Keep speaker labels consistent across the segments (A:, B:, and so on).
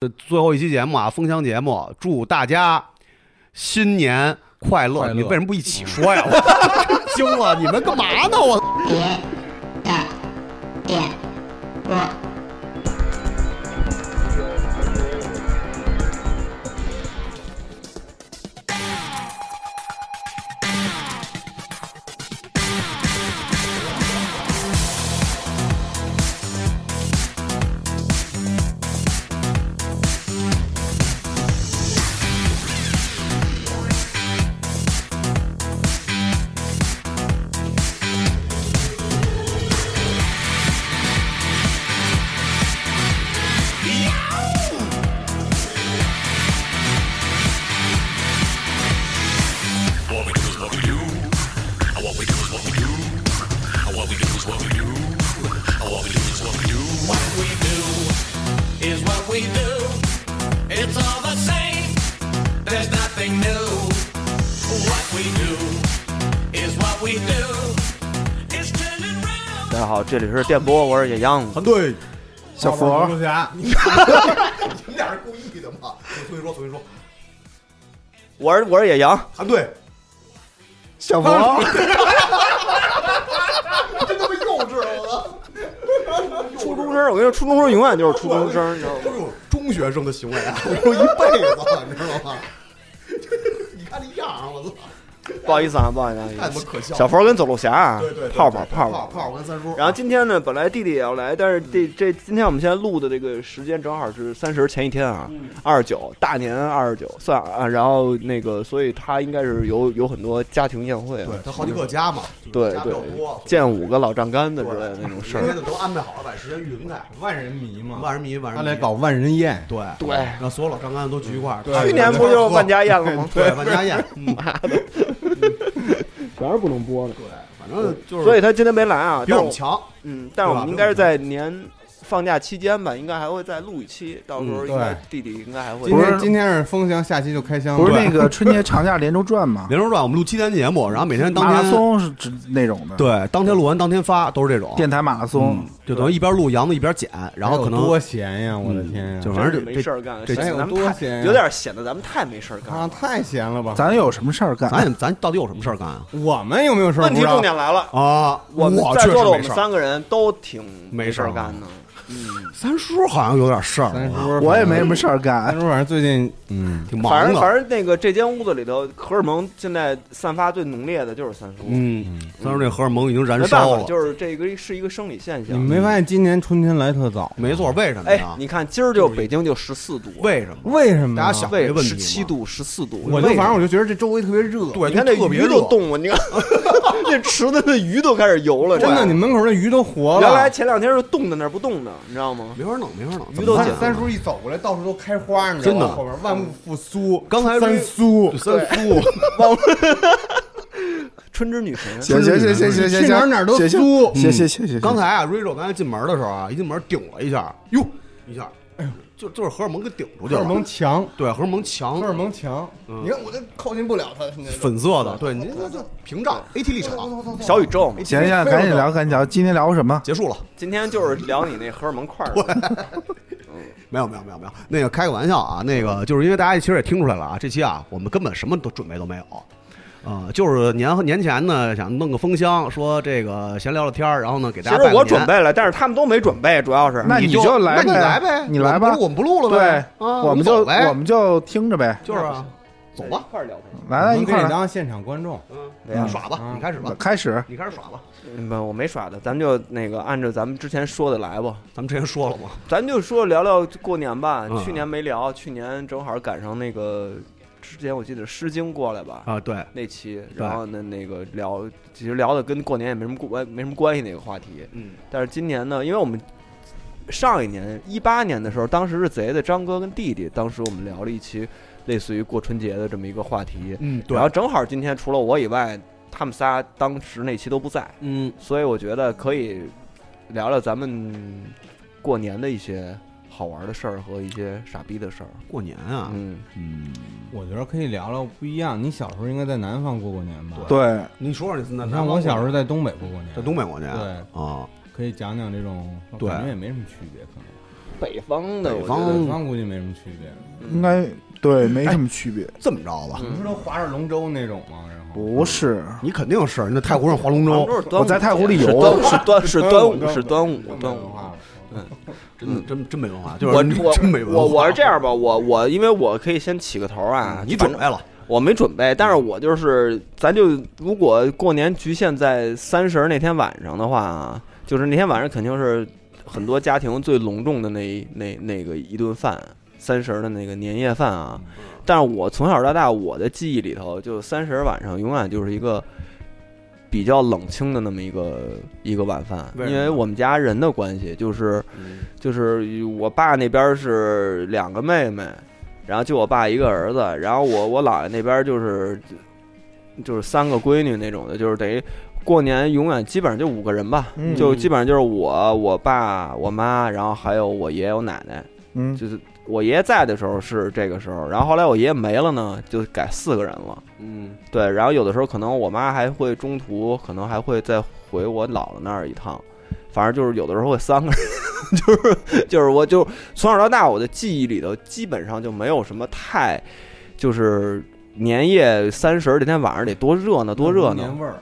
A: 这最后一期节目啊，封箱节目，祝大家新年快乐！
B: 快乐
A: 你为什么不一起说呀？我 真惊了，你们干嘛呢？我。
C: 别的点播。
D: What we do is what we do. It's all the same. There's nothing new. What we do is what we do. It's turning round.
E: 大家好，这里是电波，我是野秧子。
B: 团队
F: 小佛
B: 龙侠，
A: 你们俩是故意的吗？重新说，重新说。
E: 我是我是野羊，
B: 团队
F: 小佛，
A: 真他妈幼稚，我
E: 初中生，我跟你说，初中生永远就是初中生，你知道吗？
A: 操！中学生的行为啊，我说一辈子，你知道吗？你看这样啊，我操，
E: 不好意思啊，不好意思啊，
A: 太他妈可笑了。
E: 小佛跟走路侠啊
A: 对对，对
E: 泡泡泡
A: 泡
E: 泡。
A: 泡跟三叔，
E: 然后今天呢，本来弟弟也要来，但是
A: 嗯
E: 这这今天我们现在录的这个时间正好是三十前一天啊，
A: 嗯
E: 二十九大年二十九算啊，然后那个，所以他应该是有有很多家庭宴会啊，
A: 对他好几个家嘛，
E: 对
A: 家比
E: 对
A: 较多，
E: 见五个老丈杆子之类的那种事
A: 因为
E: 儿，
A: 呢都安排好了，把时间匀开。
B: 万人迷嘛，
A: 万人迷，万
B: 他
A: 人
B: 得
A: 迷，
B: 搞万人宴，
A: 对
E: 对
A: 让所有老丈杆子都聚一块儿。
B: 对
E: 去年不就万家宴了吗？
A: 对万家宴，嗯
E: 全是不能播的。
A: 对，反正就是
E: 所以他今天没来啊，
A: 比
E: 但
A: 我们
E: 是我
A: 强。
E: 嗯，但是我们应该是在年放假期间吧，应该还会再录一期，到时候应该
B: 嗯
E: 弟弟应该还会
B: 今
F: 不是
B: 天今天是封箱，下期就开箱，
F: 不是那个春节长假连轴转吗？
A: 连轴转，我们录七天节目，然后每天当
F: 马拉
A: 天
F: 松是指那种的，，
A: 对当天录完当天发，都是这种。
F: 电台马拉松
A: 嗯，就等于一边录杨子一边剪，然后可能
B: 有多闲呀！我的天呀，
A: 就
E: 真
A: 反
E: 是
A: 正
E: 没
A: 这
E: 事
A: 这
E: 儿干，
A: 这
E: 显
B: 哎
E: 得咱
B: 有
E: 们
B: 多
E: 太
B: 闲呀
E: 有点显得咱们太没事儿干
B: 啊，
E: 了。
B: 太闲了吧？
F: 咱有什么事儿干？
A: 咱也咱到底有什么事儿干啊？
B: 我们有没有事儿
E: 问
B: 不
E: 题
B: 知道？
E: 重点来了，
A: 啊，
E: 我们在
A: 确实
E: 座的我
A: 没
E: 们
A: 事儿。
E: 三个人都挺
A: 没事
E: 事
A: 儿
E: 儿干的。嗯，
A: 三叔好像有点事儿，啊
B: 三叔，
F: 我也没什么事儿
B: 三
F: 干，
B: 叔，反正最近嗯，
A: 挺
E: 反
A: 忙啊
E: 正
A: 的。
E: 反正那个这间屋子里头，荷尔蒙现在散发最浓烈的就是三叔，
A: 嗯，三叔这荷尔蒙已经燃
E: 没办
A: 烧
E: 法，
A: 了，
E: 就是这个是一个生理现
B: 你
E: 象
B: 们。没发现今年春天来特早？
A: 没错。为什么
E: 哎
A: 呀，？
E: 你看今儿就北京就十四度，
A: 啊为什么？
B: 为什么呀？
A: 大家想
E: 为
A: 没问题
E: 十
A: 吗
E: 七度十四度，
B: 我就
E: 为什么
B: 反正我就觉得这周围特别热，
A: 对，
E: 你看那
A: 就特别
E: 鱼
A: 热
E: 都动了，你看那池子那鱼都开始游了，
B: 真的，你
E: 知道吗
B: 门口那鱼都活了。
E: 原来前两天是冻在那儿不动的，你知道吗？
A: 没法弄，没法弄，
E: 鱼都
A: 怎么办啊
E: 剪了
B: 三叔一走过来，到处都开花，你知道
A: 真
B: 吗
A: 的
B: 后边万物复苏。
A: 刚才
B: 三苏，
A: 三叔，
E: 春之女神，
F: 行行行行行行，
B: 去哪儿哪儿都
F: 行行嗯
B: 租
F: 行行行行，
A: 刚才啊，Rizzo 刚才进门的时候啊，一进门顶了一下，哟，一下，
E: 哎
A: 就就是荷尔蒙给顶出去
B: 荷
A: 了。
B: 尔蒙强，
A: 对，荷尔蒙
B: 荷尔
A: 强，
B: 蒙强。你看我这靠近不了他，现在
A: 粉色的，对，你这这屏障 AT 立场
E: 小宇宙嘛。
F: 行行，赶紧聊，赶紧聊，今天聊什么？
A: 结束了。
E: 今天就是聊你那荷尔蒙块儿，
A: 没有没有没有没有，那个开个玩笑啊，那个就是因为大家其实也听出来了啊，这期啊我们根本什么都准备都没有，呃，就是年年前呢想弄个封箱，说这个闲聊聊天儿，然后呢给
E: 其
A: 大家
E: 实
A: 拜个
E: 我
A: 年
E: 准，备了，但是他们都没准备，主要是
F: 那
A: 你
F: 你就来呗
A: 那你来呗，
F: 你来吧
A: 我们不是我们不录了
F: 对
A: 呗，，啊，
F: 我们就
A: 走呗，
F: 我们就听着呗，
A: 就是啊，走吧，
E: 一块儿聊呗。
A: 嗯
F: 来来
B: 你
F: 哎一块
B: 可以
F: 儿
B: 当现场观众。
E: 对啊
F: 嗯
A: 耍吧，
B: 嗯
A: 你开始吧
F: 来，，开始。
A: 你开始耍吧，
E: 嗯不，我没耍的，咱就那个按照咱们之前说的来吧。
A: 咱们之前说了嘛，
E: 咱就说聊聊过年吧
A: 嗯，
E: 去年没聊，去年正好赶上那个之前我记得《诗经》过来吧，
A: 啊，对，
E: 那期，
A: 对
E: 然后呢，那个聊，其实聊的跟过年也没什么关，没什么关系那个话题。
A: 嗯，
E: 但是今年呢，因为我们上一年一八年的时候，当时是贼的张哥跟弟弟，当时我们聊了一期类似于过春节的这么一个话题。
A: 嗯，
E: 然后，正好今天除了我以外，他们仨当时那期都不在，
A: 嗯，
E: 所以我觉得可以聊聊咱们过年的一些好玩的事儿和一些傻逼的事儿。
A: 过年啊，
E: 嗯，
B: 我觉得可以聊聊不一样。你小时候应该在南方过过年吧？
F: 对，
A: 你说说你那
B: 你看我小时候在东北过过年，
A: 在东北过年，
B: 对
A: 啊，
B: 可以讲讲这种，
A: 对
B: 感觉也没什么区别，可能
E: 北方的，
A: 北
E: 我觉
A: 方
E: 得
B: 北方估计没什么区别。
F: 应该对，没什么区别。
A: 这么着吧，
B: 你不是都划着龙舟那种吗？然后
F: 不是，
A: 你肯定是那泰国人划龙
E: 杭
A: 舟
E: 州，是端
F: 我
E: 午
F: 在泰国旅
E: 是
F: 游，
E: 端
A: 啊
E: 是端是端午是端午
B: 更没
E: 端
B: 文
E: 午。
B: 化了
A: 真的真真没文化，就
E: 嗯我
A: 是
E: 我
A: 你真没文化。
E: 我我是这样吧，我我因为我可以先起个头啊，
A: 嗯你哎
E: 反
A: 准
E: 正
A: 备了，
E: 我没准备，但是我就是，咱就如果过年局限在三十儿那天晚上的话啊，就是那天晚上肯定是很多家庭最隆重的那一那那个一顿饭，三十儿的那个年夜饭啊。但是我从小到大，我的记忆里头，就三十儿晚上永远就是一个比较冷清的那么一个一个晚饭，
A: 为什
E: 因
A: 么
E: 为
A: 呢嗯
E: 我们家人的关系，就是就是我爸那边是两个妹妹，然后就我爸一个儿子，然后我我姥爷那边就是就是三个闺女那种的，就是等于过年永远基本上就五个人吧，
F: 嗯
E: 就基本上就是我、我爸、我妈，然后还有我爷爷、我奶奶。
F: 嗯，
E: 就是我爷爷在的时候是这个时候，然后后来我爷爷没了呢，就改四个人了。
A: 嗯，
E: 对，然后有的时候可能我妈还会中途可能还会再回我姥姥那儿一趟，反正就是有的时候会三个人， 就是就是我就从小到大我的记忆里头基本上就没有什么太就是年夜三十儿这天晚上得多热闹多热闹，
B: 嗯年味儿，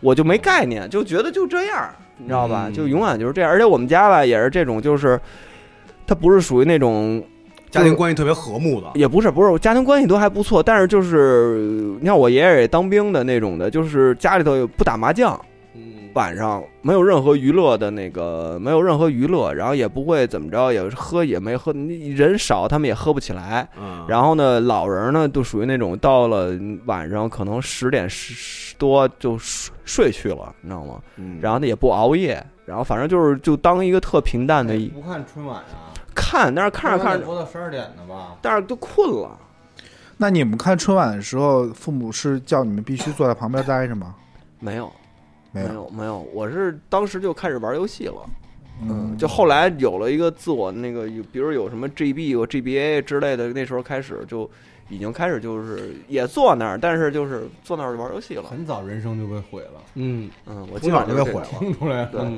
E: 我就没概念，就觉得就这样，你知道吧？就永远就是这样。而且我们家吧也是这种，就是它不是属于那种，
A: 家庭关系特别和睦的，
E: 也不是不是家庭关系都还不错，但是就是你像我爷爷也当兵的那种的，就是家里头也不打麻将，
A: 嗯，
E: 晚上没有任何娱乐的那个，没有任何娱乐，然后也不会怎么着，也是喝也没喝，你人少他们也喝不起来。
A: 嗯
E: 然后呢，老人呢都属于那种到了嗯晚上可能十点十十多就睡睡去了，你知道吗？
A: 嗯
E: 然后呢也不熬夜，然后反正就是就当一个特平淡的一
B: 哎不看春晚啊，
E: 看，但是看着哎看
B: 得
E: 着，
B: 播到十二点的吧？
E: 但是都困了。
F: 那你们看春晚的时候，父母是叫你们必须坐在旁边待着吗？
E: 没有，
F: 没有，
E: 有，没有，我是当时就开始玩游戏了，
F: 嗯，
E: 就后来有了一个自我那个，有比如有什么 GB 有 GBA 之类的，那时候开始就已经开始就是也坐那儿，但是就是坐那儿玩游戏了。
B: 很早人生就被毁了，
A: 嗯，
E: 嗯，我基
A: 从小
E: 本上
A: 就
E: 就
A: 被
E: 是
A: 毁
E: 这样
A: 了，
B: 听出来
E: 对
B: 了，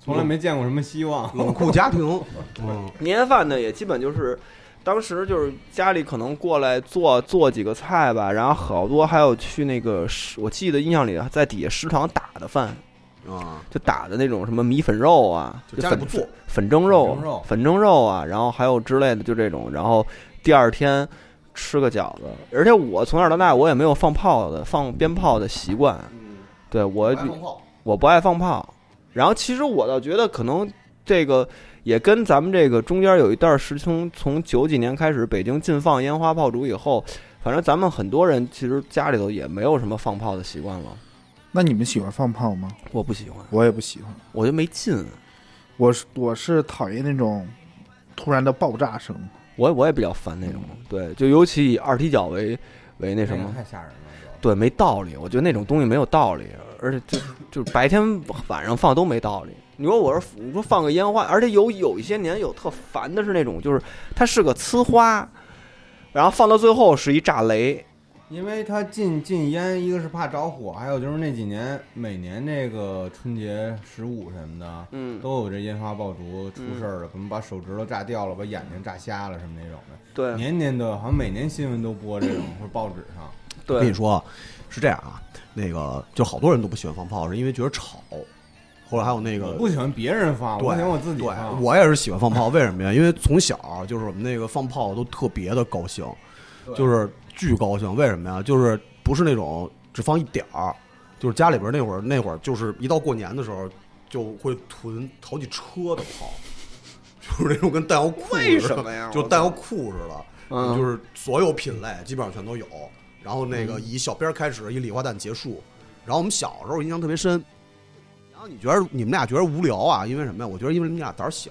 B: 从来没见过什么希望。
A: 冷 酷家庭，嗯，
E: 年夜饭呢，也基本就是当时就是家里可能过来做做几个菜吧，然后好多还有去那个食，我记得印象里在底下食堂打的饭，
A: 啊，
E: 就打的那种什么米粉肉啊，
A: 就家里不做，
E: 粉蒸肉、
B: 粉蒸肉
E: 啊，然后还有之类的，就这种。然后第二天吃个饺子，而且我从小到大我也没有放炮的、放鞭炮的习惯，
A: 嗯
E: 对
A: 哎
E: 我我不爱放炮。然后其实我倒觉得可能这个也跟咱们这个中间有一段时从从九几年开始北京禁放烟花爆竹以后，反正咱们很多人其实家里头也没有什么放炮的习惯了。
F: 那你们喜欢放炮吗？
E: 我不喜欢，
F: 我也不喜欢，
E: 我就没劲。
F: 我是我是讨厌那种突然的爆炸声。
E: 我我也比较烦那种，对，就尤其以二踢脚为为那什
B: 那
E: 么
B: 个，哎太吓人了，
E: 对，没道理。我觉得那种东西没有道理，而且就就是白天晚上放都没道理。你说我是你说放个烟花，而且有有一些年有特烦的是那种，就是它是个呲花，然后放到最后是一炸雷。
B: 因为他禁禁烟，一个是怕着火，还有就是那几年每年那个春节十五什么的，
E: 嗯
B: 都有这烟花爆竹出事儿了，什么把手指头炸掉了，把眼睛炸瞎了什么那种的，
E: 对
B: 年年都有，好像每年新闻都播这种，或者报纸上。
A: 我跟
E: 对
A: 你，说，是这样啊，那个就好多人都不喜欢放炮，是因为觉得吵，后来还有那个
B: 我不喜欢别人
E: 啊
B: 放，
A: 对
B: 我喜欢我自己
A: 对
B: 放。，
A: 我也是喜欢放炮，为什么呀？因为从小就是我们那个放炮都特别的高兴，
B: 对
A: 就是巨高兴。为什么呀？就是不是那种只放一点儿，就是家里边那会儿那会儿就是一到过年的时候就会囤好几车的炮， 就是那种跟弹药库
E: 为
A: 似
E: 什
A: 的，
E: 么呀
A: 就
E: 我
A: 弹药库似的，
E: 嗯
A: 就是所有品类基本上全都有。然后那个以小鞭儿开始，以礼花弹结束。然后我们小时候印象特别深。然后你觉得你们俩觉得无聊啊？因为什么呀？我觉得因为你们俩胆儿小，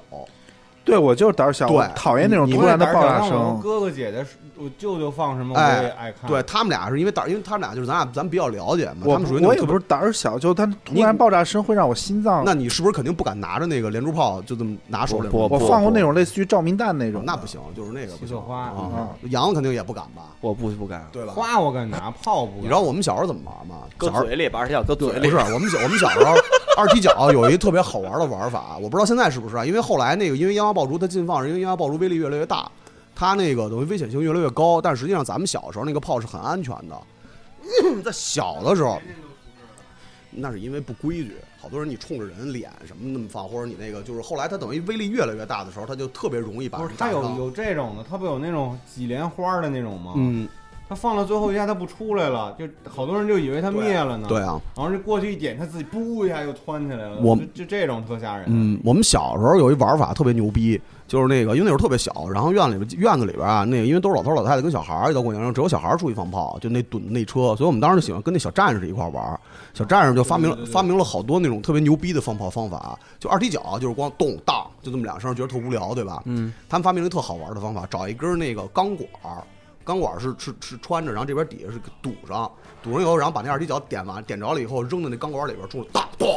F: 对，我就是胆儿小，
A: 对
F: 我讨厌那种
B: 你
F: 突然的
B: 会胆
F: 爆
B: 儿小
F: 炸
B: 像我
F: 声。
B: 哥哥姐姐、我舅舅放什么，
A: 哎
B: 我也爱看。
A: 对他们俩是因为胆儿，因为他们俩就是咱俩咱们比较了解嘛，
F: 我
A: 他们属于那
F: 我
A: 种
F: 也
A: 特别
F: 不是胆儿小，就它突
A: 你
F: 然爆炸声会让我心脏。
A: 那你是不是肯定不敢拿着那个连珠炮就这么拿手里？
E: 不
F: 我
E: 不
F: 放过那种类似于照明弹那种，
A: 那不行，就是那个不
B: 西
A: 行
B: 索花
A: 啊。羊肯定也不敢吧，
E: 我不不敢，
A: 对吧？
B: 花我敢拿，炮不敢。
A: 你知道我们小时候怎么玩吗？
E: 搁
A: 小时候
E: 嘴里把二踢脚搁嘴
A: 不
E: 里
A: 是，我们小我们小时候二踢脚有一特别好玩的玩法，我不知道现在是不是啊？因为后来那个因为烟花洋爆竹它禁放，是因为阴阳爆竹威力越来越大，它那个等于危险性越来越高。但实际上咱们小时候那个炮是很安全的， 在小的时候，那是因为不规矩，好多人你冲着人脸什么那么放，或者你那个就是后来它等于威力越来越大的时候，它就特别容易把
B: 不
A: 人
B: 是，
A: 炸
B: 它有
A: 伤
B: 有这种的，它不有那种几连花的那种吗？
E: 嗯，
B: 它放到最后一下它不出来了，就好多人就以为它灭了呢。
A: 对啊。
B: 然后这过去一点，它自己噗一下又窜起来了。
A: 我
B: 就就这种特吓人。啊
A: 嗯，我们小时候有一玩法特别牛逼，就是那个，因为那时候特别小，然后院里边院子里边啊，那个因为都是老头老太太跟小孩儿，一到过年的时候只有小孩儿出去放炮，就那蹲那车，所以我们当时就喜欢跟那小战士一块儿玩儿。小战士就发明了发明了好多那种特别牛逼的放炮方法，就二踢脚，就是光咚当，就这么两声，觉得特无聊，对吧？嗯，他们发明了一特好玩的方法，找一根那个钢管儿。钢管儿是是是穿着，然后这边底下是堵上，堵上以后，然后把那二踢脚点完点着了以后，扔到那钢管里边，冲着当咚，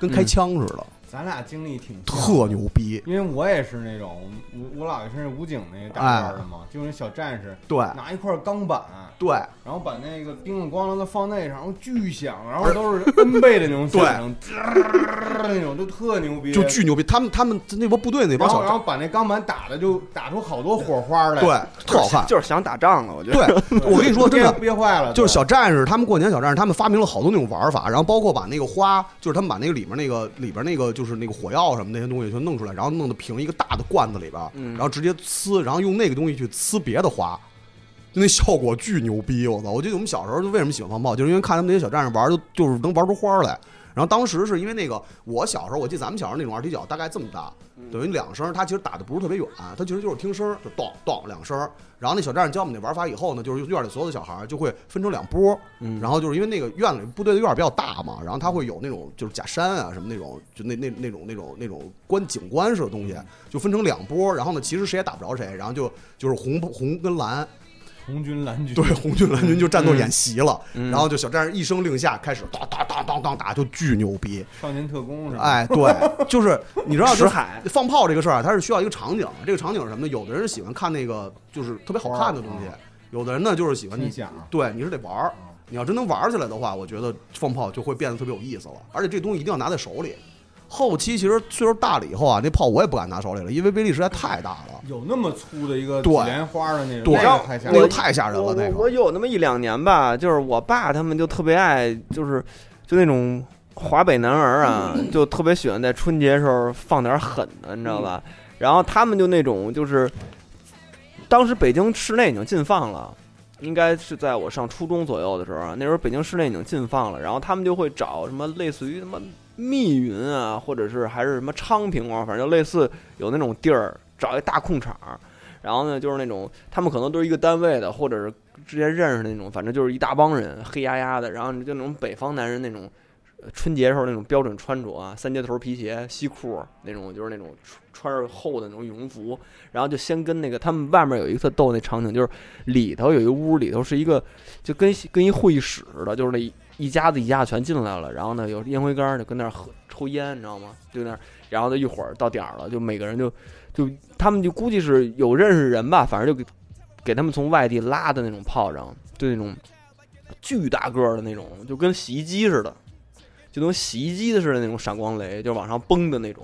A: 跟开枪似的。
B: 咱俩经历挺像
A: 特牛逼。
B: 因为我也是那种，我我姥爷是武警那个大院的嘛，就是那小战士，
A: 哎对
B: 拿一块钢板，
A: 对
B: 然后把那个叮铃咣啷的放那上，然后巨响，然后都是 N 倍 的那种响声，滋儿那种就特牛逼，
A: 就巨牛逼。他们他们那波部队那帮
B: 然后
A: 小
B: 然后把那钢板打的就打出好多火花来，
A: 对，特好看。
E: 就是想打仗了，我觉得。
A: 对，我跟你 说，真的
B: 憋憋坏了，
A: 就是小战士，他们过年小战士，他们发明了好多那种玩法，然后包括把那个花，就是他们把那个里面那个里边那个就是那个火药什么那些东西全弄出来，然后弄得平一个大的罐子里边，然后直接呲，然后用那个东西去呲别的花。就那效果巨牛逼，我操！我记得我们小时候就为什么喜欢放炮，就是因为看他们那些小战士玩儿，就就是能玩出花儿来。然后当时是因为那个，我小时候我记得咱们小时候那种二踢脚大概这么大，等于两声，它其实打的不是特别远，它其实就是听声儿，就咚咚两声儿。然后那小战士教我们那玩法以后呢，就是院里所有的小孩儿就会分成两波，然后就是因为那个院里部队的院儿比较大嘛，然后他会有那种就是假山啊什么那种，就那那那种那种那种观景观式的东西，就分成两波。然后呢，其实谁也打不着谁，然后就就是红红跟蓝，
B: 红军蓝军，
A: 对，红军蓝军就战斗演习了，然后就小战士一声令下，开始当当当当当打，就巨牛逼。
B: 少年特工是吧？
A: 哎，对，就是你知道，
E: 石
A: 就是
E: 海
A: 放炮这个事儿啊，它是需要一个场景。这个场景是什么呢？有的人喜欢看那个就是特别好看的东西，有的人呢就是喜欢你
B: 听响
A: 对，你是得玩儿。你要真能玩起来的话，我觉得放炮就会变得特别有意思了。而且这东西一定要拿在手里。后期其实岁数大了以后啊，那炮我也不敢拿手里了，因为威力实在太大了。
B: 有那么粗的一个
A: 对
B: 几连花的那种，
A: 对
B: 那个太吓
A: 那个
B: 人。
A: 太吓人
E: 我
A: 了，那
E: 我我
A: 个
E: 有那么一两年吧，就是我爸他们就特别爱，就是就那种华北男 儿啊，就特别喜欢在春节时候放点狠的，你知道
A: 嗯
E: 吧？然后他们就那种就是，当时北京室内已经禁放了。应该是在我上初中左右的时候啊，那时候北京室内已经禁放了，然后他们就会找什么类似于什么密云啊，或者是还是什么昌平啊，反正就类似有那种地儿，找一大空场，然后呢，就是那种他们可能都是一个单位的，或者是之前认识的那种，反正就是一大帮人，黑压压的。然后你就那种北方男人那种，呃春节时候那种标准穿着啊，三接头皮鞋、西裤那种，就是那种穿穿着厚的那种羽绒服。然后就先跟那个他们外面有一个特逗那场景，就是里头有一屋，里头是一个就跟跟一会议室似的，就是那一一家子一家子全进来了。然后呢，有烟灰缸就跟那儿喝抽烟，你知道吗？就那儿，然后呢一会儿到点儿了，就每个人就就他们就估计是有认识人吧，反正就给给他们从外地拉的那种炮仗，就那种巨大个儿的那种，就跟洗衣机似的，就跟洗衣机的似的那种闪光雷，就往上崩的那种。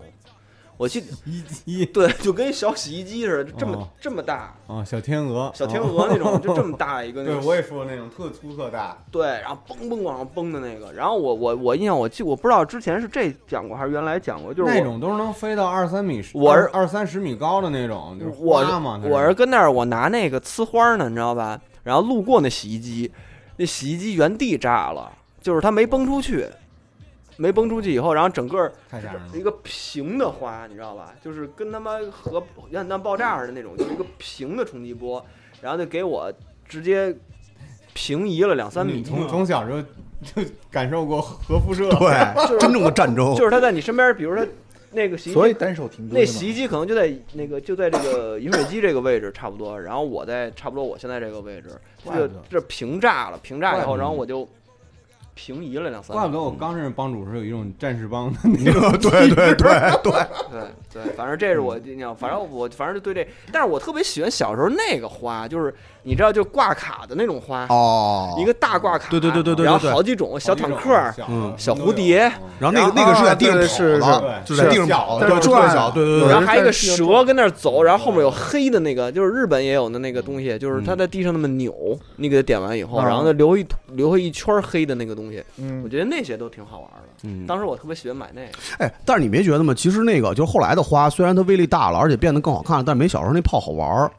E: 我记得
B: 一击
E: 对，就跟小洗衣机似的，这么、
B: 哦
E: 这么大，
B: 啊，小天鹅，
E: 小天
B: 啊。
E: 鹅那种，就 这么大一个那
B: 对，
E: 种
B: 我也说那种特粗特大，
E: 对，然后嘣嘣往上崩的那个。然后我我我印象我记我不知道之前是这讲过还是原来讲过，就是
B: 那
E: 我
B: 种都是能飞到二三米，
E: 我是
B: 二二三十米高的那种，就是
E: 我
B: 花嘛。它
E: 我是跟那儿我拿那个呲花呢，你知道吧？然后路过那洗衣机，那洗衣机原地炸了，就是它没崩出去，没崩出去以后，然后整个
B: 太吓人了
E: 一个平的花，你知道吧？就是跟他妈核原子弹爆炸似的那种，就是一个平的冲击波，然后就给我直接平移了两三米
F: 嗯
B: 你。从从小就就感受过核辐射，
A: 对，真正的战争
E: 就是它在你身边，比如它那个洗衣机
F: 哦所以单手停
E: 那
F: 顿
E: 洗衣机可能就在那个就在这个饮水机这个位置差不多，然后我在差不多我现在这个位置，
B: 怪
E: 这
B: 不得
E: 这平炸了，平炸以
B: 怪不
E: 后，
B: 得
E: 然后我就平移了两三
B: 怪不
E: 年。
B: 得我刚认识帮主时有一种战士帮的那种，
A: 对对对对，
E: 对对，反正这是我印象，反正我反正就对这，但是我特别喜欢小时候那个花，就是你知道，就挂卡的那种花，
A: 哦，
E: 一个大挂卡，
A: 对对对对对对
E: 然后好几种小坦克，
A: 嗯
E: 小蝴蝶，
A: 然后那个
E: 然后
A: 那个是在地上
F: 对是
A: 跑的，
B: 是
A: 就在地上
B: 是
A: 跑的，
F: 但
A: 对，
F: 是
A: 特别
F: 转
A: 小，对对对
F: 对
E: 然后还有一个
F: 是
E: 蛇跟那儿走，然后后面有黑的那个，就是日本也有的那个东西，就是它在地上那么扭，你给它点完以后，
F: 嗯
E: 然后它留一留下一圈黑的那个东西，我
F: 嗯，
E: 觉得那些都挺好玩的。
A: 嗯
E: 当时我特别喜欢买那个，
A: 哎，但是你没觉得吗？其实那个就是后来的花，虽然它威力大了，而且变得更好看了，但是没小时候那炮好玩儿。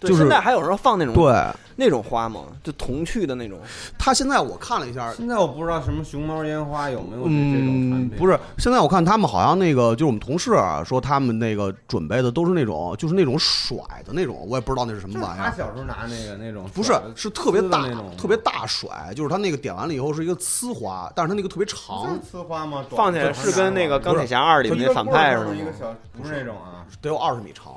E: 对
A: 就是
E: 现在还有人放那种
A: 对，
E: 那种花吗？就童趣的那种，
A: 它现在我看了一下，
B: 现在我不知道什么熊猫烟花有没有这种产
A: 嗯，
B: 品，
A: 不是，现在我看他们好像那个，就是我们同事啊说他们那个准备的都是那种，就是那种甩的那种，我也不知道那是什
B: 就
A: 么
B: 是
A: 玩意
B: 他
A: 儿。
B: 小时候拿那个那种，
A: 啊不是，是特别大
B: 呲的那种，
A: 特别大甩，就是它那个点完了以后是一个呲花，但是它那个特别长
B: 不，是呲花吗？
E: 放起来是跟那个《钢铁侠二》里面那反派似
B: 是
E: 的
B: 一个
E: 吗？
B: 小，不是那种啊，
A: 得有二十米 长，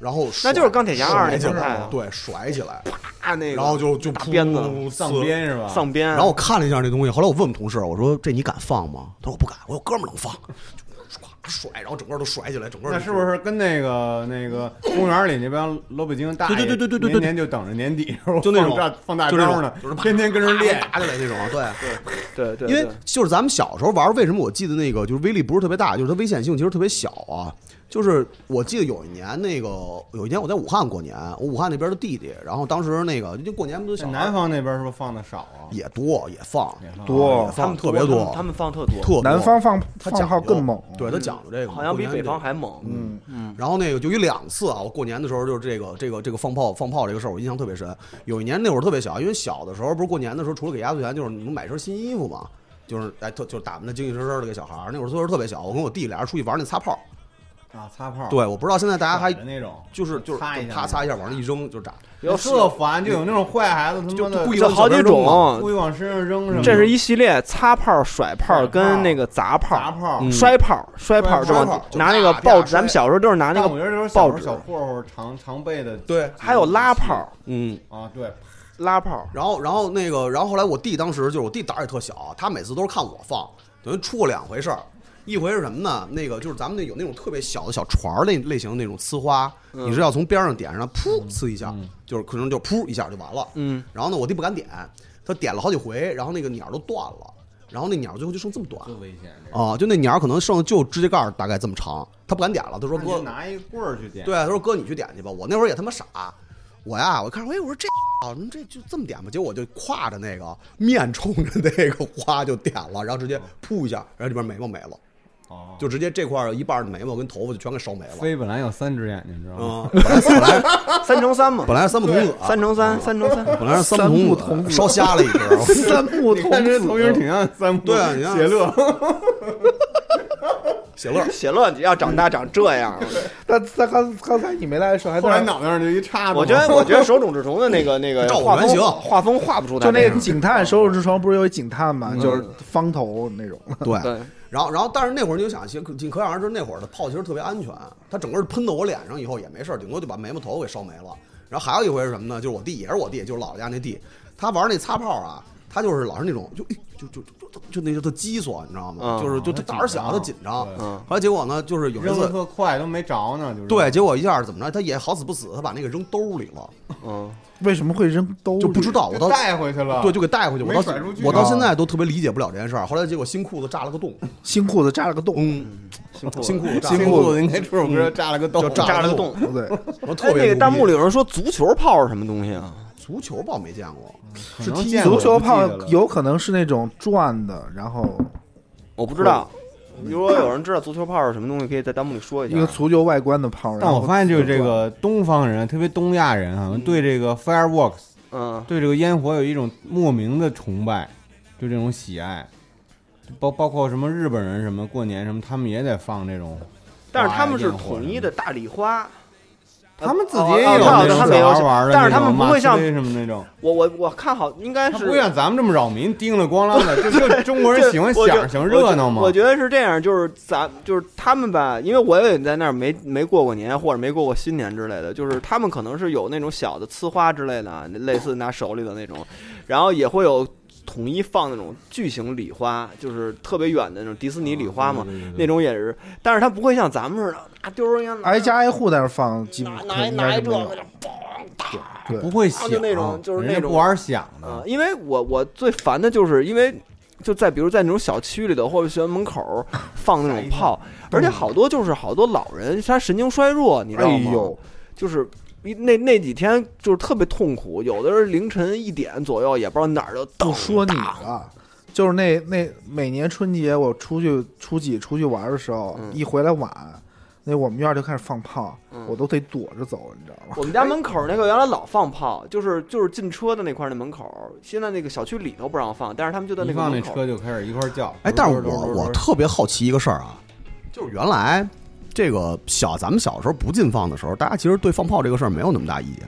A: 然后甩
E: 那就是《钢铁侠二》
A: 甩
E: 那
A: 起
E: 反
A: 来
E: 派啊，
A: 对，甩起来，
E: 啊那个，
A: 然后就就
E: 大
A: 扑
E: 鞭子
B: 丧
A: 呲
B: 鞭是吧？
E: 丧鞭，
A: 然后我看了一下那东西，后来我问我们同事，我说这你敢放吗？他说我不敢，我有哥们儿能放，就唰甩，然后整个都甩起来，整个
B: 那是不是跟那个那个公园里那帮老北京大爷，
A: 对对对对对对对
B: 年年就等着年底时候
A: 就那种
B: 放大放大
A: 就那
B: 招
A: 种
B: 呢
A: 就是，啪
B: 天天跟人练。
A: 打起来那种？对。
E: 对对，
A: 因为
E: 对
A: 就是咱们小时候玩，为什么我记得那个就是威力不是特别大，就是它危险性其实特别小啊。就是我记得有一年那个有一年我在武汉过年，我武汉那边的弟弟，然后当时那个就过年不都小孩
B: 南方那边是不是放的少啊？
A: 也多也放
B: 也放
F: 多
A: 也
E: 他
A: 放
E: 们
A: 特别
E: 多，
A: 多
E: 他们，他们放特多，
A: 特多
F: 南方放
A: 他
F: 放炮
A: 讲究
F: 更猛，
A: 对他讲究这个嘛，
E: 好像比
A: 过年
E: 北
A: 这
E: 方
A: 个
E: 还猛。
F: 嗯，
A: 然后那个就有两次啊，我过年的时候就是这个这个这个放炮放炮这个事儿，我印象特别深。有一年那会儿特别小，因为小的时候不是过年的时候，除了给压岁钱，就是你能买身新衣服嘛，就是哎特就是打扮的精精神神的给小孩儿。那会儿岁数特别小，我跟我弟俩人出去玩那擦炮，
B: 啊，擦炮。
A: 对，我不知道现在大家还
B: 甩的那种，
A: 就是就是
B: 擦一
A: 就
B: 下，
A: 啪擦一下往那一扔就炸，
E: 有
B: 特烦，就有那种坏孩子，他
A: 就
B: 妈的
A: 就故意
E: 这好几
A: 啊
E: 种，
B: 故意往身上扔什么的。
E: 这是一系列擦炮、甩炮
B: 甩炮
E: 跟那个砸炮、
B: 砸炮
A: 嗯
E: 摔炮、摔炮这
A: 摔
E: 种
A: 炮，就
E: 拿那个
A: 啪啪
E: 报
A: 摔
E: 纸，咱们小时候都是拿那
B: 但我
E: 个，
B: 觉得这种小
E: 报
B: 时候
E: 纸
B: 小混混常常备的
A: 对，
E: 还有拉炮、
A: 嗯。
B: 啊，对，
E: 拉炮。
A: 然后，然后那个，然后后来我弟当时就是我弟胆儿也特小，他每次都是看我放，等于出过两回事儿。一回是什么呢？那个就是咱们那有那种特别小的小船儿类类型的那种呲花，
E: 嗯
A: 你是要从边上点上，
B: 嗯
A: 噗呲一下，就是可能就噗一下就完了。
E: 嗯，
A: 然后呢，我弟不敢点，他点了好几回，然后那个鸟都断了，然后那鸟最后就剩这么短
E: 嗯
B: 特危险。
A: 啊，就那鸟可能剩就指甲盖儿大概这么长，他不敢点了，他说
B: 那你
A: 哥
B: 就，拿一棍儿去点，
A: 对，他说哥你去点去吧。我那会儿也他妈傻，我呀，我看着哎，我说这啊，那这就这么点吧。结果我就挎着那个面冲着那个花就点了，然后直接噗一下，然后里边眉毛没了，
B: 哦，
A: 就直接这块儿一半儿眉毛跟头发就全给烧没了。
B: 飞本来有三只眼睛，知道吗？
A: 嗯，本来本来
E: 三乘三嘛，
A: 本来是三不童子，啊
E: 三乘三，三乘三。
A: 本来是三
F: 三
A: 不
F: 不
A: 童
F: 童
A: 子，
F: 子
A: 烧瞎了一只。
F: 三木
B: 你
F: 童
B: 看这
F: 子
B: 头型挺像三浦
A: 对 啊你看
B: 邪乐，
A: 写乐，
E: 写乐你要长大长这样，
F: 他他刚刚才你没来的时候还
B: 后来
F: 在那
B: 脑袋上就一叉子嘛。
E: 我觉得我觉得手冢治虫的那个那个
A: 照我
E: 画
A: 原
E: 风
A: 型
E: 画风画不出他
F: 就那
E: 样
F: 个警探手冢治虫不是有一警探
A: 嗯
F: 嘛，就是方头那种，
A: 对。
E: 对，
A: 然后，然后，但是那会儿你就想，其实可可想而知，那会儿的炮其实特别安全，它整个喷到我脸上以后也没事儿，顶多就把眉毛头给烧没了。然后还有一回是什么呢？就是我弟也是我弟，就是老家那弟，他玩那擦炮啊，他就是老是那种就哎就就就就就那就特激索，你知道吗？
E: 嗯
A: 就是就他胆儿小，他紧张。后来结果呢，就是有一
B: 扔的
A: 次，
B: 特快，都没着呢，就是
A: 对，结果一下怎么着，他也好死不死，他把那个扔兜里了，
E: 嗯，
F: 为什么会扔兜里？
A: 就不知道。我
B: 就
A: 到
B: 带回去了。
A: 对，就给带回去。我
B: 没
A: 到
B: 甩出去
A: 我到
F: 啊
A: 现在都特别理解不了这件事儿。后来结果新裤子炸了个洞，
F: 新裤子扎了个洞，
A: 嗯，新裤子炸了
B: 新
A: 个
B: 裤
A: 洞
B: 子应该这首歌炸了个洞，
A: 就炸
E: 扎
A: 了
E: 了
A: 个
E: 个
A: 洞
E: 洞。
F: 对，
A: 我特
E: 哎，
A: 别
E: 那个
A: 无
E: 弹
A: 语
E: 幕里有人说足球炮是什么东西啊？
A: 足球吧没见过，
B: 可能
A: 是踢
B: 见过
F: 足球炮
B: 我不记得了
F: 有可能是那种转的，然后
E: 我不知道。如果有人知道足球炮是什么东西，可以在弹幕里说一
F: 一
E: 下。
F: 个足球外观的炮。
B: 但
F: 然
B: 我
F: 后
B: 发现就是这嗯个东方人，特别东亚人，好像对这个 fireworks，
E: 嗯，
B: 对这个烟火有一种莫名的崇拜，就这种喜爱。包包括什么日本人什么过年什么，他们也得放这种，
E: 但是他们是统一的，大礼花。
B: 他们自己也有那
E: 哦哦他
B: 种
E: 们
B: 小
E: 也有
B: 孩玩的那种，
E: 但是他们不会像
B: 马斯威什么那种，
E: 我我我看好应该
B: 他
E: 是
B: 不会像咱们这么扰民，叮了咣啷的， 这就中国
E: 这
B: 人喜欢
E: 我觉
B: 响想热闹嘛。
E: 我觉得是这样，就是咱就是他们吧，因为我也在那儿没没过过年，或者没过过新年之类的，就是他们可能是有那种小的呲花之类的啊，类似拿手里的那种，然后也会有统一放那种巨型礼花，就是特别远的那种迪士尼礼花嘛
B: 啊对对对，对
E: 那种也是，但是它不会像咱们似的拿丢人家拿
F: 挨家挨户在那放，基本
E: 拿拿
F: 可
E: 一
F: 应
E: 拿
F: 该
E: 一
F: 是
E: 这个
F: 没有
E: 就。嘣打
F: 对
B: 不会响，
E: 就那种就是那种
B: 人家不玩响
E: 啊，
B: 的，
E: 因为我我最烦的就是因为就在比如在那种小区里头或者学校门口儿放那种炮，而且好多就是好多老人他神经衰弱，你知道
F: 哎
E: 吗？
F: 呦，
E: 就是一那那几天就是特别痛苦，有的是凌晨一点左右，也不知道哪儿就
F: 不
E: 到
F: 说你了，就是那那每年春节我出去初几出去玩的时候，
E: 嗯
F: 一回来晚，那我们院儿就开始放炮，
E: 嗯
F: 我都得躲着走，你知道吗？
E: 我们家门口那个原来老放炮，就是就是进车的那块儿那门口儿，现在那个小区里头不让放，但是他们就在那
B: 一
E: 个
B: 放那
E: 门口儿。
B: 车就开始一块儿叫。
A: 哎，但是
B: 嘟嘟嘟
A: 我
B: 嘟嘟
A: 我特别好奇一个事儿啊，就是原来这个小咱们小时候不禁放的时候，大家其实对放炮这个事儿没有那么大意见。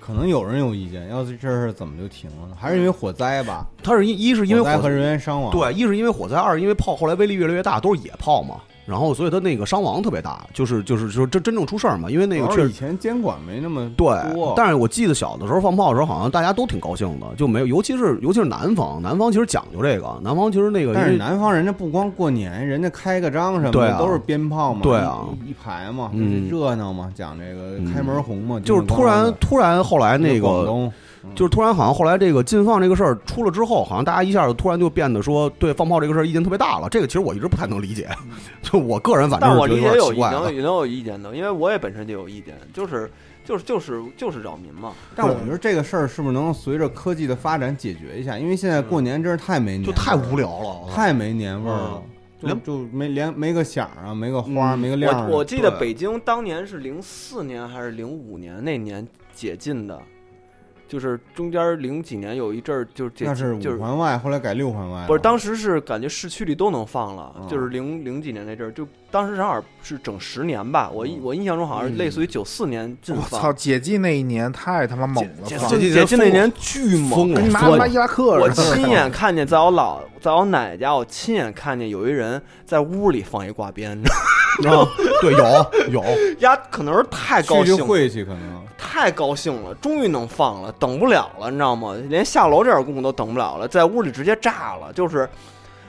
B: 可能有人有意见，要是这事儿怎么就停了呢？还是因为火灾吧？
A: 它是因一是因为
B: 火灾
A: 火
B: 和人员伤亡。
A: 对，一是因为火灾，二是因为炮后来威力越来越大，都是野炮嘛，然后所以它那个伤亡特别大，就是就是就是真真正出事儿嘛，因为那个
B: 主要
A: 确
B: 是以
A: 实。
B: 前监管没那么
A: 对
B: 多，，
A: 但是我记得小的时候放炮的时候，好像大家都挺高兴的，就没有，尤其是尤其是南方，南方其实讲究这个，南方其实那个
B: 但
A: 因
B: 是
A: 为
B: 南方人家不光过年，人家开个张什么
A: 对
B: 的、
A: 啊
B: 都是鞭炮嘛，
A: 对啊
B: 一一一排嘛，
A: 嗯
B: 热闹嘛，讲这个
A: 嗯
B: 开门红嘛，
A: 就是突然突然后来那
B: 广
A: 个
B: 东
E: 嗯
A: 就是突然好像后来这个禁放这个事儿出了之后，好像大家一下子突然就变得说对放炮这个事儿意见特别大了。这个其实我一直不太能理解，就我个人反正
E: 嗯但
A: 是
E: 我
A: 觉得
E: 理
A: 有点
E: 解有
A: 奇
E: 已
A: 怪
E: 经
A: 了。
E: 也能有意见的，因为我也本身就有意见，就是就是就是就是扰民嘛。
B: 但我觉得这个事儿是不是能随着科技的发展解决一下？因为现在过年真是太没年
A: 就
B: 味儿了，
A: 太无聊了，嗯
B: 太没年味儿了，就
A: 连嗯
B: 就没连没个响儿啊，没个花儿，没个亮儿啊。
E: 我我记得
A: 对
E: 北京当年是零四年还是零五年那年解禁的，就是中间零几年有一阵儿就是解
B: 那是
E: 禁，就是
B: 五环外，后来改六环外了，
E: 不是当时是感觉市区里都能放了，
B: 嗯
E: 就是零零几年那阵儿，就当时正好是整十年吧，我印我印象中好像是类似于九四年禁
F: 我
E: 放，
F: 操，解禁那一年太他妈猛了，
E: 解
F: 放
A: 解
E: 解禁那年巨
A: 疯
E: 猛，
A: 了
F: 跟你妈
E: 我
F: 他妈伊拉克
E: 我
F: 似的。
E: 亲眼看见，在我老在我奶奶家，我亲眼看见有一人在屋里放一挂鞭，你知道
A: 啊！
E: 吗
A: 对，有有，
E: 丫可能是太高
B: 去
E: 兴
B: 就
E: 了，
B: 晦气，可能
E: 太高兴了，终于能放了，等不了了，你知道吗？连下楼这点功夫都等不了了，在屋里直接炸了。就是，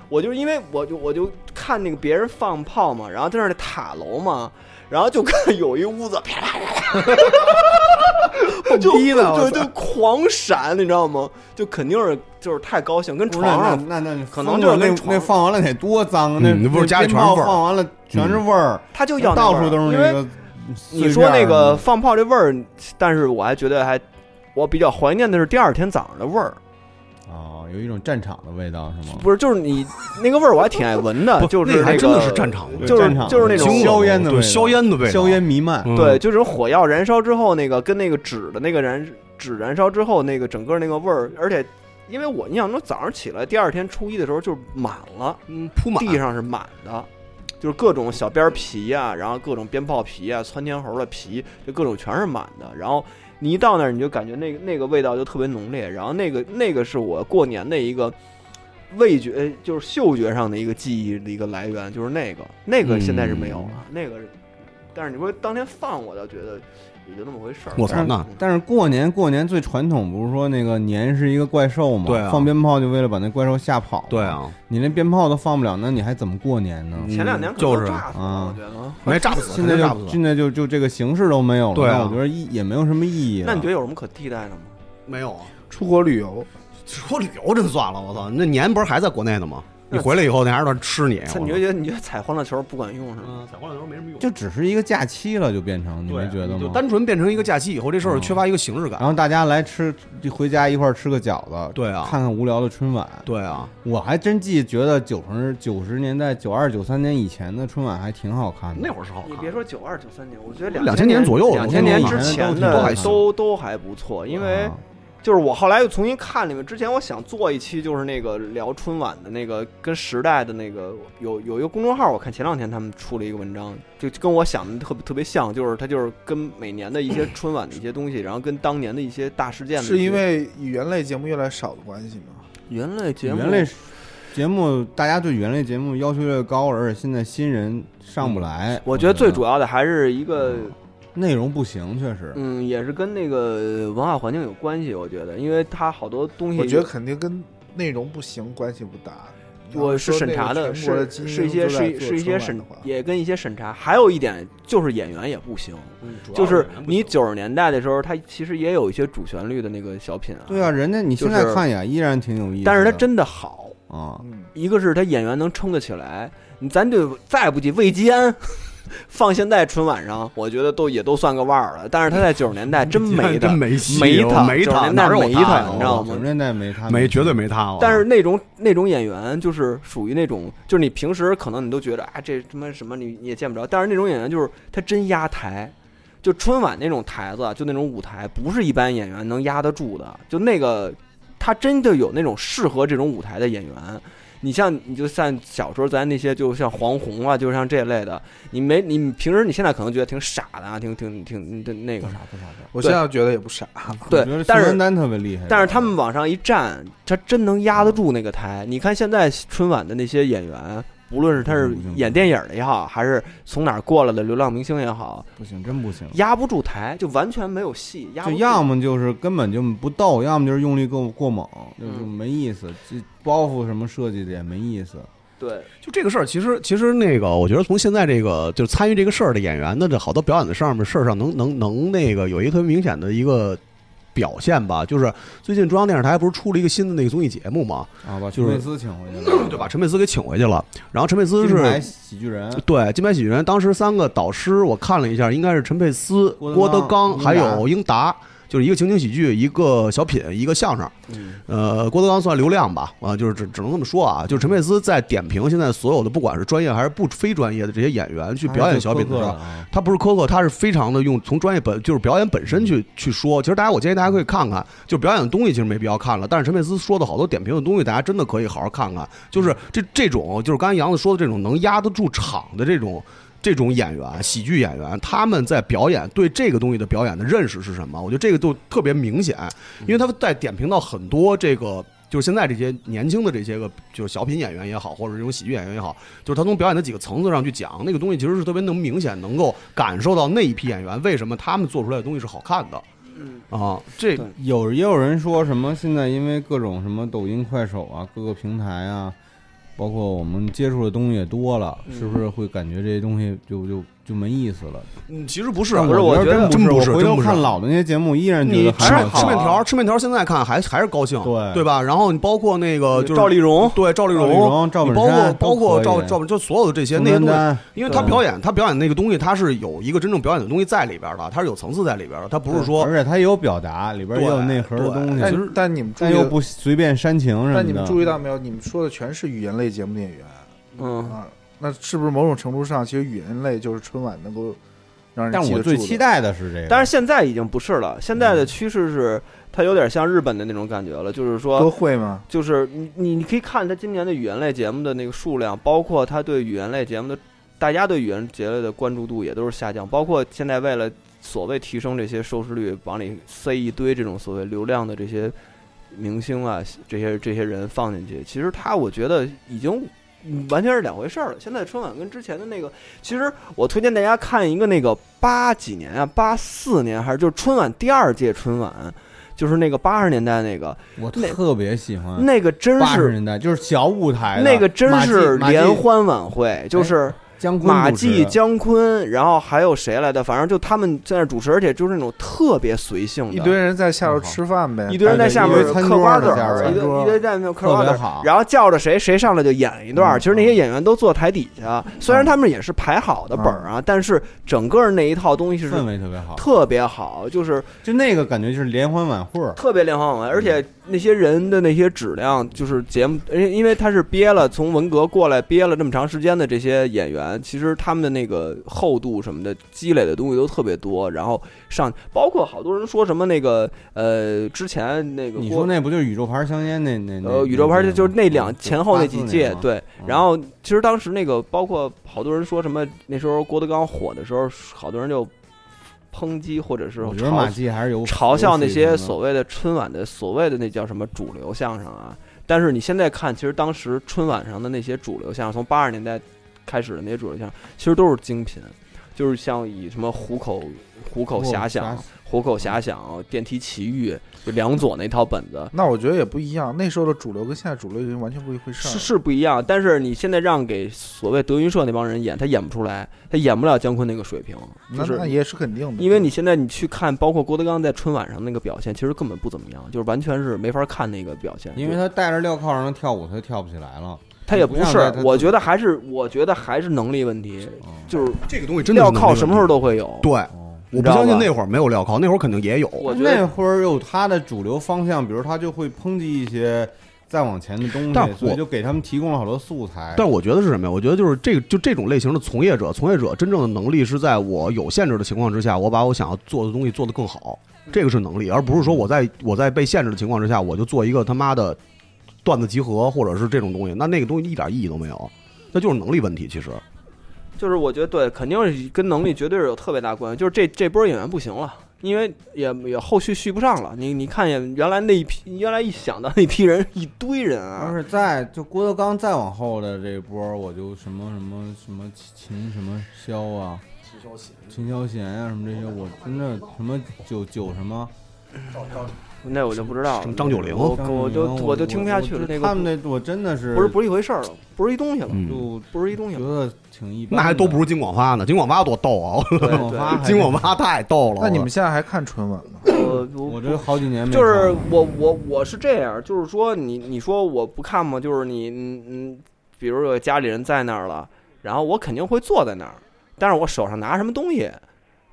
E: 我就因为我就我就看那个别人放炮嘛，然后在那儿塔楼嘛，然后就看有一屋子 啪啪啪啪，我就
F: 蹦迪呢我
E: 就
F: 操
E: 就狂闪，你知道吗？就肯定是就是太高兴，跟
B: 不是
E: 床
B: 那
E: 上
B: 那那那
E: 可能
B: 疯
E: 就是
B: 了
E: 跟
B: 那
E: 床
B: 那放完了得多脏，啊那
A: 嗯那不是
B: 那
A: 家里
B: 鞭
A: 全是
B: 炮
A: 味儿嗯
B: 放完了全是味儿，
E: 他就要那
B: 到
E: 味儿
B: 处都是
E: 因
B: 那
E: 为
B: 个。
E: 你说那个放炮这味儿，但是我还觉得还我比较怀念的是第二天早上的味儿。
A: 啊
B: 哦，有一种战场的味道是吗？
E: 不是，就是你那个味儿，我还挺爱闻的，
A: 不
E: 就是
A: 那
E: 那
A: 个还
E: 个
A: 真的是战场味，
E: 就是
B: 战场
E: 就是
B: 的
E: 那种
B: 味
A: 惊
B: 道
A: 了
B: 硝烟的
A: 对
B: 味道，
A: 硝烟的味道，
B: 硝烟弥漫。
A: 嗯
E: 对，就是火药燃烧之后那个跟那个纸的那个燃纸燃烧之后那个整个那个味儿，而且因为我印象中早上起来第二天初一的时候就是满了，
A: 嗯铺满
E: 地上是满的。就是各种小鞭儿皮啊，然后各种鞭炮皮啊，窜天猴的皮，就各种全是满的。然后你一到那儿，你就感觉那个那个味道就特别浓烈。然后那个那个是我过年的一个味觉，呃就是嗅觉上的一个记忆的一个来源，就是那个那个现在是没有了，那个是。但是你说当天放，我倒觉得也就那么回事儿。
A: 我操
E: 但是
A: 那
B: 但是过年过年最传统不是说那个年是一个怪兽吗？
A: 对啊
B: 放鞭炮就为了把那怪兽吓跑。
A: 对，啊，
B: 你连鞭炮都放不了，那你还怎么过年呢？
E: 前两年可
A: 就
E: 能
A: 是嗯
E: 炸死了，我
B: 啊
E: 觉得。
A: 没炸不死，
B: 现在
A: 炸不
B: 就
A: 死，
B: 现在就就这个形式都没有了，
A: 对啊
B: 那我觉得意也没有什么意义了。
E: 那你觉得有什么可替代的吗？
A: 没有啊。
F: 出国旅游，
A: 说旅游真算了，我操！那年不是还在国内呢吗？你回来以后，那还让人吃你。
E: 你就觉得你觉得踩欢乐球不管用是吗？
A: 嗯，采光的时候没什么用
B: 就只是一个假期了，就变成你
A: 对啊
B: 没觉得
A: 就
B: 吗？啊
A: 单纯变成一个假期以后，这事儿缺乏一个形式感
B: 然。后大家来吃，回家一块儿吃个饺子，
A: 对啊
B: 看看无聊的春晚。
A: 对啊，
B: 我还真记觉得九十九十年代九二九三年以前的春晚还挺好看的。
A: 那会儿是好看。
E: 你别说九二九三年，我觉得
A: 2000
E: 千
A: 年左右
E: 两千年之前
A: 都
E: 的
A: 还行
E: 都都还不错，因为
B: 啊
E: 就是我后来又重新看了一遍，之前我想做一期就是那个聊春晚的那个跟时代的那个有有一个公众号，我看前两天他们出了一个文章，就就跟我想的特别特别像，就是它就是跟每年的一些春晚的一些东西，然后跟当年的一些大事件的一些，
F: 是因为语言类节目越来越少的关系吗？
E: 原来节目
B: 原类节目，大家对原类节目要求越高，而且现在新人上不来。
E: 嗯我觉得最
B: 主要。
E: 主要的还是一个
B: 内容不行，确实。
E: 嗯，也是跟那个文化环境有关系，我觉得，因为它好多东西，
F: 我觉得肯定跟内容不行关系不大。
E: 我是审查
F: 的，
E: 是是一些是是一些审，也跟一些审查。还有一点就是演员也不行，就是你九十年代的时候，它其实也有一些主旋律的那个小品啊，
B: 对啊，人家你现在看呀，依然挺有意思的。
E: 但是它真的好，
B: 啊，
F: 嗯，
E: 一个是他演员能撑得起来，你咱就再不济魏吉安。放现在春晚上，我觉得都也都算个腕儿了。但是他在九十年代真没的，
A: 真 没戏
E: 没他，
A: 没
E: 90
A: 他，
E: 年代
A: 哪有
E: 没
A: 他
E: 他
A: 呀，
E: 你知道
B: 九
E: 吗
B: 十？年代没他
A: 没，绝对没他哦。
E: 但是那种那种演员就是属于那种，就是你平时可能你都觉得啊，这他妈什么你你也见不着，但是那种演员就是他真压台，就春晚那种台子，就那种舞台，不是一般演员能压得住的。就那个他真的有那种适合这种舞台的演员。你像你就像小时候咱那些，就像黄宏啊，就像这类的，你没你平时你现在可能觉得挺傻的啊，挺挺挺挺那个啥，
F: 我现在觉得也不傻，
B: 我
E: 对
B: 觉得，
E: 但
B: 宋
E: 是
B: 丹丹特别厉害，
E: 但是他们往上一站，他真能压得住那个台。你看现在春晚的那些演员，不论是他是演电影的也好，还是从哪儿过来的流浪明星也好，
B: 不行，真不行。
E: 压不住台，就完全没有戏，压
B: 就
E: 不住
B: 要么就是根本就不逗，要么就是用力过过猛，就是
E: 嗯
B: 没意思。这包袱什么设计的也没意思。
E: 对，
A: 就这个事儿，其实其实那个，我觉得从现在这个就是参与这个事儿的演员的这好多表演的上面事儿上能，能能那个有一个特别明显的一个表现吧，就是最近中央电视台不是出了一个新的那个综艺节目嘛，
B: 啊，把
A: 就是
B: 陈佩斯请回去
E: 嗯
B: 了，
A: 就把陈佩斯给请回去了，然后陈佩斯
B: 金
A: 是。
B: 牌喜剧人，
A: 对金牌喜剧人，当时三个导师我看了一下，应该是陈佩斯、
B: 郭
A: 郭
B: 德
A: 德
B: 纲
A: 纲还有英达，就是一个情景喜剧，一个小品，一个相声。
E: 嗯
A: 呃，郭德纲算流量吧，啊，就是只只能这么说啊。就是陈佩斯在点评现在所有的，不管是专业还是不非专业的这些演员去表演小品的时候，
B: 啊，
A: 他不是苛刻，他是非常的用从专业本就是表演本身去去说。其实大家我建议大家可以看看，就表演的东西其实没必要看了，但是陈佩斯说的好多点评的东西，大家真的可以好好看看。就是这这种就是刚才杨子说的这种能压得住场的这种。这种演员，喜剧演员，他们在表演对这个东西的表演的认识是什么？我觉得这个就特别明显，因为他们在点评到很多这个，就是现在这些年轻的这些个，就是小品演员也好，或者这种喜剧演员也好，就是他从表演的几个层次上去讲，那个东西其实是特别能明显能够感受到那一批演员为什么他们做出来的东西是好看的。
E: 嗯
A: 啊，这
E: 对
B: 有也有人说什么现在因为各种什么抖音、快手啊，各个平台啊，包括我们接触的东西也多了，
E: 嗯
B: 是不是会感觉这些东西就就就没意思了？
A: 嗯，其实不是，
B: 但
E: 不是
B: 我
E: 我
B: 觉得
E: 觉得
A: 真
B: 不
A: 不
B: 是，
A: 是
B: 我回
A: 真
B: 头
A: 不是
B: 看老的那些节目，依然觉
A: 你
B: 得
A: 吃
B: 还好
A: 吃面
B: 啊
A: 条，吃面条，现在看还还是高兴，
B: 对
A: 对吧？然后你包括那个就是
E: 赵丽蓉，
A: 对赵丽
B: 赵丽蓉赵
A: 你
B: 本
A: 包括
B: 山
A: 包括
B: 都
A: 赵
B: 可以
A: 赵本就所有的这些
B: 宋
A: 那些
B: 丹
A: 东西，
B: 丹，
A: 因为他
B: 对
A: 表演他表演那个东西，他是有一个真正表演的东西在里边儿的，他是有层次在里边儿的，他不是说
B: 而且它也有表达，里边也有
A: 对
B: 内核的
A: 对
B: 东
A: 哎
B: 西，
F: 但但你们注
B: 但
F: 意
B: 又不随便煽情什么的。
F: 但你们注意到没有？你们说的全是语言类节目的演员
E: 嗯，
F: 啊，那是不是某种程度上，其实语言类就是春晚能够让人
B: 但
F: 记
B: 我
F: 得
B: 最
F: 住的
B: 期待的是这个，
E: 但是现在已经不是了，现在的趋势是它有点像日本的那种感觉了，就是说
F: 都会吗？
E: 就是你你你可以看他今年的语言类节目的那个数量，包括他对语言类节目的大家对语言节类的关注度也都是下降，包括现在为了所谓提升这些收视率，往里塞一堆这种所谓流量的这些明星啊，这些这些人放进去，其实他我觉得已经。嗯完全是两回事儿了。现在春晚跟之前的那个，其实我推荐大家看一个那个八几年啊，八四年还是就是春晚第二届春晚，就是那个八十年代那个，
B: 我
E: 那
B: 特别喜欢
E: 那个真
B: 嗯八十
E: 是
B: 年代，就是小舞台的
E: 那个真
B: 马季
E: 是
B: 马季
E: 联欢晚会，就是
B: 姜昆
E: 马
B: 主持
E: 季、姜昆，然后还有谁来的？反正就他们在那主持，而且就是那种特别随性的，嗯哎
F: 一堆人在下边吃饭呗，
E: 一堆人在下面
B: 一堆餐
E: 嗑瓜子
B: 桌在下
F: 啊
E: 儿，
B: 边
E: 啊一堆一堆在那嗑瓜子
B: 特别
E: 儿
B: 好，
E: 然后叫着谁谁上来就演一段儿。
B: 嗯
E: 其实那些演员都坐台底下，虽然他们也是排好的本儿啊，但是整个那一套东西是
B: 氛围特别好，
E: 特别好，就是
B: 就那个感觉就是联欢晚会儿，
E: 特别联欢晚
B: 嗯
E: 会，而且那些人的那些质量，就是节目，而且因为他是憋了从文革过来憋了这么长时间的这些演员，其实他们的那个厚度什么的积累的东西都特别多，然后上包括好多人说什么那个呃之前那个
B: 你
E: 郭
B: 说那不就是宇宙牌香烟那那那
E: 呃宇宙牌就就是那两前后那几届，，对，
B: 嗯
E: 然后其实当时那个包括好多人说什么那时候郭德纲火的时候，好多人就抨击或者是
B: 我觉
E: 嘲
B: 得马季还是有
E: 嘲笑那些所
B: 谓
E: 谓的春晚的所谓的那叫什么主流相声啊。但是你现在看，其实当时春晚上的那些主流相声，从八十年代开始的那些主流相声，其实都是精品。就是像以什么虎口虎口遐想、虎口遐想、电梯奇遇，就梁左那套本子。
F: 那我觉得也不一样，那时候的主流跟现在主流已经完全不一回事儿
E: 是
F: 了。
E: 是不一样，但是你现在让给所谓德云社那帮人演，他演不出来，他演不了姜昆那个水平，
F: 那
E: 就是
F: 那也是肯定的，
E: 因为你现在你去看，包括郭德纲在春晚上那个表现，其实根本不怎么样，就是完全是没法看那个表现。
B: 因为他戴着镣铐让他跳舞，他就跳不起来了。
E: 他也不
B: 不
E: 是
B: 像在他，
E: 我觉得还是我觉得还是能力问题，
B: 嗯
E: 就是
A: 这个东哦西真的
E: 镣
A: 是能力
E: 铐
A: 问题
E: 什么时候都会有。
A: 对，
B: 哦
A: 我
E: 知
A: 不
E: 道
A: 相信
E: 吧
A: 那会儿没有镣铐，那会儿肯定也有。
E: 我觉
B: 那
E: 得，
B: 会儿有他的主流方向，比如他就会抨击一些再往前的东
A: 但
B: 西，所以
A: 我
B: 就给他们提供了好多素材。
A: 但我觉得是什么呀？我觉得就是这个，就这种类型的从业者，从业者真正的能力是在我有限制的情况之下，我把我想要做的东西做得更好，
E: 嗯
A: 这个是能力，而不是说我在我在被限制的情况之下，我就做一个他妈的段子集合或者是这种东西，那那个东西一点意义都没有，那就是能力问题。其实
E: 嗯就是我觉得对，肯定是跟能力绝对是有特别大关系。就是这这波演员不行了，因为也也后续续不上了。你你看见原来那一批，原来一想到那批人，一堆人
B: 要
E: 啊，
B: 是再就郭德纲再往后的这波，我就什么什么什么秦什么萧啊，秦霄贤啊什么这些，我真的什么九九什么，
E: 那我就不知
A: 什
E: 道了
A: 么。张九龄
E: 我
B: 张
E: 我
B: 智
E: 就
B: 霖
E: 我就听不下去
B: 我
E: 了。那
B: 就
E: 个
B: 他们那我真的是
E: 不是不是一回事儿了，不是一东西了，
A: 嗯
B: 就
E: 不是一东西
B: 觉
E: 了。
B: 得挺一般的，
A: 那还都不如金广发呢，金广发多逗啊！
E: 对
B: 金广发
E: 哎对
B: 还
A: 金广发太逗了。
E: 啊
F: 那你们现在还看春晚吗？
E: 我
B: 我这好几年没
E: 就是
B: 看了
E: 我我我是这样，就是说你你说我不看吗？就是你嗯嗯，比如说家里人在那儿了，然后我肯定会坐在那儿，但是我手上拿什么东西，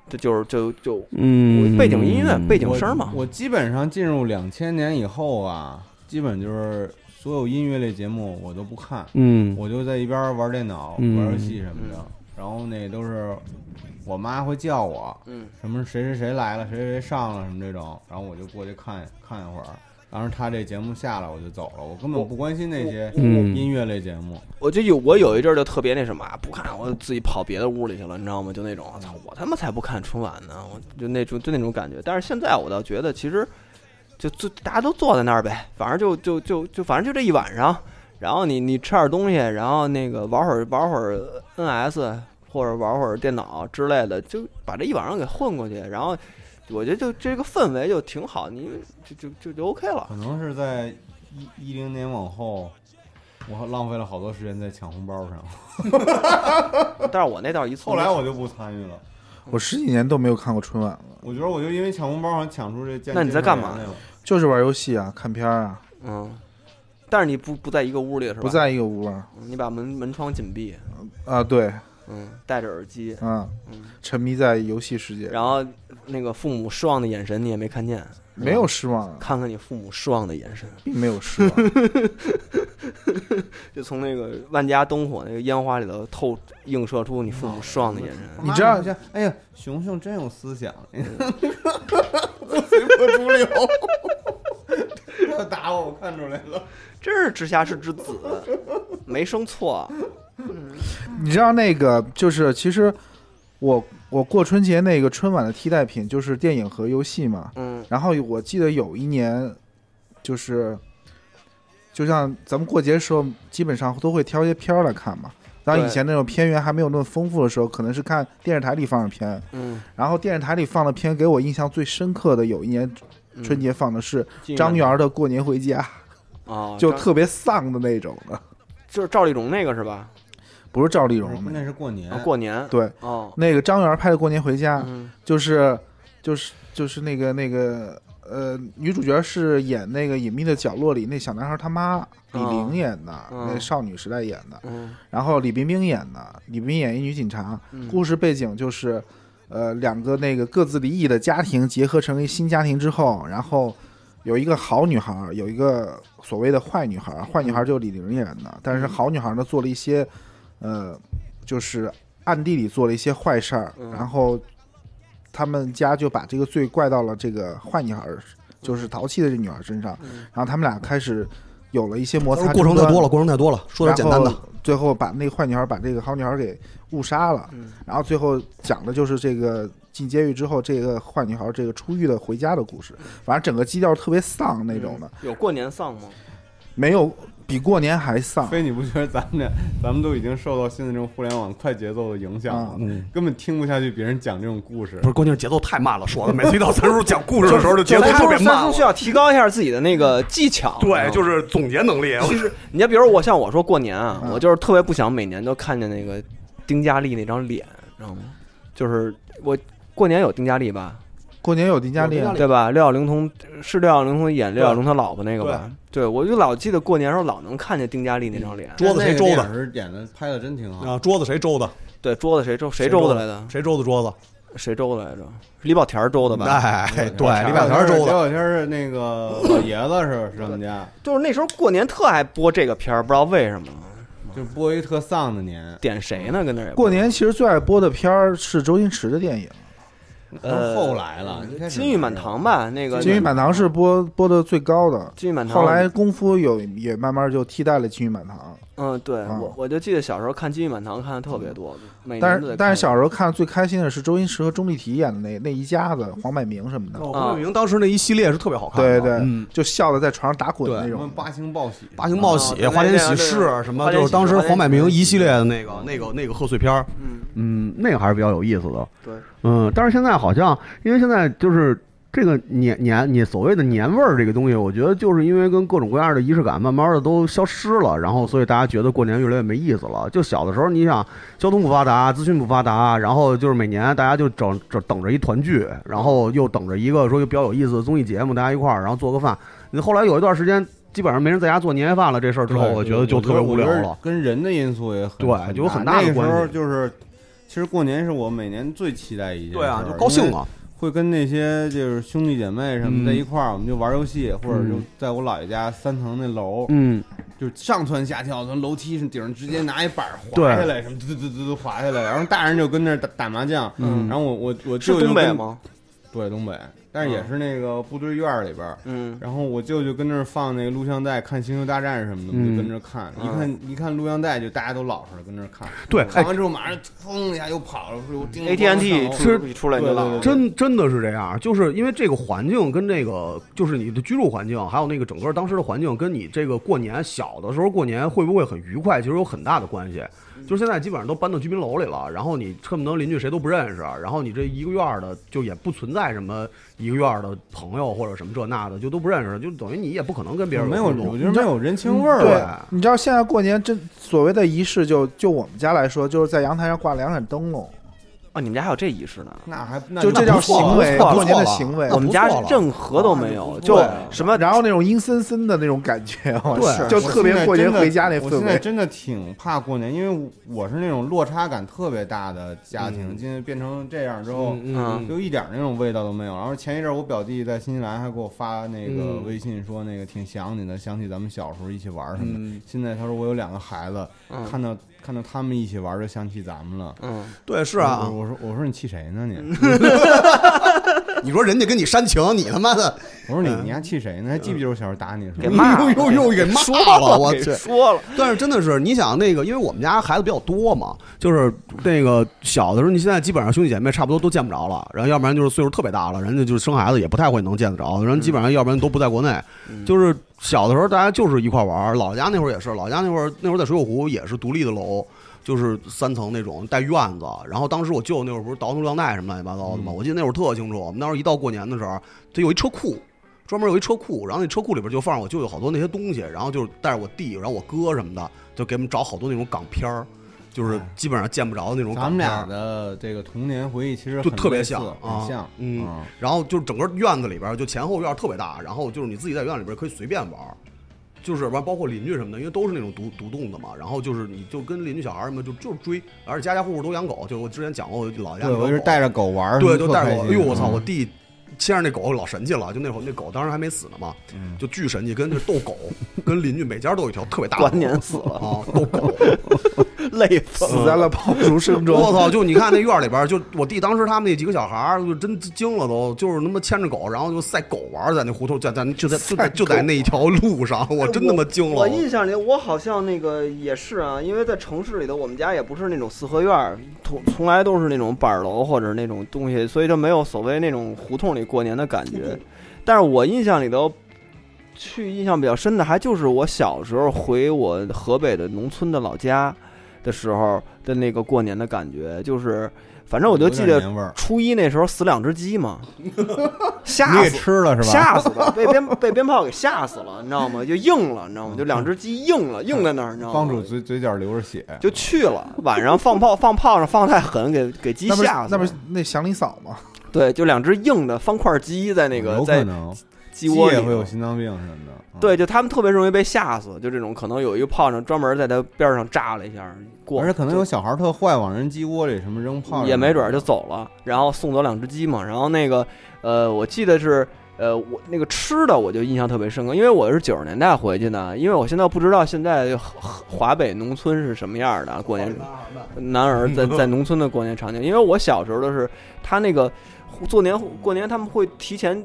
E: 这就是就就
D: 嗯
E: 背景音乐背景
B: 我
E: 声嘛
B: 我基本上进入两千年以后啊，基本就是所有音乐类节目我都不看，
D: 嗯
B: 我就在一边玩电脑、
D: 嗯
B: 玩游戏什么的。然后那都是我妈会叫我，
E: 嗯，
B: 什么谁谁谁来了，谁谁谁上了什么这种，然后我就过去看看一会儿。当时他这节目下来我就走了，我根本不关心那些
D: 嗯
B: 音乐类节目。
E: 我就有我有一阵儿就特别那什么啊，不看，我自己跑别的屋里去了，你知道吗？就那种，我
B: 嗯
E: 操，我他妈才不看春晚呢，我就那种就那种感觉。但是现在我倒觉得其实就就大家都坐在那儿呗，反正就就就就反正就这一晚上，然后你你吃点东西，然后那个玩会儿玩会儿 NS 或者玩会儿电脑之类的，就把这一晚上给混过去。然后我觉得就这个氛围就挺好，你就就就就 OK 了
B: 可。能是在一一零年往后，我浪费了好多时间在抢红包上，
E: 但是我那倒一
B: 后
E: 凑，
B: 来我就不参与了。
F: 我十几年都没有看过春晚了，
B: 我觉得我就因为抢红包，好像抢出这健
E: 那你在干嘛
B: 健身房来了
F: 就是玩游戏啊，看片儿啊，
E: 嗯，但是你不不在一个屋里是吧？
F: 不在一个屋啊。
E: 你把门门窗紧闭，
F: 啊，对，
E: 嗯，戴着耳机，
F: 嗯
E: 嗯，
F: 沉迷在游戏世界，
E: 然后那个父母失望的眼神你也没看见，
F: 没有失望啊，
E: 看看你父母失望的眼神，
F: 并没有失望。
E: 就从那个万家灯火那个烟花里头透映射出你父母失望的眼神。
B: 我
F: 你
B: 妈
F: 知道
B: 你这，哎呀，熊熊真有思想，随波逐流。要打我，我看出来了。
E: 真是直辖市之子， 没生错。
F: 你知道那个就是，其实我我过春节那个春晚的替代品就是电影和游戏嘛。
E: 嗯
F: 然后我记得有一年，就是就像咱们过节的时候，基本上都会挑一些片儿来看嘛。当然以
E: 对
F: 前那种片源还没有那么丰富的时候，可能是看电视台里放的片。
E: 嗯，
F: 然后电视台里放的片给我印象最深刻的，有一年
E: 嗯
F: 春节放的是张元儿的《过年回家》，
E: 啊，
F: 就
E: 张
F: 特别丧的那种的，
E: 就是赵丽蓉那个是吧？
F: 不是赵丽蓉那
B: 那
F: 个。
B: 是过年
E: 啊，过年
F: 对，
E: 哦，
F: 那个张元儿拍的《过年回家》
E: 嗯
F: 就是就是就是那个那个呃，女主角是演那个《隐秘的角落》里那小男孩他妈李玲演的，
E: 嗯
F: 那少女时代演的，
E: 嗯
F: 然后李冰冰演的，李冰冰演一女警察，
E: 嗯
F: 故事背景就是。呃，两个那个各自离异的家庭结合成一新家庭之后，然后有一个好女孩，有一个所谓的坏女孩，坏
A: 嗯
F: 女孩就是李玲演的，但是好女孩呢做了一些，呃，就是暗地里做了一些坏事儿，
E: 嗯
F: 然后他们家就把这个罪怪到了这个坏女孩儿，
A: 嗯
F: 就是淘气的这女孩身上，
E: 嗯
F: 然后他们俩开始有了一些摩
A: 但
F: 擦。
A: 是过程太多了，，过程太多了，说点简单的。，
F: 最后把那个坏女孩把这个好女孩给误杀了，
E: 嗯
F: 然后最后讲的就是这个进监狱之后，这个坏女孩这
A: 嗯
F: 个出狱的回家的故事，反正整个基调特别丧那种的，
E: 有过年丧吗？
F: 没有比过年还
E: 啊
F: 丧。
B: 所以你不觉得咱们这咱们都已经受到现在这种互联网快节奏的影响
A: 啊
B: 了，
A: 嗯
B: 根本听不下去别人讲这种故事
A: 不。是，关键是节奏太慢了，说的每次一到三叔讲故事的时候，这节奏
E: 三
A: 特别
E: 叔三
A: 慢
E: 叔
A: 了
E: 需。要提高一下自己的那个技巧。嗯
A: 对，就是总结能力。哎
E: 其实， 你看，比如我像我说过年啊，我就是特别不想每年都看见那个丁嘉丽那张脸，知道吗？就是我过年有丁嘉丽吧，
F: 过年有丁嘉丽
A: 有丁嘉
F: 啊，
A: 丽
E: 对吧？六小龄童是六小龄童演六小龄童他老婆那个
A: 对
E: 吧？对，我就老记得过年时候老能看见丁嘉丽那张脸。
A: 桌子谁周的
B: 的？演的拍的真挺好。
A: 啊，桌子谁周的？
E: 对，桌子谁周嗯谁周的来的？
A: 谁周的桌子？
E: 谁周的来着？李宝田周的吧？
A: 哎，对，李百
B: 百
A: 全周
B: 前
E: 啊
A: 的。
B: 两天是那个老爷子是是他们家，
E: 就是那时候过年特爱播这个片儿，不知道为什么
A: 嗯
B: 就播一特丧的年。
E: 点谁呢？跟那儿也不
F: 过年其实最爱播的片儿是周星驰的电影，
E: 呃
B: 后来了，一开始
E: 金玉满堂吧？那个
A: 嗯
F: 《金玉满堂》是播播的最高的。
E: 金玉满堂，
F: 后来功夫有也慢慢就替代了《金玉满堂
E: 嗯，对
F: 啊
E: 我我就记得小时候看《金玉满堂》看的特别
A: 嗯
E: 多，每》，
F: 但
E: 年都得看
F: 是但是小时候看最开心的是周星驰和钟丽缇演的那那一家子，黄百鸣什么的，
A: 黄晓明当时那一系列是特别好看的。
F: 对对，
A: 嗯，
F: 就笑的在床上打滚
A: 对
F: 那
B: 什么
F: 种。
B: 八星报喜，
A: 八星报喜
E: 啊对、
A: 花
E: 对
A: 田
E: 对
A: 喜事
E: 对
A: 什么，
E: 花
A: 就
E: 田
A: 是
E: 喜
A: 当时
E: 事花
A: 黄
E: 田
A: 百
E: 喜
A: 鸣
E: 事
A: 一系列的那个那个那个贺岁片儿。
E: 嗯，
A: 嗯，那个还是比较有意思的。
E: 对，
A: 嗯，但是现在好像，因为现在就是这个年年你所谓的年味儿这个东西，我觉得就是因为跟各种各样的仪式感慢慢的都消失了，然后所以大家觉得过年越来越没意思了。就小的时候，你想交通不发达，资讯不发达，然后就是每年大家就整整等着一团聚，然后又等着一个说比较有意思的综艺节目，大家一块儿然后做个饭。你后来有一段时间。基本上没人在家做年夜饭了，这事儿之后，
B: 对
A: 我觉得就特别无聊，
B: 我觉
A: 了
B: 得。跟人的因素也很
A: 对
B: 很
A: 有很大的
B: 那个时
A: 关
B: 候
A: 系
B: 就是，其实过年是我每年最期待一件事
A: 对
B: 儿，
A: 啊，就高兴
B: 因为
A: 了。
B: 会跟那些就是兄弟姐妹什么在
A: 嗯
B: 一块儿，我们就玩游戏，或者
A: 嗯
B: 就在我姥爷家三层那楼，
A: 嗯，
B: 就是上蹿下跳，从楼梯上顶上直接拿一板儿
A: 对
B: 滑下来，什么嘟嘟嘟嘟嘟滑下来，然后大人就跟那儿打打麻将，
A: 嗯
B: 然后我我我
E: 是
B: 舅舅
E: 东北
B: 跟？
E: 吗？
B: 对，东北，
A: 嗯
B: 但是也是那个部队院儿里边儿。
E: 嗯，
B: 然后我舅舅跟那儿放那个录像带，看《星球大战》什么的，我
A: 嗯
B: 就跟着看。一看一看录像带，就大家都老实了，跟那儿看。
A: 对，哎
B: 看，完之后马上噌一下又跑了，我盯着
E: AT&T
B: 光头
A: 是
E: 出一出来你就
B: 对对
E: 老
B: 对
E: 了，
A: 真真的是这样，就是因为这个环境跟这个，就是你的居住环境，还有那个整个当时的环境，跟你这个过年小的时候过年会不会很愉快，其实有很大的关系。
E: 嗯
A: 就是现在基本上都搬到居民楼里了，然后你恨不得邻居谁都不认识，然后你这一个院儿的就也不存在什么一个院儿的朋友或者什么这那的，就都不认识，就等于你也不可能跟别人
B: 没有，
A: 互动
B: 我觉得没有人情味儿
F: 嗯对
B: 了。，
F: 你知道现在过年真所谓的仪式就，就我们家来说，就是在阳台上挂两盏灯笼，
E: 哦，你们家还有这仪式呢？
B: 那还那
F: 就这叫
B: 不错
F: 行为，
A: 不错了
F: 过年的行为
A: 那。
E: 我
A: 不
E: 们
A: 错
E: 家
A: 了啊
E: 任何都没有，
B: 那就不
E: 就
B: 错
E: 什么
F: 然后那种阴森森的那种感觉， 我
A: 对
F: 就特别过年回家那
B: 我
F: 氛
B: 现在
F: 围。
B: 真的挺怕过年，因为我是那种落差感特别大的家庭，
A: 嗯
B: 今天变成这样之后，
A: 嗯
E: 嗯
A: 嗯
B: 就一点那种味道都没有。然后前一阵儿我表弟在新西兰还给我发那个
A: 嗯
B: 微信说那个挺想你的，想起咱们小时候一起玩儿什么的。
F: 嗯，
B: 现在他说我有两个孩子，
E: 嗯
B: 看到看到他们一起玩儿就想起咱们了。
E: 嗯，
A: 对，是
B: 我
A: 啊，
B: 我说我说你气谁 呢你？
A: 你说人家跟你煽情，你他妈的
B: 我说你你还气谁呢？还记不记得我小时候打你的时候？
E: 给骂 了
A: 又又又给骂
E: 说
A: 了，我
E: 给
A: 去。
E: 说了，
A: 但是真的是，你想那个，因为我们家孩子比较多嘛，就是那个小的时候，你现在基本上兄弟姐妹差不多都见不着了，然后要不然就是岁数特别大了，人家就是生孩子也不太会能见得着，然后基本上要不然都不在国内。 就是小的时候大家就是一块玩儿，老家那会儿也是，老家那会儿那会儿在水口湖也是独立的楼。就是三层那种带院子，然后当时我舅那会儿不是倒腾录像带什么乱七八糟
B: 嗯
A: 的嘛，我记得那会儿特清楚。我们那时候一到过年的时候，它有一车库，专门有一车库，然后那车库里边就放着我舅舅好多那些东西，然后就是带着我弟，然后我哥什么的，就给我们找好多那种港片儿，就是基本上见不着的那种
B: 哎咱
A: 港
B: 们
A: 片
B: 俩
A: 儿。
B: 的这个童年回忆其实
A: 就
B: 很
A: 特别
B: 类似
A: 像啊
B: 很像，
A: 嗯
B: 啊
A: 然后就是整个院子里边，就前后院特别大，然后就是你自己在院里边可以随便玩儿，就是完包括邻居什么的，因为都是那种独独栋的嘛，然后就是你就跟邻居小孩儿什么就就是追，而且家家户户都养狗，就是我之前讲过我老家
B: 对，我就是带着狗玩儿，
A: 对，
B: 特
A: 就带着我，
B: 开
A: 哎
B: 心
A: 呦我操，
B: 嗯
A: 我弟牵着那狗老神气了，就那会儿那狗当时还没死呢嘛，就巨神气，跟那逗狗，跟邻居每家都有一条特别大的
E: 管
A: 狗
E: 年死了，
A: 啊，逗狗。
E: 累死了。
F: 死在了爆竹声中。
A: 我操！就你看那院里边儿，就我弟当时他们那几个小孩儿，就真惊了都，就是他妈牵着狗，然后就赛狗玩儿，在那胡同，在在就在就在就在那一条路上，我真他妈惊
E: 我
A: 了。
E: 印象里，我好像那个也是啊，因为在城市里头，我们家也不是那种四合院儿，从从来都是那种板儿楼或者那种东
A: 嗯
E: 西，所以就没有所谓那种胡同里过年的感觉。但是我印象里头，去印象比较深的，还就是我小时候回我河北的农村的老家的时候的那个过年的感觉，就是反正我就记
B: 有点
E: 得
B: 年味儿，
E: 初一那时候死两只 鸡嘛，吓
B: 你给
E: 死。
B: 吃了是吧？
E: 吓死 了，被鞭被鞭炮给吓死了，你知道吗？就硬了，你知道吗？就两只鸡硬了，硬在那儿，你
A: 嗯
E: 知道吗？
B: 帮主嘴嘴角流着血，
E: 就去了，晚上放炮放炮上放太狠，给给鸡
F: 那不是
E: 吓死了。
F: 那不是那祥林嫂吗？
E: 对，就两只硬的方块鸡在那个
B: 有可
E: 在
B: 能
E: 鸡窝里
B: 也
E: 头
B: 会有心脏病什么的。嗯
E: 对，，就他们特别容易被吓死，就这种可能有一个炮仗专门在他边上炸了一下，过
B: 而且可能有小孩儿特坏，往人鸡窝里什么扔炮，
E: 也没准儿就。走了，然后送走两只鸡嘛。然后那个呃，我记得是呃，我那个吃的我就印象特别深刻，因为我是九十年代回去的，因为我现在不知道现在华华北农村是什么样的过年。男儿在在农村的过年场景，因为我小时候的是他那个做年过年，他们会提前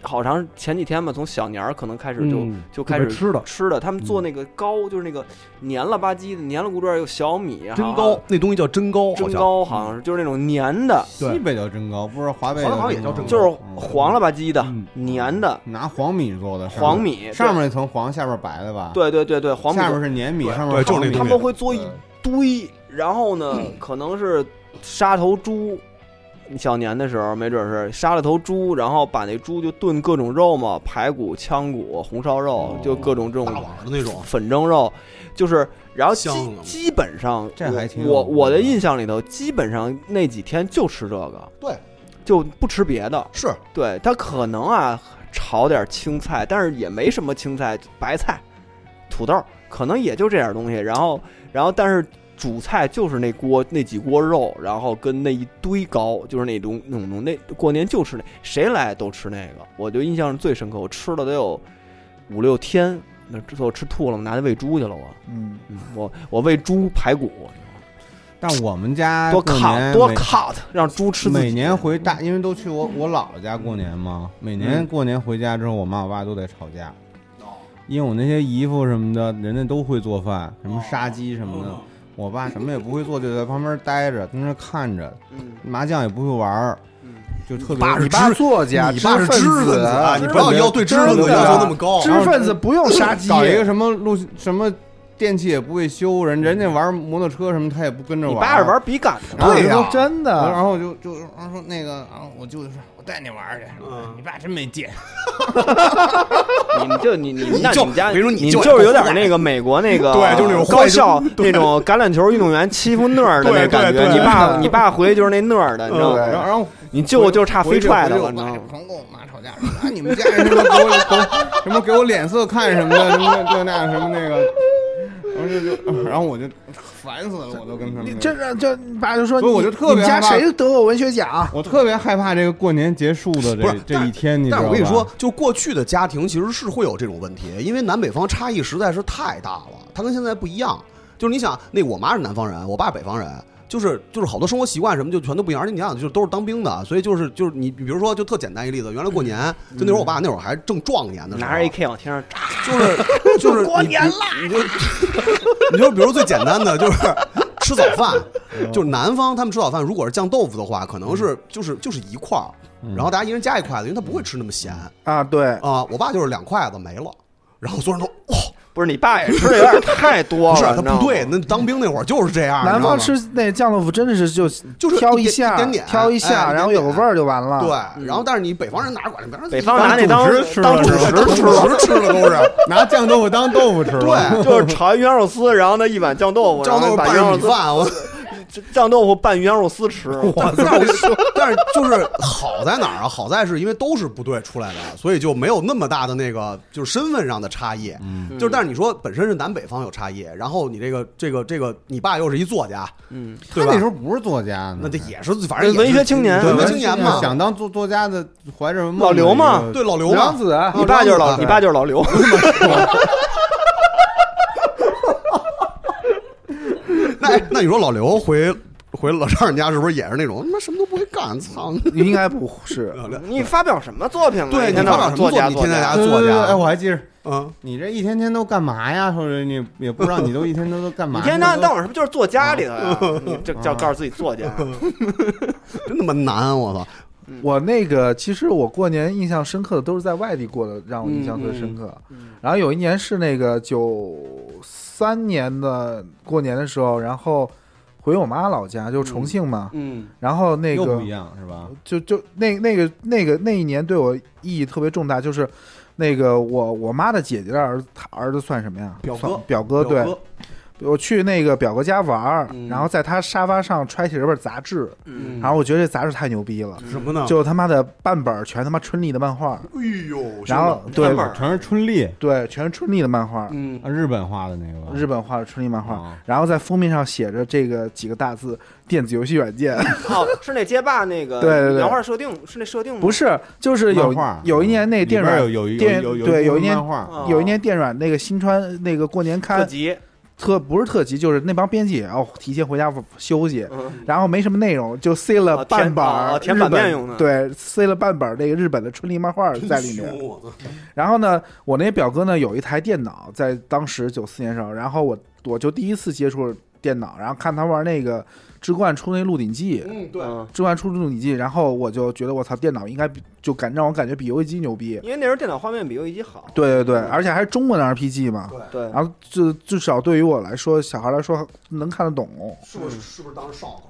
E: 好长前几天吧，从小年儿可能开始就、
A: 嗯
E: 就开始
A: 吃嗯的
E: 吃的，他们做那个糕，就是那个粘了吧唧的，粘了咕嘟儿有小米，啊
A: 蒸糕，，那东西叫蒸糕，好
E: 蒸
A: 像
B: 嗯
E: 糕好像是就是那种粘的，
A: 对
B: 西北叫蒸糕，不是华北
A: 好像好像
B: 蒸
A: 也叫
B: 糕嗯
A: 蒸糕
E: 就是黄了吧唧的
A: 嗯，
E: 粘的，
B: 拿黄米做的，上面
E: 黄米
B: 上面那层黄，下边白的吧？，
E: 对对对对，黄米
B: 下面是粘米，
E: 对
B: 上面
A: 对
B: 是
A: 就是那
B: 黄米
E: 他
A: 东西
E: 们会做一
B: 嗯
E: 堆，然后呢，可能是杀头猪。小年的时候，没准是杀了头猪，然后把那猪就炖各种肉嘛，排骨、腔骨、红烧肉，
B: 哦
E: 就各种这种
A: 大网的那种，
E: 粉蒸肉，就是，然后基
A: 香了
E: 基本上，
B: 这还挺有
E: 我我的印象里头，基本上那几天就吃这个，
A: 对，
E: 就不吃别的。
A: 是
E: 对，他可能啊炒点青菜，但是也没什么青菜，白菜、土豆，可能也就这点东西。然后，然后但是主菜就是那锅那几锅肉，然后跟那一堆糕，就是那种那种那过年就吃那，谁来都吃那个。我就印象最深刻，我吃了得有五六天，那之后吃吐了，我拿去喂猪去了。我，
F: 嗯，
E: 嗯我我喂猪排骨，
B: 但我们家
E: 多
B: 过
E: 烤
B: 年
E: 多
B: 哎每
E: 烤它，让猪吃自己。
B: 每年回大，因为都去我我姥姥家过年嘛，每年过年回家之后，我妈我爸都得吵架，因为我那些姨父什么的，人家都会做饭，什么杀鸡什
E: 哦
B: 么的，我爸什么也不会做，就在旁边待着，跟那看着，
E: 嗯
B: 麻将也不会玩儿，就特别
A: 爸是
F: 你爸
A: 知
F: 作家，
A: 你爸是
F: 知
A: 知
F: 分
A: 分
F: 子
A: 子啊，你不要要对知分子
F: 真的
A: 要求那么高
F: 知。分子不用杀鸡，
B: 搞一个什么路什么电器也不会修，人人家玩摩托车什么，他也不跟着
E: 你
B: 玩。
E: 爸是玩笔杆的吗，
B: 然后我
F: 对
B: 就
F: 呀、
B: 说
F: 真的。
B: 然后我就就然后说那个，然后我舅就说，我带你玩儿去。
E: 嗯
B: 你爸真没劲，
E: 你们就你你
A: 你
E: 那
A: 就
E: 你们家
A: 我跟你说你
E: 你
A: 就
E: 就是有点那个美国那个
A: 对就是那种
E: 高校
A: 坏就
E: 那种橄榄球运动员欺负那儿的那
A: 对对
E: 感觉。
A: 对嗯
E: 你爸
F: 对
E: 你爸回去就是那那儿的，你知道
B: 然
E: 吗？
B: 后然后
E: 你舅就差飞踹的了，
B: 我
E: 你知道吗？
B: 常跟我妈吵架，说啊你们家人什么给我给我什么给我脸色看什么的，什么这那什么那个，然后就就然后我就烦死了，我都跟他
F: 你
B: 们。
F: 这让这你爸就说，
B: 所以我就
F: 你
B: 特别
F: 你家
B: 害怕
F: 谁得过文学奖？
B: 我特别害怕这个过年结束的
A: 不
B: 这
A: 是
B: 这一天，你知道
A: 但
B: 吧？
A: 我跟你说，，就过去的家庭其实是会有这种问题，因为南北方差异实在是太大了，它跟现在不一样。就是你想，那我妈是南方人，我爸北方人，就是就是好多生活习惯什么就全都不一样。而且你想，就是都是当兵的，所以就是就是你比如说，就特简单一例子，原来过年
B: 嗯
A: 就那会儿我爸那会儿还正壮年的时候，
E: 拿着 AK 往天上炸，
A: 就是就是 过年啦，你就你 就比如最简单的就是吃早饭，
B: 嗯
A: 就是南方他们吃早饭，如果是酱豆腐的话，可能是就是就是一块儿，
B: 嗯
A: 然后大家一人夹一筷子，因为他不会吃那么咸啊、
F: 啊，对，
A: 我爸就是两筷子没了，然后所有人都哇、
E: 不是你爸也吃的有点太多
A: 不是
E: 哦
A: 啊
E: 了，
A: 他
E: 你知道吗
A: 不对，那当兵那会儿就是这样，
F: 南
A: 你知道
F: 方
A: 吗
F: 吃那酱豆腐真的是就
A: 就是
F: 挑
A: 一点
F: 下，
A: 一点点
F: 挑一下，
A: 哎
F: 然后
A: 一
F: 有
A: 点
F: 个
A: 点
F: 味儿就完了。，
A: 对，然后但是你北方人哪管北方人
E: 嗯北方拿那当
B: 当主食吃
E: 当主
B: 了
E: 食
B: 是吧
A: 主啊
E: 吃啊
A: 食吃的都是
B: 拿酱豆腐当豆腐吃了。
A: 对，
E: 就是炒一鱼香肉丝，然后呢一碗酱豆腐，
A: 酱
E: 然
A: 豆
E: 后
A: 腐
E: 把
A: 拌
E: 鱼
A: 着米
E: 香肉丝
A: 饭，我。
E: 酱豆腐拌鱼香肉 丝吃，
A: 但是 但是就是好在哪儿啊？好在是因为都是部队出来的，所以就没有那么大的那个就是身份上的差异。嗯，就是但是你说本身是南北方有差异，然后你这个这个这个，你爸又是一作家，
E: 嗯，
B: 他
A: 对
B: 那
A: 吧
B: 时？候不是作家呢，
A: 那这也是反正也是
E: 文学青年
A: 对文学青年嘛，
B: 想当作作家的，怀着梦
E: 老刘嘛
B: 呃
A: 对老啊刘嘛，
F: 梁子，
E: 你爸啊就是老
A: 对
E: 你爸就是 老刘，
A: 那那你说老刘回回老丈人家是不是也是那种他妈什么都不会干，操！
F: 应该不是。
E: 你发表什么作品了？
A: 对
E: 一天
A: 你
E: 到
A: 发表
E: 晚
A: 什么
E: 作
A: 作
E: 家
A: 你
E: 作
A: 天天
E: 家
A: 拿，作家
B: 哎，我还记着，
A: 嗯，
B: 你这一天天都干嘛呀？或者你也不知道你都一天天都干 嘛？
E: 你天天到
B: 都
E: 晚是不是就是啊嗯作家里头呀？你这叫告诉自己作家。
A: 真他妈难，我操！
F: 我那个其实我过年印象深刻的都是在外地过的，让我印象最深刻。
A: 嗯
F: 然后有一年是那个九三年的过年的时候，然后回我妈老家，就是重庆嘛。
E: 嗯
F: 然后那
B: 又
F: 个
B: 不一样是吧？
F: 就就那那个那个那一年对我意义特别重大，就是那个我我妈的姐姐的儿子，他儿子算什么呀？
A: 表哥
F: 算表哥对。我去那个表哥家玩儿，
E: 嗯
F: 然后在他沙发上揣起了本杂志，
E: 嗯
F: 然后我觉得这杂志太牛逼了，
A: 什么呢？
F: 就他妈的半本儿全他妈春丽的漫画，
A: 哎呦，
F: 然后对
E: 半本儿
B: 全是春丽，
F: 对，全是春丽的漫画，
E: 嗯
B: 啊日本画的那个吧？
F: 日本画的春丽漫画
B: 哦，
F: 然后在封面上写着这个几个大字“电子游戏软件
E: 哦，是那街霸那个
F: 对对对
E: 原画设定是那设定”，吗？
F: 不是，就是有
B: 漫画嗯
F: 有一年那电
B: 里边
F: 软
B: 有有一
F: 电
B: 有有
F: 对
B: 有
F: 有一
B: 部
F: 年
B: 漫画，
E: 啊
F: 有一年电软那个新川那个过年
E: 特
F: 刊
E: 级，
F: 特不是特辑，就是那帮编辑也要提前回家休息，
E: 嗯
F: 然后没什么内容，就塞了
E: 啊
F: 半
E: 填
F: 本
E: 啊
F: 儿
E: 啊填
F: 日
E: 版
F: 本
E: 面用的
F: 对，塞了半本儿那个日本的春丽漫画在 里面。
A: 啊
F: 然后呢，我那表哥呢有一台电脑，在当时九四年时候，然后我我就第一次接触电脑，然后看他玩那个志冠出那《鹿鼎记》，
A: 嗯，对，
E: 嗯，
F: 志冠出《鹿鼎记》，然后我就觉得我操，电脑应该比就感让我感觉比游戏机牛逼。
E: 因为那时候电脑画面比游戏机好，
F: 对对
E: 嗯
F: 对，而且还是中文 RPG 嘛。
E: 对，
F: 然后至至少对于我来说，小孩来说能看得懂，
A: 是不是是不是当时少了？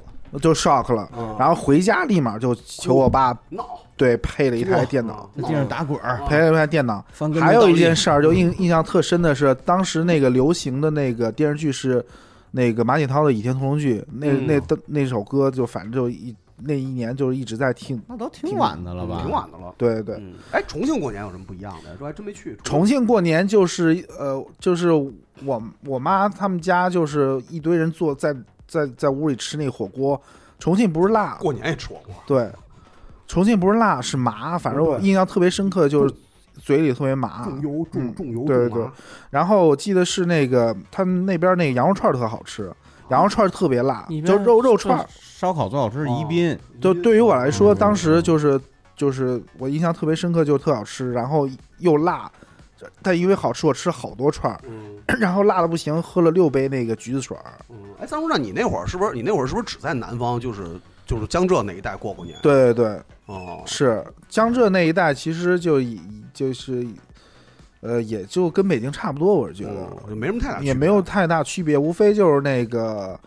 F: 就 shock 了。然后回家立马就求我爸
A: 闹
F: 对配了一台电脑，
B: 在地上打滚儿，
F: 配了一台电脑。
B: 翻跟头
F: 还有一件
B: 倒立
F: 事儿，就印印象特深的是，当时那个流行的那个电视剧是那个马景涛的《倚天屠龙记》，那
E: 嗯
F: 那那首歌就反正就一那一年就是一直在听。
B: 那都挺晚的了吧？
A: 挺晚的了。
F: 对对对，
A: 嗯，哎，重庆过年有什么不一样的？说还真没去。
F: 重庆过年就是呃，就是我我妈他们家就是一堆人坐在在在屋里吃那火锅。重庆不是辣，
A: 过年也吃火锅，
F: 对，重庆不是辣是麻，反正我
A: 对
F: 印象特别深刻，就是嘴里特别麻。
A: 重油重重油
F: 啊对
A: 重麻
F: 对然后我记得是那个他们那边那个羊肉串儿特好吃，羊肉串儿特别辣
B: 你，
F: 就
B: 边
F: 肉肉
B: 就
F: 串儿。
B: 烧烤最好吃是宜宾，
F: 就对于我来说，
B: 嗯
F: 当时就是就是我印象特别深刻，就是特好吃，然后又辣。但因为好吃，我吃好多串儿，
A: 嗯
F: 然后辣的不行，喝了六杯那个橘子水儿。
A: 嗯，哎，三叔，那你那会儿是不是你那会儿是不是只在南方，就是就是江浙那一带过过年？
F: 对对对，
A: 哦，
F: 是江浙那一带，其实就以就是，呃，也就跟北京差不多，我是觉得。
A: 嗯就没什么太大区别，
F: 也没有太大区别，无非就是那个，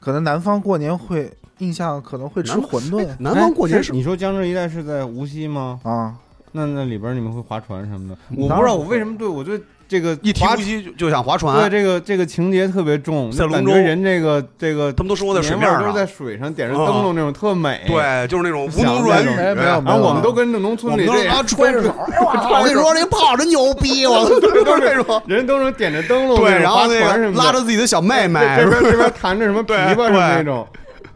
F: 可能南方过年会印象可能会吃
A: 南
F: 馄饨
A: 哎南方过
B: 哎
A: 年
B: 是
A: 是
B: 你说江浙一带是在无锡吗？
F: 啊，
B: 那那里边你们会划船什么的？我
F: 当
B: 不知道
F: 然
B: 我为什么对我对这个
A: 一提
B: 划
A: 无锡就就想划船，
B: 对这个这个情节特别重，
A: 在
B: 就感
A: 龙
B: 觉
A: 舟
B: 人这个这个
A: 他们都生活在水哎面
B: 年味儿都
A: 上
B: 是，在水上点着
A: 啊
B: 灯笼那种特美。，
A: 对，就是那种吴
B: 想
A: 侬软
B: 那
A: 语，
B: 种
F: 哎没有
B: 然后我们都跟那农村里
A: 我们
B: 这
A: 都啊揣 着手，哎呦我操我跟你说，这炮真牛逼，我操都是这种。
B: 人都是点着灯笼，
A: 对，然后那
B: 划船什
A: 个
B: 么的
A: 拉着自己的小妹妹，
B: 这边这边弹着什么琵
A: 对
B: 琶什么那种，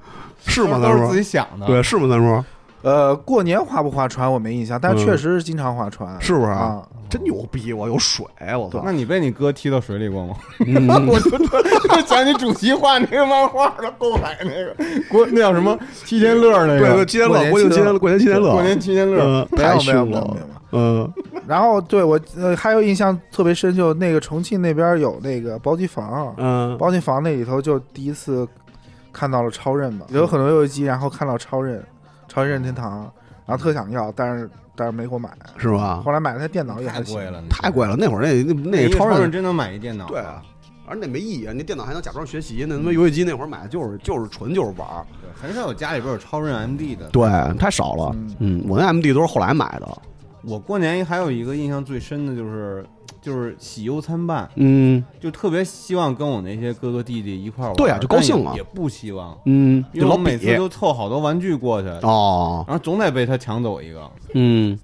A: 是吗？
B: 都
A: 三
B: 是自
A: 叔
B: 己，想的。
A: 对，是吗？三叔，
F: 呃，过年划不划船我没印象，但
A: 嗯
F: 确实是经常划船，
A: 是不是
F: 啊？
A: 真牛逼！我有水，我操
B: 那！你被你哥踢到水里过吗？
A: 嗯
B: 我就就想起主席画那个漫画了，购买那个国那叫什么七天乐那
A: 对
B: 个
A: 对，，七天
F: 过
A: 乐，
F: 年
A: 国庆七天乐，过年七天乐，
B: 过年七天乐，
A: 嗯
F: 没有
A: 太
F: 没有
A: 凶
F: 没有没
A: 了
F: 有，
A: 嗯，
F: 然后对我呃还有印象特别深，就那个重庆那边有那个包机房，
A: 嗯，
F: 包机房那里头就第一次看到了超任
B: 嗯
F: 嘛，有很多游戏机，然后看到超任，超任任天堂，然后特想要，但是但是没给我买，
A: 是吧？
F: 后来买了台电脑也
B: 啊太
F: 还行
B: 贵。了，
A: 太贵了，那会儿那那
B: 哎那
A: 那
B: 个
A: 超
B: 超人
A: 市，
B: 真能买一电脑，
A: 对啊，而那没意义啊，那电脑还能假装学习，那他妈游戏机那会儿买的就是就是纯就是玩儿，
B: 对，很少有家里边有超人 MD 的。
A: 对，太少了。嗯，我那 MD 都是后来买的，
B: 我过年还有一个印象最深的就是，就是喜忧参半，
A: 嗯
B: 就特别希望跟我那些哥哥弟弟一块玩，
A: 对啊就高兴啊
B: 但也也不希望，
A: 嗯，
B: 因
A: 就
B: 为
A: 老
B: 我每次
A: 比
B: 都凑好多玩具过去，然
A: 哦，
B: 后总得被他抢走一个，
A: 嗯，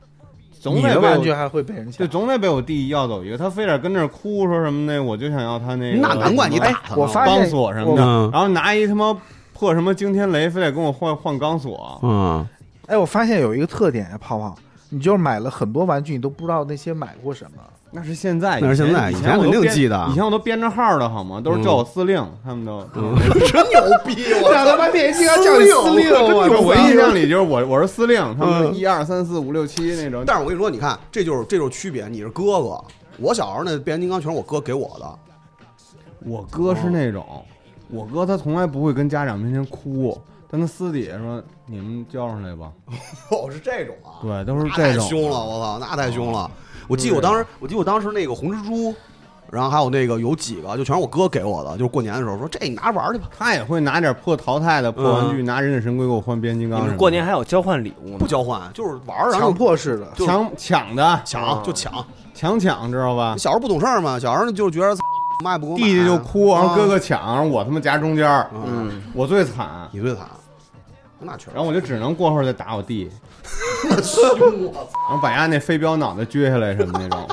B: 总
F: 你
B: 得
F: 的
B: 被
F: 玩
B: 我
F: 具还会被人抢
B: 就。总得被我弟要走一个，他非得跟那儿哭说什么呢？我就想要他那个，
A: 那难怪你
B: 哎
A: 哎打他呢，
F: 我发现
B: 钢索什么的，
A: 嗯
B: 然后拿一他妈破什么惊天雷，非得跟我换换钢索。
A: 嗯，
F: 哎，我发现有一个特点呀，泡泡，你就是买了很多玩具，你都不知道那些买过什么。
B: 那是现在，
A: 那是
B: 以
A: 现
B: 前
A: 在
B: 以
A: 以前肯
B: 我都
A: 定
B: 编
A: 记得啊嗯
B: 以前我都编着号的好吗？都是叫我司令，他们都。
A: 真牛逼！我
F: 让他妈变形金刚叫你司令，我
B: 就啊我印象
F: 操！
B: 里就是我我是司令，他们就
A: 嗯
B: 一二三四五六七那种。
A: 但是我跟你说，你看，这就是这就是区别。你是哥哥，我小时候那变形金刚全是我哥给我的。
B: 我哥是那种，我哥他从来不会跟家长面前哭，但他私底下说你们交上来吧，
A: 哦，是这种啊，
B: 对，都是
A: 那
B: 这
A: 太
B: 种。哦
A: 凶了，我操，那太凶了！我记得我当时，我记得我当时那个红蜘蛛，然后还有那个有几个，就全是我哥给我的，就是过年的时候说这你拿着玩儿去吧。
B: 他也会拿点破淘汰的破玩具，
A: 嗯
B: 拿忍者神龟给我换变形金刚什
E: 你
B: 么
E: 们
B: 的。
E: 过年还有交换礼物呢
A: 不，交换，就是玩儿，然后
F: 强迫式 的，
A: 就是
B: 抢抢的
A: 抢就抢。
B: 抢抢，知道吧？
A: 小时候不懂事儿嘛，小时候就觉得 操妈也不给我买
B: 弟弟就哭，然后
A: 啊
B: 哥哥抢，我他妈夹中间儿，
E: 嗯，
B: 我最惨。
A: 你最惨，那确实
B: 然后我就只能过会儿再打我弟，
A: 凶我操，
B: 然后把人家那飞镖脑袋撅下来什么那种。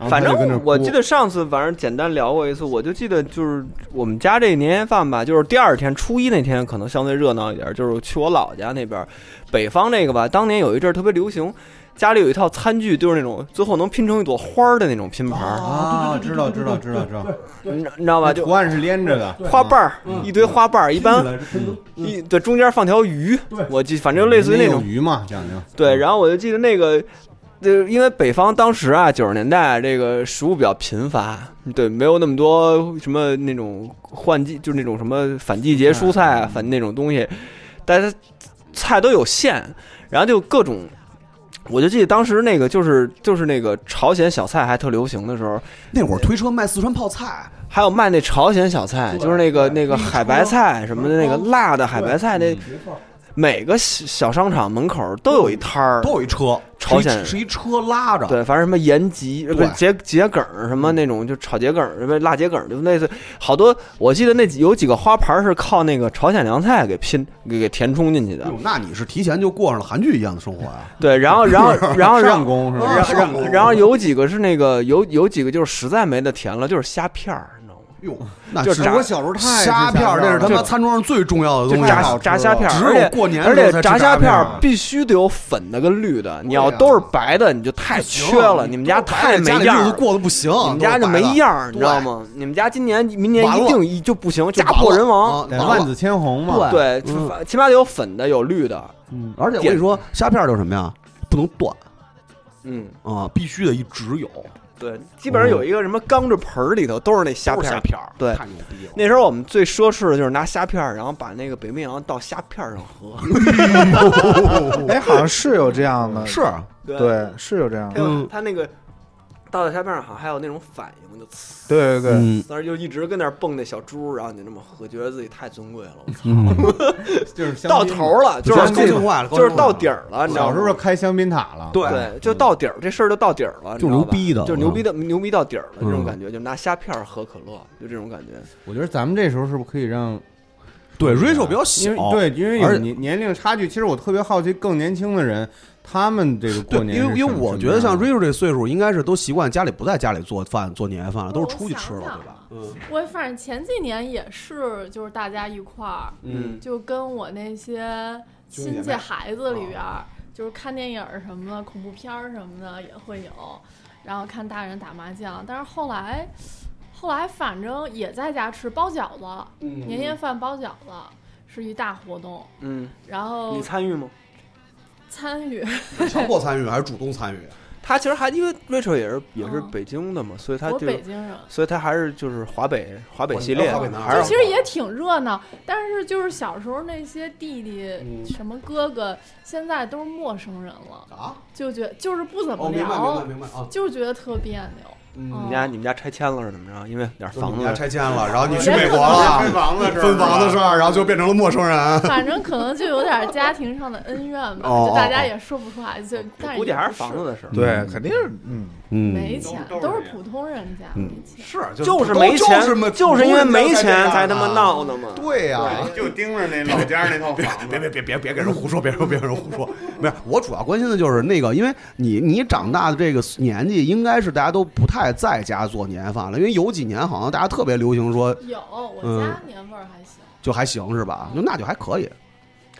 B: 然后他
E: 反
B: 就跟那
E: 正
B: 哭
E: 我记得上次反正简单聊过一次，我就记得就是我们家这年夜饭吧，就是第二天初一那天可能相对热闹一点，就是去我姥姥家那边，北方那个吧，当年有一阵儿特别流行，家里有一套餐具，就是那种最后能拼成一朵花儿的那种拼盘儿，
B: 啊，知道知道知道知道，
E: 你知你知道吧？就
B: 图案是嗯连着的，
E: 花瓣儿，一堆花瓣儿，一般一对中间放条鱼，我记，反正类似于那
B: 有
E: 种
B: 鱼嘛，讲究。
E: 对。然后我就记得那个，呃，因为北方当时啊，九十年代这个食物比较贫乏，对，没有那么多什么那种换季，就是那种什么反季节蔬菜啊，反那种东西，但是菜都有限，然后就各种。我就记得当时那个就是就是那个朝鲜小菜还特流行的时候，
A: 那会儿推车卖四川泡菜，
E: 还有卖那朝鲜小菜，就是那个那个海白菜什么的，那个辣的海白菜，那每个小小商场门口都有一摊儿
A: 都。有一车，
E: 朝
A: 是
E: 鲜
A: 一是一车拉着，
E: 对，反正什么盐焗，呃不
A: 对嗯
E: 是桔桔梗儿什么那种，就炒桔梗儿，什么辣桔梗儿，就类似好多。我记得那几有几个花盘儿是靠那个朝鲜凉菜给拼给给填充进去的
A: 哎。呦，那你是提前就过上了韩剧一样的生活啊呀？
E: 对，然 后然后然后然
B: 上
E: 后
B: 工是吧？
E: 然后
A: 上锅
E: 然后有几个是那个有有几个就是实在没得填了，就是虾片儿，你知道吗？
A: 哟，哎那
E: 就是炸
B: 我小时候太爱吃
A: 虾片儿，那是他妈
B: 了
A: 餐桌上最重要的
E: 就
A: 东西
E: 炸
A: 了，
E: 炸虾片儿，
A: 只
E: 而
A: 有
E: 且
A: 过年的
E: 而
A: 时候
E: 且
A: 才吃
E: 炸
A: 虾
E: 虾
A: 片
E: 片
A: 儿啊
E: 儿必须得有粉的跟绿的，你要
A: 对呀啊
E: 都是白的，你就太
A: 行
E: 缺了。你们家太没样
A: 家里日
E: 儿
A: 子
E: 了，
A: 过得不行，
E: 你
A: 你
E: 们家就没样儿，你知道吗？你们家今年明年
A: 完了
E: 一定一就不行，
A: 就
E: 家破人亡。
A: 完
B: 对
A: 了啊
B: 嗯万紫千红嘛，
A: 对
E: 对，
A: 嗯
E: 反起码得有粉的，有绿的。
B: 嗯
A: 而且我跟你说，虾片儿就是什么呀？不能断
E: 嗯，
A: 啊，必须得一直有。
E: 对，基本上有一个什么钢制盆儿里头都是那虾
A: 嗯都是
E: 片
A: 虾
E: 儿。
A: 片儿，
E: 对
A: 太牛逼了。
E: 那时候我们最奢侈的就是拿虾片儿，然后把那个北冰洋倒虾片儿上喝。
F: 哎，好像是有这样的，
A: 是
F: 对，是有这样
E: 还
F: 的，
E: 有
A: 嗯
E: 它那个倒在虾片儿上，好像还有那种反应，就呲。
F: 对对对。
A: 嗯，
E: 但是就一直跟那儿蹦那小猪，然后你就那么喝，觉得自己太尊贵了。我
A: 嗯
E: 操，
B: 就是香
E: 到
B: 槟
E: 头儿了，就
A: 就是是高兴坏了，
E: 就是到底儿了，你知道
B: 小
E: 吗
B: 时候就开香槟塔了，
A: 啊
B: 嗯
A: 对
E: 对，就到底儿，这事儿就到底儿了，
A: 就是
E: 你知
A: 牛
E: 道吧
A: 逼的
E: 就是牛逼的，牛逼到底儿了，
A: 嗯
E: 这种感觉，就拿虾片儿喝可乐，就这种感觉。
B: 我觉得咱们这时候是不是可以让，
A: 对 ratio 比较
B: 因
A: 小
B: 为，对，因为有
A: 而且
B: 年年龄差距，其实我特别好奇更年轻的人，他们这个
A: 对
B: 过，年是
A: 因为因为
B: 什么
A: 我
B: 什么
A: 觉得像
B: 样的
A: ratio 这岁数，应该是都习惯家里不在家里做饭做年夜饭了，都是
G: 哦我
A: 出去吃
G: 想
A: 了，
G: 想
A: 对吧？
G: 我反正前几年也是，就是大家一块儿，
E: 嗯，
G: 就跟我那些亲戚孩
E: 啊
G: 子里边儿，就是看电影儿什么的，恐怖片儿什么的也会有，然后看大人打麻将。但是后来，后来反正也在家吃包饺子，年夜饭包饺子是一大活动，
E: 嗯，
G: 然后
E: 你参与吗？
G: 参与，
A: 嗯强迫参与还是主动参与？
E: 他其实还因为 Rachel 也是也是
G: 嗯
E: 北京的嘛，所以他
G: 我
E: 就
G: 北京人。
E: 所以他还是就是华北华北
A: 我
E: 系列
A: 华北
E: 的，
A: 男
E: 还
A: 孩
G: 就
A: 儿
E: 是
G: 其实也挺热闹，但是就是小时候那些弟
E: 嗯
G: 弟、什么哥哥，现在都是陌生人了，
A: 啊，
G: 就觉就是不怎
A: 哦，
G: 么
A: 明
G: 聊，
A: 白明白明白啊，
G: 就是觉得特别扭。
E: 你
G: 嗯
E: 们家你们家拆迁了是怎么着？因为点儿
A: 就是你
E: 房
A: 们家
E: 子
A: 拆迁了，然后你去美国了，啊
B: 分房子
A: 分房的事儿，然后就变成了陌生人。
G: 反正可能就有点家庭上的恩怨吧，
A: 哦
G: 就大家也说不出来，就但
E: 估计
G: 也
E: 还
G: 不
E: 是房子的哦事儿。
F: 对，肯定是，嗯，
G: 没钱，都是普通人家没钱。
A: 是，
E: 嗯就是
A: 都
E: 没钱
A: 就是啊没，
E: 就是因为没钱才
A: 才
E: 他妈。闹的嘛。
A: 对呀，
B: 就盯着那老家那套房
A: 别别别别别给人胡说，别说别给人胡说。没有，我主要关心的就是那个，因为你你长大的这个年纪，应该是大家都不太在家做年夜饭了，因为有几年好像大家特别流行说
G: 有，我
A: 嗯
G: 家年味儿还行，
A: 就还行是吧？就那就还可以，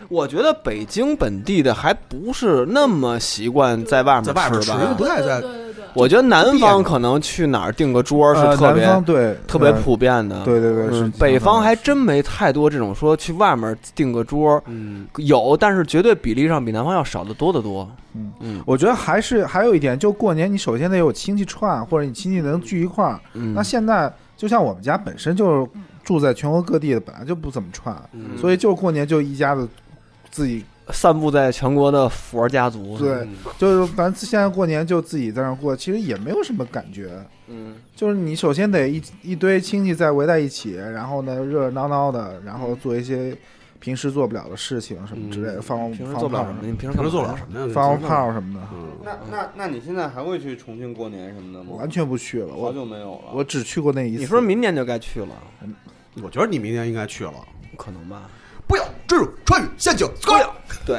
E: 我觉得北京本地的还不是那么习惯在外面
A: 在外面吃
E: 吧，
A: 不太在
G: 对对对对对，
E: 我觉得南方可能去哪儿订个桌
F: 呃
E: 是特别、
F: 南方对
E: 特别
F: 呃
E: 普遍的。
F: 对对对，
E: 嗯，
F: 是经常
E: 北方
F: 的
E: 还真没太多这种说去外面订个桌，
A: 嗯，
E: 有，但是绝对比例上比南方要少得多得多。
F: 嗯
E: 嗯
F: 我觉得还是还有一点，就过年你首先得有亲戚串，或者你亲戚能聚一块儿。
E: 嗯，
F: 那现在就像我们家本身就是住在全国各地的，本来就不怎么串，
E: 嗯
F: 所以就过年就一家子自己
E: 散布在全国的佛家族，
F: 对，就是咱现在过年就自己在那儿过，其实也没有什么感觉。
E: 嗯，
F: 就是你首先得一一堆亲戚在围在一起，然后呢热热闹闹的，然后做一些平时做不了的事情什么之类的，放
E: 平时
F: 放
E: 做不了
F: 炮
E: 什么，
F: 什
E: 你
F: 么，
E: 平时
A: 平时做不
E: 干
A: 了
E: 嘛呀
A: 什么呀？
F: 放炮什么的，
A: 嗯，
B: 那那那你现在还会去重庆过年什么的
F: 我
B: 吗？
F: 完全不去了。
B: 好
F: 我
B: 久没有了。
F: 我只去过那一次。
E: 你说明年就该去了，
A: 我觉得你明年应该去了。
E: 可能 吧？
A: 不要坠入川渝陷阱，不要
E: 对，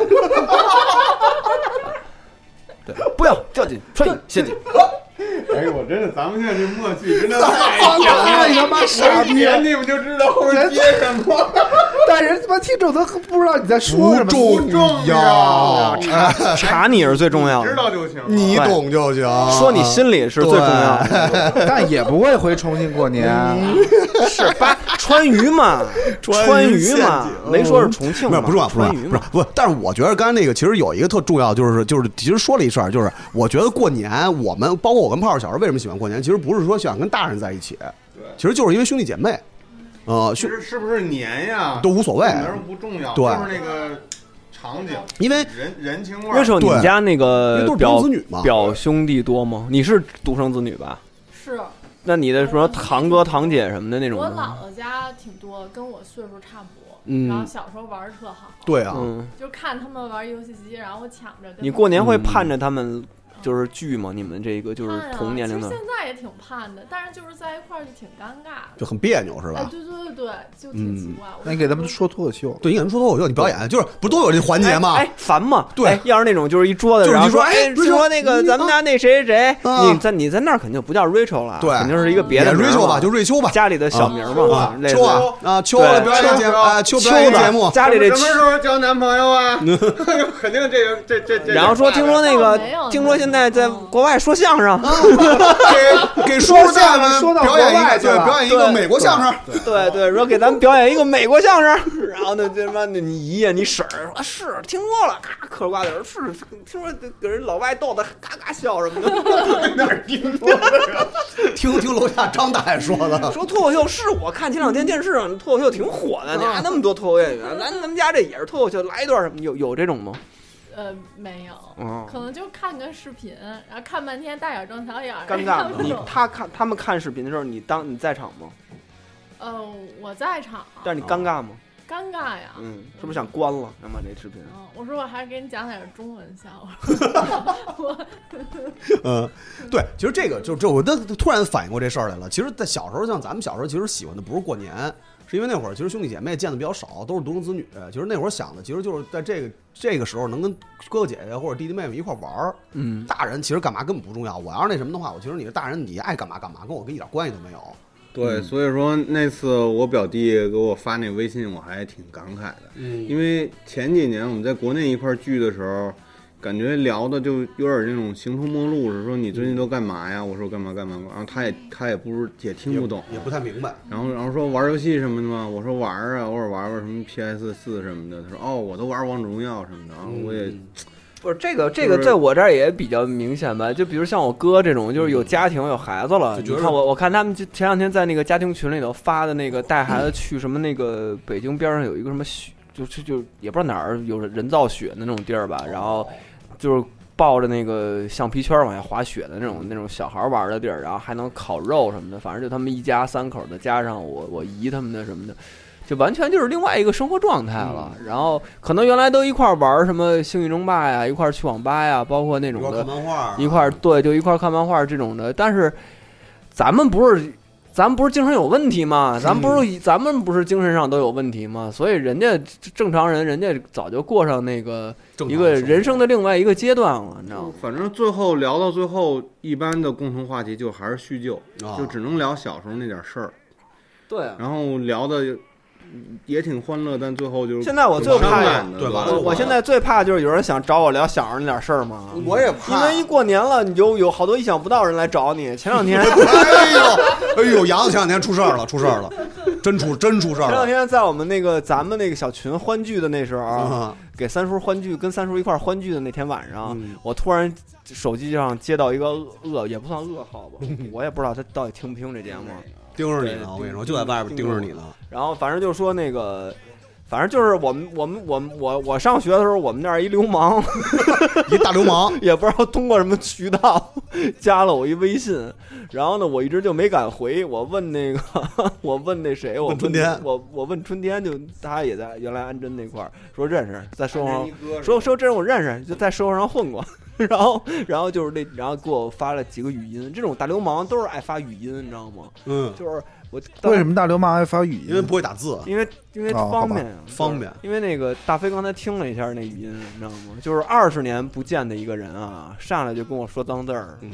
E: 对，不要掉进川渝陷阱。
B: 哎呦，我真的，咱们现在这默契真的太
F: 啊你他妈傻逼！
B: 你们就知道后面接什么。
F: 但人他妈听众都不知道你在说什么。
A: 重要，
E: 查查你是最重要的，
B: 就行
A: 你懂啊就行。
E: 说你心里是最重要的。
F: 但也不会回重庆过年。
E: 是吧？川 渝嘛，川渝嘛，没说是重庆
A: 没
E: 嘛，
A: 有不重要，不重要，
E: 川
A: 不
E: 渝
A: 是
E: 嘛。
A: 不是。但是我觉得刚才那个其实有一个特重要，就是就是其实说了一事儿，就是我觉得过年我们包括我跟炮儿小时候为什么喜欢过年，其实不是说想跟大人在一起，其实就是因为兄弟姐妹，呃，
B: 其
A: 兄
B: 实是不是年呀？
A: 都无所谓，
B: 名儿不重要，
A: 对
B: 就是那个场景，
A: 因为
B: 人人情味
E: 那时
B: 儿。
E: 候你们
A: 对
E: 家那
A: 因为
E: 个
A: 都是独
E: 表
A: 生子女嘛。
E: 表兄弟多吗？你是独生子女吧？
G: 是
E: 那你的什么堂哥堂姐什么的那种
G: 我
E: 呢？
G: 姥姥家挺多，跟我岁数差不多，
E: 嗯
G: 然后小时候玩的特好，
A: 对啊，
E: 嗯，
G: 就看他们玩游戏机，然后我抢着跟他们。
E: 你过年会盼着他们就是聚吗？你们这个就是
G: 嗯盼啊
E: 同年龄的
G: 其实，现在也挺盼的，但是就是在一块儿就挺尴尬的。
A: 就很别扭是
G: 哎，
A: 吧？
G: 对对对对，就挺奇怪。我
F: 嗯那你给他们说脱口秀，
A: 对，你给他们说脱口秀，你表演，就是不都有这环节吗？
E: 哎，哎烦吗？
A: 对
E: 哎要是那种就是一桌子，
A: 就是
E: 然后
A: 你说哎
E: 哎，
A: Rachel，
E: 说那个
A: 你
E: 咱们家那谁谁
A: 啊
E: 谁，你在你在那儿肯定不叫 Rachel 了，
A: 对
E: 肯定是一个别
A: 也
E: 嗯的名儿
A: 瑞秋吧，
E: 了
A: 就瑞秋吧。
E: 家里的小名儿嘛
A: 啊，，
E: 类似
A: 秋啊啊，秋
E: 对
A: 表演节目啊，秋
E: 秋
A: 表演
E: 的
A: 节目，
E: 家里这
B: 什么时候交男朋友啊？ 肯定这个这这这。
E: 然后说听说那个
G: 没有，
E: 听说现在在国外说相声，
A: 给给叔叔家们
F: 说到
A: 表演
F: 国外
A: 一个，
F: 去了
A: 对，表演一个美国相声。
E: 对对，说给咱们表演一个美国相声， 然后呢，这他妈的你姨呀，你婶儿说啊是听说了，咔嗑着瓜子儿，是听说给人老外逗的，嘎嘎笑什么 的，
A: 听听楼下张大爷说的，
E: 说脱口秀是我看前两天电视上脱口秀挺火的，你看那么多脱口秀演员，咱咱们家这也是脱口秀，来一段什么有有这种吗？
G: 呃没有，
F: 哦
E: 嗯，
G: 可能就看个视频，然后看半天大眼瞪小眼儿，
E: 尴
G: 然
E: 尬
G: 后
E: 吗？
G: 就
E: 你他看他们看视频的时候，你当你在场吗？
G: 呃，我在场，
E: 但是你尴尬吗？
G: 尴尬呀。
E: 嗯，是不是想关了？想把这视频？
G: 嗯我说我还是给你讲点中文笑 话。
A: 嗯，对，其实这个就这，我都突然反应过这事儿来了。其实，在小时候，像咱们小时候，其实喜欢的不是过年，是因为那会儿其实兄弟姐妹见的比较少，都是独生子女。其实那会儿想的，其实就是在这个这个时候能跟哥哥姐姐或者弟弟妹妹一块儿玩儿。
E: 嗯，
A: 大人其实干嘛根本不重要。我要是那什么的话，我其实你是大人，你爱干嘛干嘛，跟我跟一点关系都没有。
B: 对，
A: 嗯
B: 所以说那次我表弟给我发那微信，我还挺感慨的，
A: 嗯
B: 因为前几年我们在国内一块儿聚的时候，感觉聊的就有点那种形同陌路似的，说你
A: 嗯
B: 最近都干嘛呀？我说干嘛干嘛，然后他也他也不是也听不懂，
A: 也不太明白。
B: 然后然后说玩游戏什么的嘛，我说玩儿啊，偶尔玩玩什么 PS 四什么的，他说哦，我都玩王者荣耀什么的，然后我也
A: 嗯
E: 不是这个，这
B: 就
E: 个
B: 是
E: 在我这儿也比较明显吧？就比如像我哥这种，就是有家庭有孩子了。
A: 嗯就觉
E: 你
A: 得
E: 看我，我看他们就前两天在那个家庭群里头发的那个带孩子去什么那个北京边上有一个什么雪，就就就也不知道哪儿有人造雪的那种地儿吧，然后就是。抱着那个橡皮圈往下滑雪的那种那种小孩玩的地儿，然后还能烤肉什么的，反正就他们一家三口的，加上我我姨他们的什么的，就完全就是另外一个生活状态了。然后可能原来都一块儿玩儿什么《星际争霸》呀，一块儿去网吧呀，包括那
A: 比
E: 种
A: 如说
E: 的
A: 看，漫画，
E: 一块儿对，就一块儿看漫画这种的。但是咱们不是，咱们不是精神有问题吗？咱们
A: 嗯
E: 不是，咱们不是精神上都有问题吗？所以人家正常人，人家早就过上那个
A: 正
E: 一
A: 常的
E: 个
A: 生活
E: 人生的另外一个阶段了，你知道吗？
B: 反正最后聊到最后，一般的共同话题就还是叙旧，
A: 啊
B: 就只能聊小时候那点事儿，
E: 对啊。
B: 然后聊的也挺欢乐，但最后就是
E: 现在我最
B: 挺伤
E: 怕
B: 感的
A: 对完了
E: 我我现在最怕就是有人想找我聊小时候那点事儿嘛，
A: 我也
E: 因为一过年了，你就有好多意想不到人来找你。前 两天，
A: 哎呦，哎呦，杨子前两天出事儿了，出事儿了，真出真出事儿
E: 前两
A: 了。
E: 天在我们那个咱们那个小群欢聚的那时候，
A: 啊，
E: 给三叔欢聚，跟三叔一块儿欢聚的那天晚上
A: 嗯，
E: 我突然手机上接到一个噩，也不算噩耗吧，我也不知道他到底听不听这节目。
A: 盯着你
E: 对
A: 呢，我跟你
E: 盯
A: 说，就在外边
E: 盯
A: 盯
E: 着
A: 着
E: 我
A: 你 呢。
E: 然后反正就说那个，反正就是我们我们我们我我上学的时候，我们那儿一流氓，
A: 一大流氓
E: 也不知道通过什么渠道 加了我一微信，然后呢，我一直就没敢回。我问那个， 我问那谁，我
A: 问春天
E: 我我问春天就，他也在原来安贞那块儿说认识，在生活上说说这人我认识，就在社会上混过。 然后，然后就是那，然后给我发了几个语音。这种大流氓都是爱发语音，你知道吗？
A: 嗯，
E: 就是我
F: 为什么大流氓爱发语音？
A: 因为不会打字，
E: 因为因为
F: 哦
E: 方
F: 好吧
E: 便呀、就是
A: 方便
E: 因为那个大飞刚才听了一下那语音，你知道吗？就是二十年不见的一个人啊，上来就跟我说脏字儿，
A: 嗯，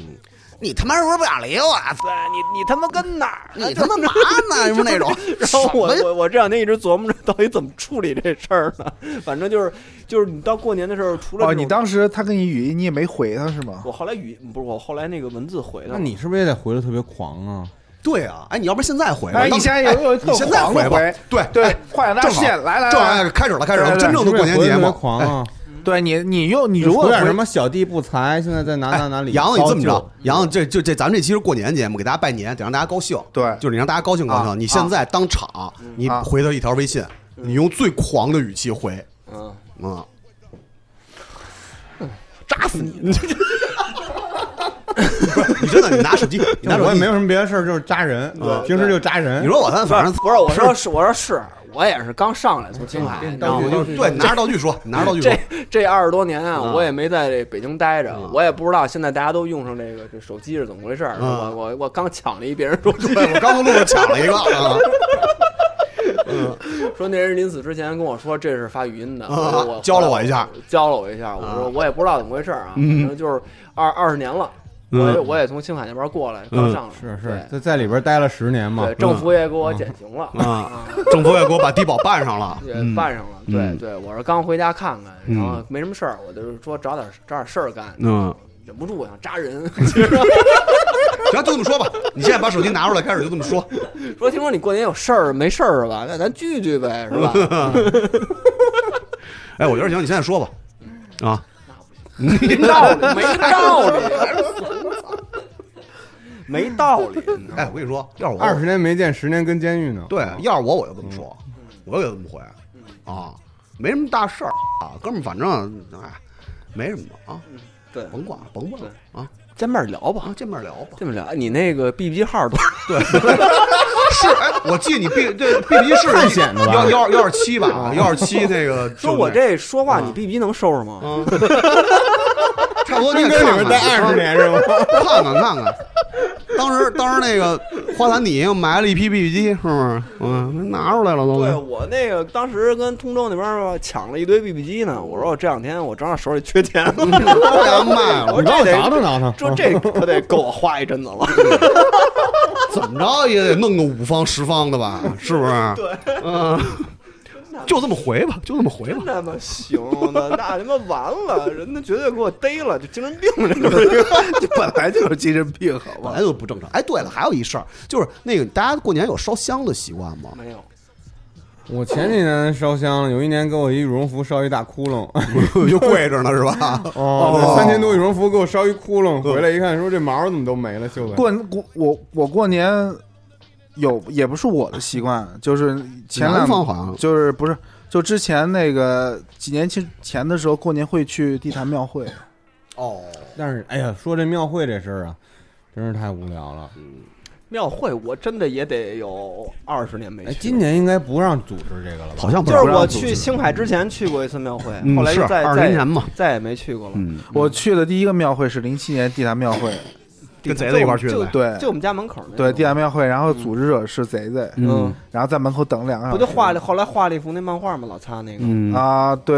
A: 你他妈是不是不想理我啊？
E: 对你你他妈跟哪儿呢？
A: 你 他妈嘛呢？什么那种？
E: 然后我
A: 什么
E: 我我这两天一直琢磨着到底怎么处理这事儿呢。 反正就是就是你到过年的时候，除了
F: 哦，
E: 这种
F: 你当时他跟你语音，你也没回他是吗？
E: 我后来语不是我后来那个文字回的，
B: 那你是不是也得回的特别狂啊？
A: 对啊，哎，你要不然现在回吧，
F: 哎，
A: 当
F: 你现在有有特
A: 你现在
F: 狂的
A: 回吧
F: 回，
A: 对
F: 对
A: 哎，
F: 画两大
A: 正好
F: 线，来来
A: 正
F: 来，
A: 好开哎始了，开始
F: 对
A: 了，
F: 对
A: 真正的过年节
B: 是不是也回得特别
A: 目。
B: 狂啊！
F: 对你你用你如
B: 有
F: 果
B: 点
F: 回
B: 什么小弟不才，现在在哪哪哪里？
A: 杨洋，你这么
B: 高就
A: 着，杨洋，这就这，咱们这期是过年节目，给大家拜年，得让大家高兴。
F: 对
A: 就是你让大家高兴高
F: 啊
A: 兴。你现在当场，你
F: 啊
A: 回他一条微信，你用最狂的语气回，
E: 嗯，
A: 嗯，
E: 扎死你！
A: 你真的，你拿手机，你拿手
B: 我
A: 机
B: 也没有什么别的事儿，就是扎人，平时就扎人。
A: 你说我咱反正
E: 不是我说是我说是我也是刚上来从青海，你知道
A: 我
E: 吗？
A: 就对，拿着道具说，拿着道具说
E: 这，这二十多年啊，
A: 嗯
E: 我也没在这北京待着，
A: 嗯
E: 我也不知道现在大家都用上这个这手机是怎么回事儿。
A: 嗯
E: 我我我刚抢了一别人说
A: 对我刚从路上抢了一个，啊
E: 说那人临死之前跟我说这是发语音的，
A: 嗯
E: 我我
A: 教了我一下，
E: 教了我一下，我说我也不知道怎么回事儿啊，反正就是二二十年了，
A: 嗯
E: 我也我也从青海那边过来，刚上来，
B: 是是
E: 对，
B: 在在里边待了十年嘛
E: 对，，政府也给我减刑了
A: 嗯啊， 政府也给我把低保办上了，
E: 也
A: 嗯
E: 办上了，对
A: 嗯
E: 对，我是刚回家看看，
A: 嗯
E: 然后没什么事儿，我就是说找点找点事儿干，
A: 嗯，
E: 忍不住我想扎人，
A: 行，就这么说吧。你现在把手机拿出来，开始就这么说。
E: 说听说你过年有事儿没事儿是吧？那咱聚聚呗是吧？
A: 哎，我觉得行，你现在说吧。啊，
E: 没道理，没道理，没道理。
A: 哎，我跟你说，要是我，
B: 嗯二十年没见，十年跟监狱呢。
A: 对，要是我，我就这么说，我也这么回啊，没什么大事儿啊，哥们儿，反正哎，没什么啊，
E: 对，
A: 甭管甭管啊
E: 见面聊吧
A: 啊，，见面聊吧。
E: 见面聊。哎你那个 B B 号多少？
A: 是，哎，我记得你 B 对 B B 是
B: 探险的吧
A: 幺幺幺二七吧，啊幺二七那个
E: 说我这说话，你 B B 能收拾吗？
A: 啊，差不多你
B: 跟
A: 也看啊
B: 里边
A: 看
B: 待二十年是吗？
A: 看看看看。啊当时当时那个花坛底下埋了一批 BB 机，是不是？嗯，拿出来了都
E: 对。我那个当时跟通州那边儿吧抢了一堆 B B 机呢，我说我这两天我正好手里缺 钱，
A: 都给他卖了，
E: 我
B: 找
E: 这
B: 我挠
E: 得
B: 挠挠挠。
E: 说这可得够我花一阵子了。
A: 怎么着也得弄个五方十方的吧，是不是？对，嗯，就这么回吧，就这么回吧。
E: 那么行呢？那他妈完了，人家绝对给我逮了，就精神病这 就是。
F: 这本来就是精神病，好
A: 本
F: 吧？
A: 来就不正常。哎，对了，还有一事儿，就是那个大家过年有烧香的习惯吗？
E: 没有，
B: 啊我前几年烧香，有一年给我一羽绒服烧一大窟窿，
A: 就跪着呢，是吧？
B: 哦，三千多羽绒服给我烧一窟窿，回来一看说这毛怎么都没了，袖子。
F: 过过我我过年有也不是我的习惯，就是前
A: 南
F: 两
A: 方好像
F: 就是不是就之前那个几年前前的时候，过年会去地坛庙会，
A: 哦，
B: 但是哎呀，说这庙会这事儿啊，真是太无聊了。
E: 庙会我真的也得有二十年没去
B: 哎，
E: 了。
B: 今年应该不让组织这个了吧？
A: 好像不
E: 就是
A: 让
E: 我
A: 组织
E: 去青海之前去过一次庙会，
A: 嗯
E: 后来就是再
A: 二十
E: 再
A: 年前嘛
E: 再也没去过了。
A: 嗯，
F: 我去的第一个庙会是零七年地坛庙会，
A: 跟贼子一块儿去
E: 就
A: 的呗。
F: 对
E: 就我们家门口那
F: 对
E: 个
F: 地坛庙会，然后组织者是贼贼，
E: 嗯，
F: 然后在门口等两个小时，
E: 不就画了后来画了一幅那漫画吗？老擦那个，
A: 嗯
F: 啊，对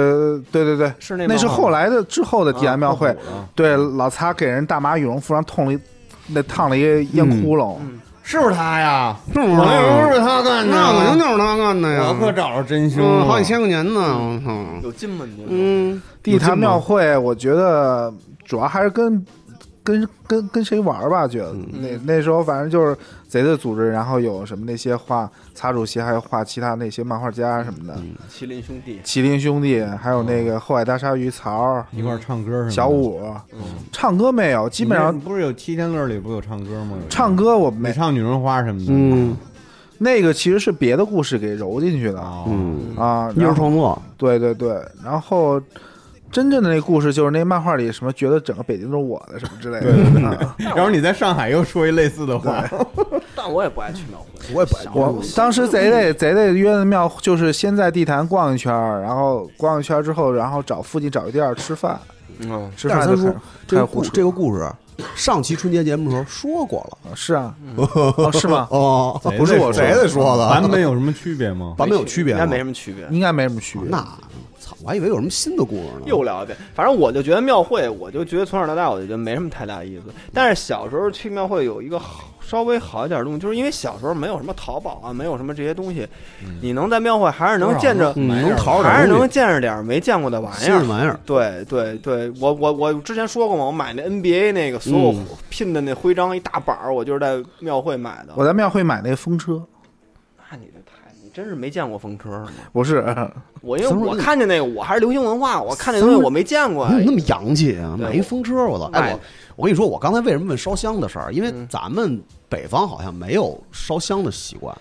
F: 对对对，
E: 是那
F: 那
E: 漫
F: 是
E: 画
F: 后来的之后的
E: 啊
F: 地坛庙会，
E: 画虎了
F: 对老擦给人大麻羽绒服上捅了一那烫了一个烟窟窿，
E: 嗯
B: 是不是他呀？
A: 是不是
B: 我那不是他干的，
A: 那肯定就是他干的呀
B: 我，可找着真凶啊了
A: 嗯，好几千块钱呢，我
F: 嗯
A: 操，
E: 有劲吗？你觉得？
A: 嗯，
F: 地坛庙会，我觉得主要还是跟跟跟跟谁玩儿吧，觉
B: 嗯
F: 得那那时候反正就是贼的组织，然后有什么那些画擦主席，还有画其他那些漫画家什么的，
B: 嗯
E: 麒麟兄弟，
F: 麒麟兄弟，还有那个后海大鲨鱼曹、
B: 一块儿唱歌什么的。
F: 小
B: 五，
F: 五，唱歌没有，基本上
A: 嗯
B: 不是有七天乐里不有唱歌吗？有一个
F: 唱歌我
B: 没
F: 没
B: 唱《女人花》什么的。
A: 嗯
F: 那个其实是别的故事给揉进去的啊，
B: 哦，
A: 嗯，
F: 啊，
A: 艺术
F: 然后
A: 创作，
F: 对对对，然后真正的那故事就是那漫画里什么觉得整个北京都是我的什么之类的，啊
B: 然后你在上海又说一类似的话，
E: 但我也不爱去庙会，
A: 我也不爱
F: 我当时贼累贼累约的庙，就是先在地坛逛一圈儿，然后逛一圈儿之后，然后找附近找一地儿吃饭，
E: 嗯，
F: 吃
A: 但
F: 饭
A: 是
F: 就
A: 三叔
F: 开
A: 这
F: 开
A: 个
F: 始胡
A: 故
F: 扯
A: 这个故事，上期春节节目的时候说过了，
F: 啊是啊，
A: 嗯
F: 哦 是吗？
A: 哦
B: 贼
A: 不是
B: 累
A: 我
B: 说
A: 谁
B: 的
A: 在说的？
B: 版本有什么区别吗？
A: 版本有区别
E: 应
A: 吗？
E: 该没什么区别。
F: 应该没什么区别。
A: 那操，我还以为有什么新的故事呢。
E: 又聊一遍，反正我就觉得庙会，我就觉得从小到大，我就觉得没什么太大意思。但是小时候去庙会有一个好稍微好一点的东西，就是因为小时候没有什么淘宝啊，没有什么这些东西，你能在庙会还是能见着，
A: 嗯能淘着
E: 还是
A: 东
E: 能
A: 西
E: 见着点儿没见过的玩意
A: 新
E: 儿
A: 式。玩意儿，
E: 对对对，我我我之前说过嘛，我买那 NBA 那个所有
A: 嗯
E: 拼的那徽章一大板儿，我就是在庙会买的。
F: 我在庙会买那个风车，
E: 那你这太，你真是没见过风车吗？
F: 不是，
E: 我因为
A: 三叔
E: 我
A: 你
E: 看见那个，我还是流行文化，我看那东西
A: 三叔
E: 我没见过
A: 你
E: 呀。
A: 哎怎么那么洋气啊？
E: 对
A: 买一风车，我操！哎，
E: 买
A: 我我跟你说，我刚才为什么问烧香的事儿？因为
E: 嗯
A: 咱们北方好像没有烧香的习惯，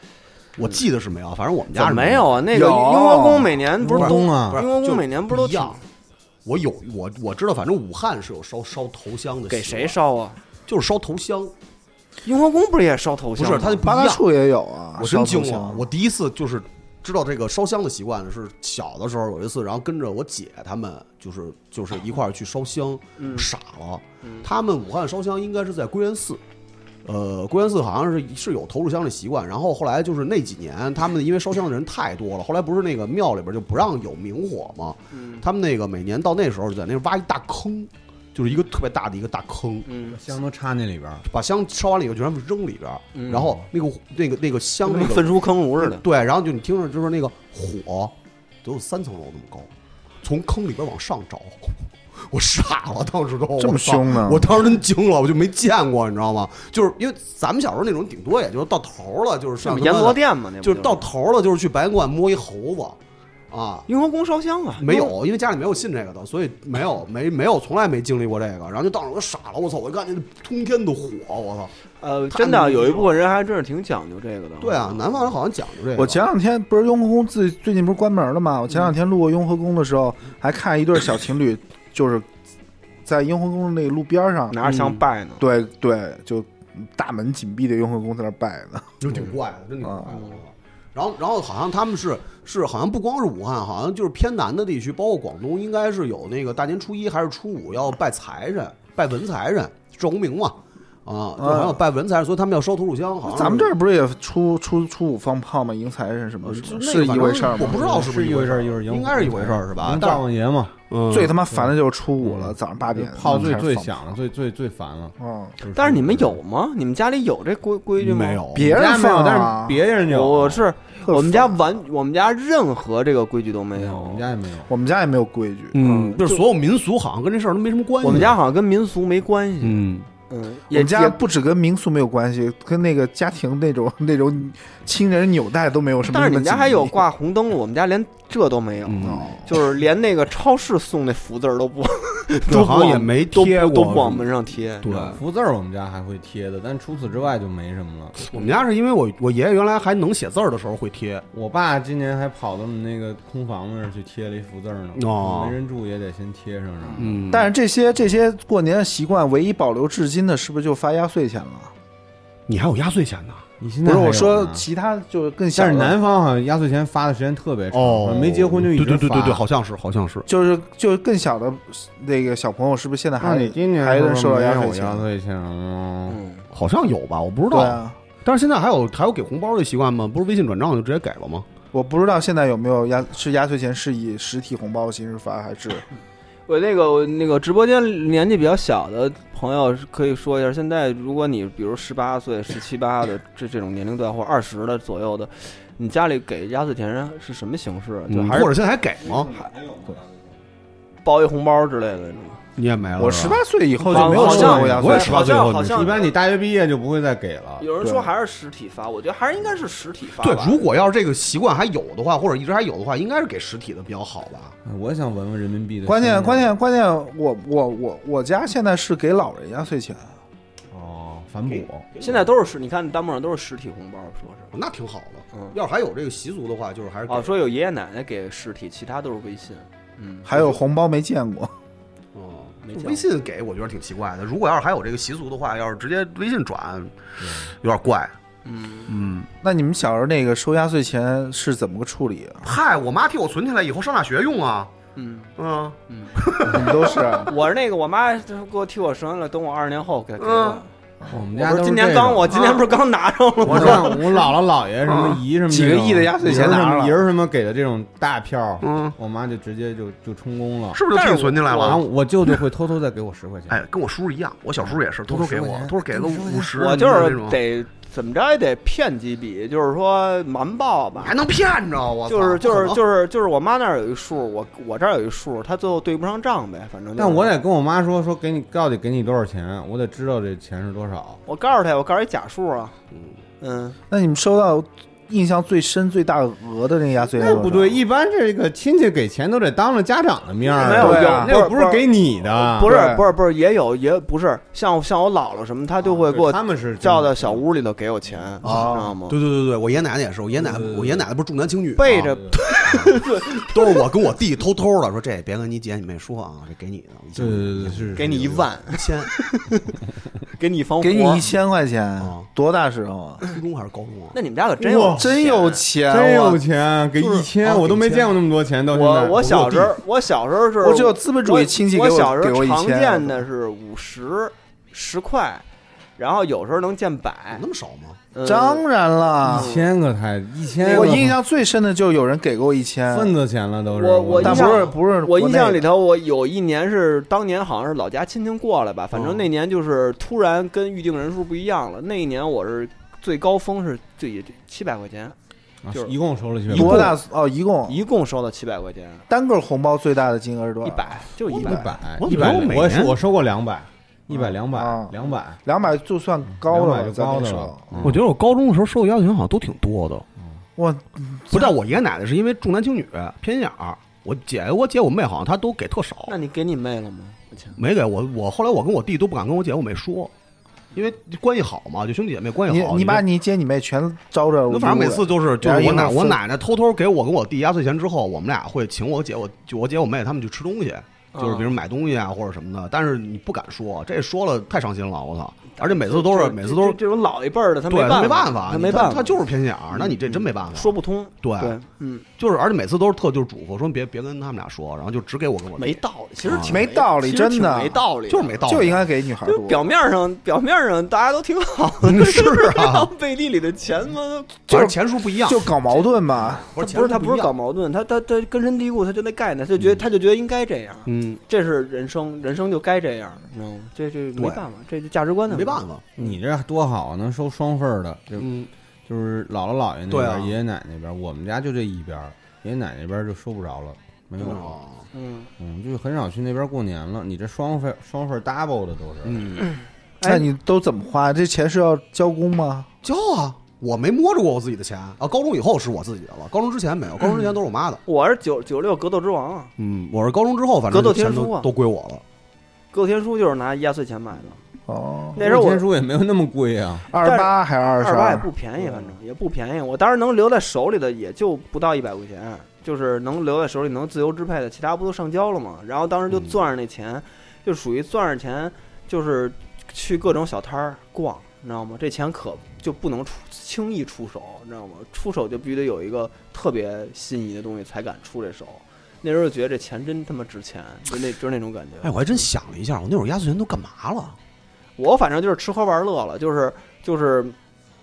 A: 我记得是没有，反正我们家
E: 怎
A: 是
E: 么没有。啊？那个
F: 有
E: 雍和宫每年不是
B: 雍和宫啊
E: 雍和宫每年不是都
A: 一样？我有我我知道，反正武汉是有烧烧头香的，
E: 给谁？烧啊？
A: 就是烧头香，
E: 雍和宫不是也烧头
A: 不
E: 香
A: 是
E: 吗？
A: 它不
F: 八
A: 一
F: 大
A: 样。
F: 处也有啊。
A: 我
F: 烧
A: 真
F: 头
A: 惊了
F: 香，
A: 我第一次就是知道这个烧香的习惯是小的时候有一次，然后跟着我姐他们就是就是一块儿去烧香，
F: 嗯
A: 傻了。他们武汉烧香应该是在归元寺。呃，归元寺好像是是有投入香的习惯，然后后来就是那几年，他们因为烧香的人太多了，后来不是那个庙里边就不让有明火嘛，
F: 嗯
A: 他们那个每年到那时候就在那挖一大坑，就是一个特别大的一个大坑，
E: 嗯，
B: 香都插那里边儿，
A: 把香烧完了以后就全部扔里边儿，
F: 嗯
A: 然后那个那个那个香那
E: 跟
A: 个
E: 焚书坑儒似的。
A: 对，然后就你听着，就是那个火都有三层楼那么高，从坑里边往上着。 我傻了，当时都
F: 这么
A: 我操
F: 凶呢
A: 我当时真惊了，我就没见过，你知道吗？就是因为咱们小时候那种，顶多也就是到头了，就是上
E: 阎
A: 他妈
E: 罗
A: 的，
E: 殿嘛，那不
A: 就是到头了，就是去白云观摸一猴子啊，
E: 雍和宫烧香啊，
A: 没
F: 嗯
A: 有，因为家里没有信这个的，所以没有没没有，从来没经历过这个。然后就当时我就傻了，我操！我就看见通天的火，我操！
E: 呃，
A: 他
E: 真的
A: 们
E: 有一部分人还真是挺讲究这个的。
A: 对啊，南方人好像讲究这个。
F: 嗯我前两天不是雍和宫最最近不是关门了吗？
A: 嗯
F: 我前两天路过雍和宫的时候，还看一对小情侣，就是在雍和宫那个路边上，
E: 拿着香拜呢。
F: 嗯对对，就大门紧闭的雍和宫在那儿拜呢。
A: 就挺怪的，真挺怪的。然后，然后好像他们是是，好像不光是武汉，好像就是偏南的地区，包括广东，应该是有那个大年初一还是初五要拜财神、拜文财神，赵公明嘛，啊，就好像有拜文财神，所以他们要烧头炷香。啊好像
F: 咱们这儿不是也出出初五放炮吗？迎财神什么
A: 呃
F: 的，
A: 是那
F: 是
A: 个
F: 一
A: 反
F: 回
A: 正
F: 事儿
A: 我
F: 吗
A: 不？知道是不是
B: 一
A: 一回事
B: 回事
A: 儿
B: 儿，就是
A: 应该是一回事儿是吧
B: 迎
A: 但是
B: 灶王爷嘛，
A: 嗯
F: 最他妈烦的就是初五了，
B: 嗯
F: 早上八点
B: 炮最
F: 开始
B: 最
F: 放
B: 响了，最最最烦了。
F: 嗯，
B: 就
E: 但是你们有吗？你们家里有这规规矩吗？
A: 没。有，
F: 别
B: 我
F: 人
B: 家没
F: 放
B: 有，
F: 啊，
B: 但是别人有。
E: 我是
F: 特
E: 我们家
F: 烦
E: 完，我们家任何这个规矩都没
B: 没
E: 有。
B: 有，我们家也没有。
F: 我们家也没有规矩，
A: 嗯，就是所有民俗好像跟这事儿都没什么关系。
E: 我们家好像跟民俗没关系。
A: 嗯，
E: 嗯，
F: 我
E: 也
F: 们家
E: 家
F: 不止跟民宿没有关系，跟那个家庭那种那种亲人纽带都没有什么。
E: 但是你们家还有？挂红灯笼，我们家连这都没有，
A: 嗯
E: 哦就是连那个超市送那福字儿都不，都
A: 对
E: 不
A: 好像也
E: 往
A: 没
E: 都
A: 贴
E: 不都
A: 过
E: 不往门上贴。
A: 对，
B: 福字儿我们家还会贴的，但除此之外就没什么了。
A: 我们家是因为我我爷爷原来还能写字儿的时候会贴，
B: 我爸今年还跑到我们那个空房子那儿去贴了一福字儿呢，
A: 哦
B: 没人住也得先贴上上。
A: 嗯
F: 但是这些这些过年的习惯，唯一保留至今的，是不是就发压岁钱了？
A: 你还有压岁钱呢。
B: 啊你现
F: 不
B: 在
F: 是，
B: 还
F: 我
B: 有
F: 说
B: 呢
F: 其他就是更小
B: 但
F: 的
B: 是南方好像压岁钱发的时间特别长，
A: 哦
B: 没结婚就一直
A: 对对对对对，
B: 发
A: 好。像是好像是。
F: 就是就是更小的那个小朋友，是不是现在
B: 那
F: 还
B: 你今年
F: 还能
B: 是
F: 收
B: 不
F: 到
B: 是没
F: 压
B: 有
F: 岁
B: 压
F: 钱？
B: 岁钱了？
E: 嗯
A: 好像有吧，我不知道。
F: 对啊，
A: 但是现在还有还有给红包的习惯吗？不是微信转账就直接给了吗？
F: 我不知道现在有没有压是压岁钱是以实体红包的形式发，还是
E: 我那个我那个直播间年纪比较小的朋友是可以说一下，现在如果你比如十八岁、十七八的这这种年龄段，或者二十的左右的，你家里给压岁钱是
A: 嗯
E: 什么形式？就
A: 或
E: 还是
A: 者现在还给吗？
E: 包一红包之类的那种。啊
A: 你也没了。
F: 我
A: 是
F: 十
A: 吧
F: 八岁以后就
E: 好
F: 没有
E: 好
F: 收
E: 像
F: 过压
A: 我
F: 岁
A: 也
F: 钱
A: 十八岁以后
E: 好
A: 没
E: 像
A: 收
B: 一般你大学毕业就不会再给了。
E: 有人说还是实体发，我觉得还是应该是实体发吧。
A: 对，如果要是这个习惯还有的话，或者一直还有的话，应该是给实体的比较好吧？
B: 我想闻闻人民币的
F: 关键
B: 香味
F: 关键关键，我我我我家现在是给老人压岁钱，
B: 哦，反哺
E: 现在都是实，你看弹幕上都是实体红包，说是
A: 那挺好的。
E: 嗯
A: 要是还有这个习俗的话，就是还是给
E: 啊，说有爷爷奶奶给实体，其他都是微信。嗯，
F: 还有红包没见过。
A: 哦
E: 没见过
A: 微信给我觉得挺奇怪的。如果要是还有这个习俗的话，要是直接微信转，有点怪。
E: 嗯，
A: 嗯，
F: 那你们小时候那个收压岁钱是怎么个处理啊？
A: 嗨，我妈替我存起来，以后上大学用啊。
E: 嗯
A: 嗯，
F: 你们都是啊
E: 我是那个我妈就给我替我生了，等我二十年后给给我
A: 嗯。
B: 我们
E: 我
B: 家
E: 不
B: 都
E: 是
B: 是
E: 今
B: 这
E: 年
B: 种
E: 刚，我今年不是刚拿上 了吗？
B: 我像我姥姥姥爷什么姨什么
F: 几个亿的压岁钱
B: 什
F: 拿
B: 么
F: 了
B: 爷儿什么给的这种大票，
A: 嗯，
B: 我妈就直接就就充公了。
A: 是不是就替你存起来
B: 然
A: 了？
B: 后我舅舅会偷偷再给我十块钱。
A: 哎，跟我叔叔一样，我小叔也是偷偷给我，偷偷给个五十，
E: 我就
A: 那
E: 是
A: 种，
E: 得怎么着也得骗几笔，就是说瞒报吧
A: 还。能骗着我操？
E: 就 是就是
A: 是
E: 就是就是我妈那儿有一数，我我这儿有一数，她最后对不上账呗，反正就是。
B: 但我得跟我妈说说，给你到底给你多少钱，我得知道这钱是多少。
E: 我告诉她，我告诉一假数啊。嗯，
F: 那你们收到印象最深、最大额的那压岁钱
B: 那
F: 多少
B: 不对，一般这个亲戚给钱都得当着家长的面儿，
E: 没有
B: 对
F: 有
B: 啊
E: 那会
B: 那
E: 儿
B: 不是给你的，
E: 不是
F: 对
E: 不是不是，也有也不是，像像我姥姥什么，她就会给
B: 啊
E: 我
B: 对他们是
E: 叫到小屋里头给我钱，你知道吗？
A: 对对对对，我爷爷奶奶也是，我爷爷奶奶
B: 对对对
A: 我爷爷奶奶不是重男轻女吗，
E: 背着
F: 啊
A: 都是我跟我弟偷偷的说， 这别跟你姐你妹说啊，这给你的，
B: 对对对对，是
E: 给你一，万，
A: 一千，
E: 给你一房活
F: 给你一。千块钱
A: 啊，
F: 多大时候啊？
A: 初中还是高中啊？
E: 那你们家可真有
B: 哇
F: 真有钱，
B: 真有
F: 我
B: 钱，给
A: 就是
B: 一千，
A: 啊
B: 我都没
A: 给一千
B: 见过那么多钱到现在。
E: 我我小时候，我小时候是，
F: 我只有资本主义亲戚给
E: 我
F: 我
E: 小时
F: 给
E: 候
F: 我一
E: 常
F: 千
E: 见的是五十、十块，然后有时候能见
A: 有
E: 百
A: 那。么少吗？
E: 嗯
F: 当然了
B: 一，千个才一千，
F: 啊我印象最深的就是有人给过我一千，
B: 份子钱了都是。
E: 我我
F: 但
E: 印
F: 不
E: 象
F: 是不是
E: 我
F: 国
E: 印
F: 内
E: 象
F: 的
E: 里头，我有一年是当年好像是老家亲戚过来吧，反
A: 哦
E: 正那年就是突然跟预定人数不一样了。那一年我是最高峰是最七百块钱，
B: 啊
E: 就是
B: 一共收了七百
F: 多大哦，一共
E: 一共收了七百块钱，
F: 单个红包最大的金额是多
E: 一
F: 少？
E: 百就一
B: 一
F: 哦
E: 百。
B: 百
A: 我
B: 一
A: 怎么
B: 百
A: 觉得我每，
B: 我
A: 年
B: 我收过两百，一百两百
F: 啊
B: 两百，
F: 两百就算高
B: 200
F: 了吧，
B: 就
F: 在那
B: 高
F: 个
B: 的
F: 时
B: 了
F: 候。。
B: 嗯
A: 我觉得我高中的时候收的要求好像都挺多的，
F: 哇，
A: 不但我爷爷奶奶是因为重男轻女偏心眼儿，我姐我姐我妹好像她都给特少
E: 那，你给你妹了吗？我天
A: 没给我我后来我跟我弟都不敢跟我姐我妹说，因为关系好嘛，就兄弟姐妹关系
F: 你
A: 好。
F: 你把
A: 就
F: 你姐你妹全招着屋
A: 那
F: 了，
A: 反正每次就是就
F: 俩
A: 是
F: 人
A: 我奶
F: 一块儿分
A: 我奶奶偷偷给我跟我弟压岁钱之后，我们俩会请我姐我就我姐我妹他们去吃东西，就是比如买东西啊或者什么的，但是你不敢说，这说了太伤心了，我操！而且每次都是每次都是
E: 这这种老一辈儿的，他
A: 对
E: 办
A: 没办
E: 法，
A: 法，
E: 他
A: 你
E: 没办法，
A: 他就是偏心眼儿，那你这真没办法，
E: 说不通。
A: 对
E: 对，嗯，
A: 就是，而且每次都是特就是嘱咐说别别跟他们俩说，然后就只给我跟我弟
E: 没道理，其实
A: 啊
E: 挺
F: 没道理
E: 其实挺
F: 真的
E: 没道理，
A: 就是没道理，
F: 就应该给女孩
E: 就
F: 多。
E: 表面上表面上大家都挺好的，
A: 嗯是啊，
E: 背地里的钱嘛，
A: 反正钱数不一样，
F: 就搞矛盾嘛，
A: 不
E: 他不是他不是搞，矛盾，他他他根深蒂固，他就那概念，他就觉得他就觉得应该这样，
A: 嗯，
E: 这是人生，人生就该这样，你知道吗？这这
A: 对
E: 没办法，这就价值观的
A: 没办。法，
B: 你这多好，能收双份儿的，就
A: 嗯，
B: 就是姥姥姥爷那
A: 对
B: 边
A: 啊
B: 儿，爷爷奶奶那边儿，我们家就这一边儿，爷爷奶奶那边儿就收不着了，没有了。
A: 哦，
E: 嗯，
B: 嗯，就很少去那边儿过年了。你这双份双份儿 double 的都是，
A: 嗯，
E: 哎
F: 那你都怎么花？这钱是要交工吗？
A: 骄傲啊，我没摸着过我自己的钱啊，高中以后是我自己的了，高中之前没有，高中之前都是我妈的，
E: 我是九九六格斗之王啊，
A: 嗯，我是高中之后反正
E: 格斗
A: 钱
E: 天
A: 都
E: 书啊
A: 都归我了，
E: 格斗天书就是拿压岁钱买的，
F: 哦，
E: 那时候
B: 我
E: 我
B: 天书也没有那么 贵啊。
F: 二十八还是二嗯十
E: 二八也不便宜，反正也不便宜。我当时能留在手里的也就不到一百块钱，就是能留在手里能自由支配的，其他不都上交了吗？然后当时
F: 嗯
E: 就攥着那钱，就属于攥着钱，就是去各种小摊儿逛，你知道吗？这钱可就不能出轻易出手，你知道吗？出手就必须得有一个特别心仪的东西才敢出这手。那时候就觉得这钱真他妈值钱，就那就是那种感觉。
A: 哎，我还真想了一下，我那会儿压岁钱都干嘛了？
E: 我反正就是吃喝玩乐了，就是就是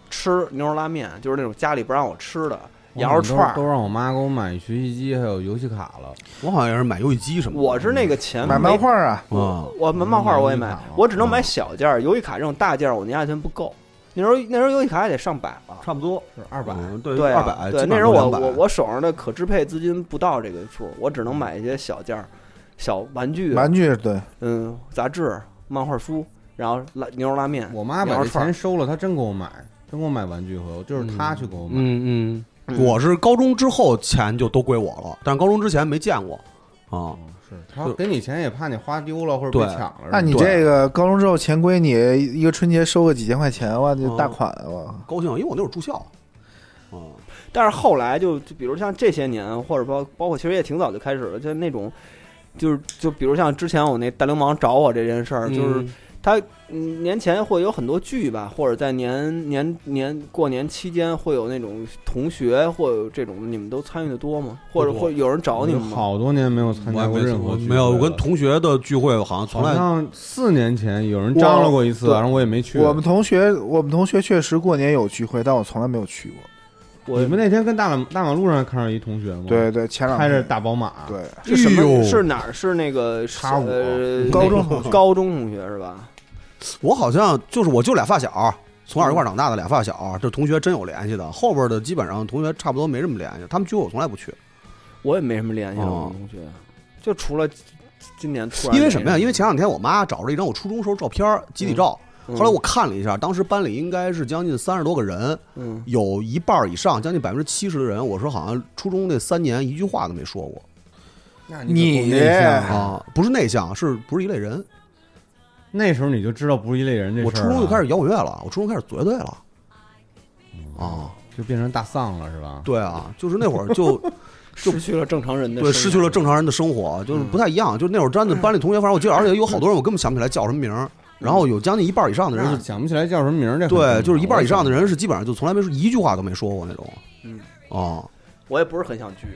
E: 吃牛肉拉面，就是那种家里不让我吃的羊肉串
B: 都
E: 儿。
B: 都让我妈给我买学习机还有游戏卡了。
A: 我好像也是买游戏机什么的，
E: 我是那个钱
F: 买
E: 没
F: 漫，画啊，
A: 啊，
E: 我买漫画我也
B: 买
E: 买
B: 游戏卡，
E: 我只能买小件儿。游戏卡这种大件儿，我年下钱不够。那时候那时候游戏卡也得上百了，
A: 差不多
B: 是二百，
A: 嗯对
E: 对
A: 二
E: 啊
A: 百，
E: 对
A: 基本
E: 那时
A: 上
E: 候
A: 都
E: 我
A: 200
E: 我我手上的可支配资金不到这个数，我只能买一些小件儿。小玩具、啊
F: 玩具对，
E: 嗯杂志、漫画书，然后拉牛肉拉面。
B: 我妈把
E: 羊
B: 这
E: 肉串
B: 钱
E: 儿
B: 收了，她真给我买，真给我买玩具盒，就是她去给我买。
A: 嗯嗯，我是高中之后钱就都归我了，但是高中之前没见过啊。
B: 哦是她给你钱也怕你花丢了或者
A: 对
B: 被抢了。
F: 那你
A: 对
F: 这个高中之后钱归你，一个春节收个几千块钱，哇，就
A: 嗯
F: 大款哇。
A: 高兴，因为我那会儿住校。嗯，
E: 但是后来就就比如像这些年，或者包包括其实也挺早就开始了，就那种，就是就比如像之前我那大流氓找我这件事
A: 嗯
E: 儿，就是他嗯年前会有很多剧吧，或者在年年年过年期间会有那种同学或有这种，你们都参与的多吗？或者
A: 不多
E: 会有人找你们吗？
B: 好多年没有参
A: 我
B: 加
A: 还
B: 过
A: 没
B: 任何聚会
A: 没有，我跟
B: 了
A: 同学的聚会好像从
B: 好
A: 来
B: 像四年前有人张罗过一次，
F: 我
B: 然后我也没去。
F: 我们同学，我们同学确实过年有聚会，但我从来没有去过。
E: 我
B: 你们那天跟大马大马路上看到一同学吗？，
F: 对对，前两
B: 开着
F: 天
B: 大宝马。，
E: 是
F: 对
E: 什
A: 哎呦
E: 么？是哪儿？是那个
B: 叉五
E: 呃
F: 高中
E: 那
F: 同学
E: 高中同学是吧？
A: 我好像就是我就俩发小，从
E: 嗯
A: 小一块儿长大的俩发小，这同学真有联系的。后边的基本上同学差不多没什么联系，他们聚会我从来不去，
E: 我也没什么联系了，
A: 哦
E: 我们同学，就除了今年突然嗯
A: 因为什么呀？因为前
E: 两
A: 两天我妈找着一张我初中时候照片儿集体照，后来我看了一下，当时班里应该是将近三十多个人，
E: 嗯
A: 有一半儿以上，将近百分之七十的人，我说好像初中那三年一句话都没说过
B: 那
F: 你
E: 哎
A: 啊，不是内向，是不是一类人？
B: 那时候你就知道不是一类人这事儿啊
A: 我
B: 了。
A: 初中就开始摇滚乐了，我初中开始组乐队了。啊，
B: 就变成大丧了，是吧？
A: 对啊，就是那会儿 就
E: 失去了正常人的
A: 对，
E: 生
A: 失去了
E: 活
A: 正常人的生活，就是不太一样。就是那会儿真的班里同学，反正我记得，而且有好多人我根本想不起来叫什么名儿，然后有将近一半以上的人
B: 那
A: 是，
B: 想不起来叫什么名儿，这很正
A: 对，
B: 常
A: 就是一半以上的人是基本上就从来没说一句话都没说过那种，
E: 嗯，
A: 啊，
E: 我也不是很想聚。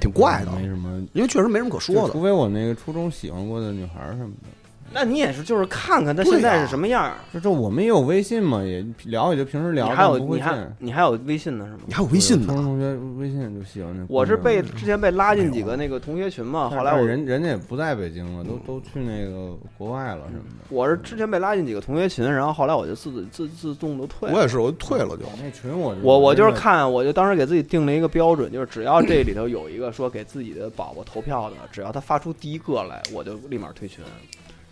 A: 挺怪的，
B: 嗯没什么
A: 因为确实没什么可说
B: 就
A: 的
B: 除。非我那个初中喜欢过的女孩儿什么的。
E: 那你也是，就是看看他
A: 对
E: 现在
A: 呀
E: 是什么样儿。
B: 就这我们也有微信嘛，也聊也就平时
E: 你
B: 啊聊，
E: 还有
B: 但不会
E: 你还
B: 见。
E: 你还有微信呢是吗
A: 你？还有微信
B: 初中
A: 呢，
B: 同学微信就喜欢那姑娘。
E: 我是被
B: 嗯
E: 之前被拉进几个那个同学群嘛，后来
B: 但是
E: 我
B: 人人家也不在北京了，都都去那个国外了什么的。
E: 我是之前被拉进几个同学群，然后后来我就自自自自动就退了。
A: 我也是，我退了就。
B: 那群我
E: 我我就是
B: 真的
E: 看，我就当时给自己定了一个标准，就是只要这里头有一个说给自己的宝宝投票的，只要他发出第一个来，我就立马退群。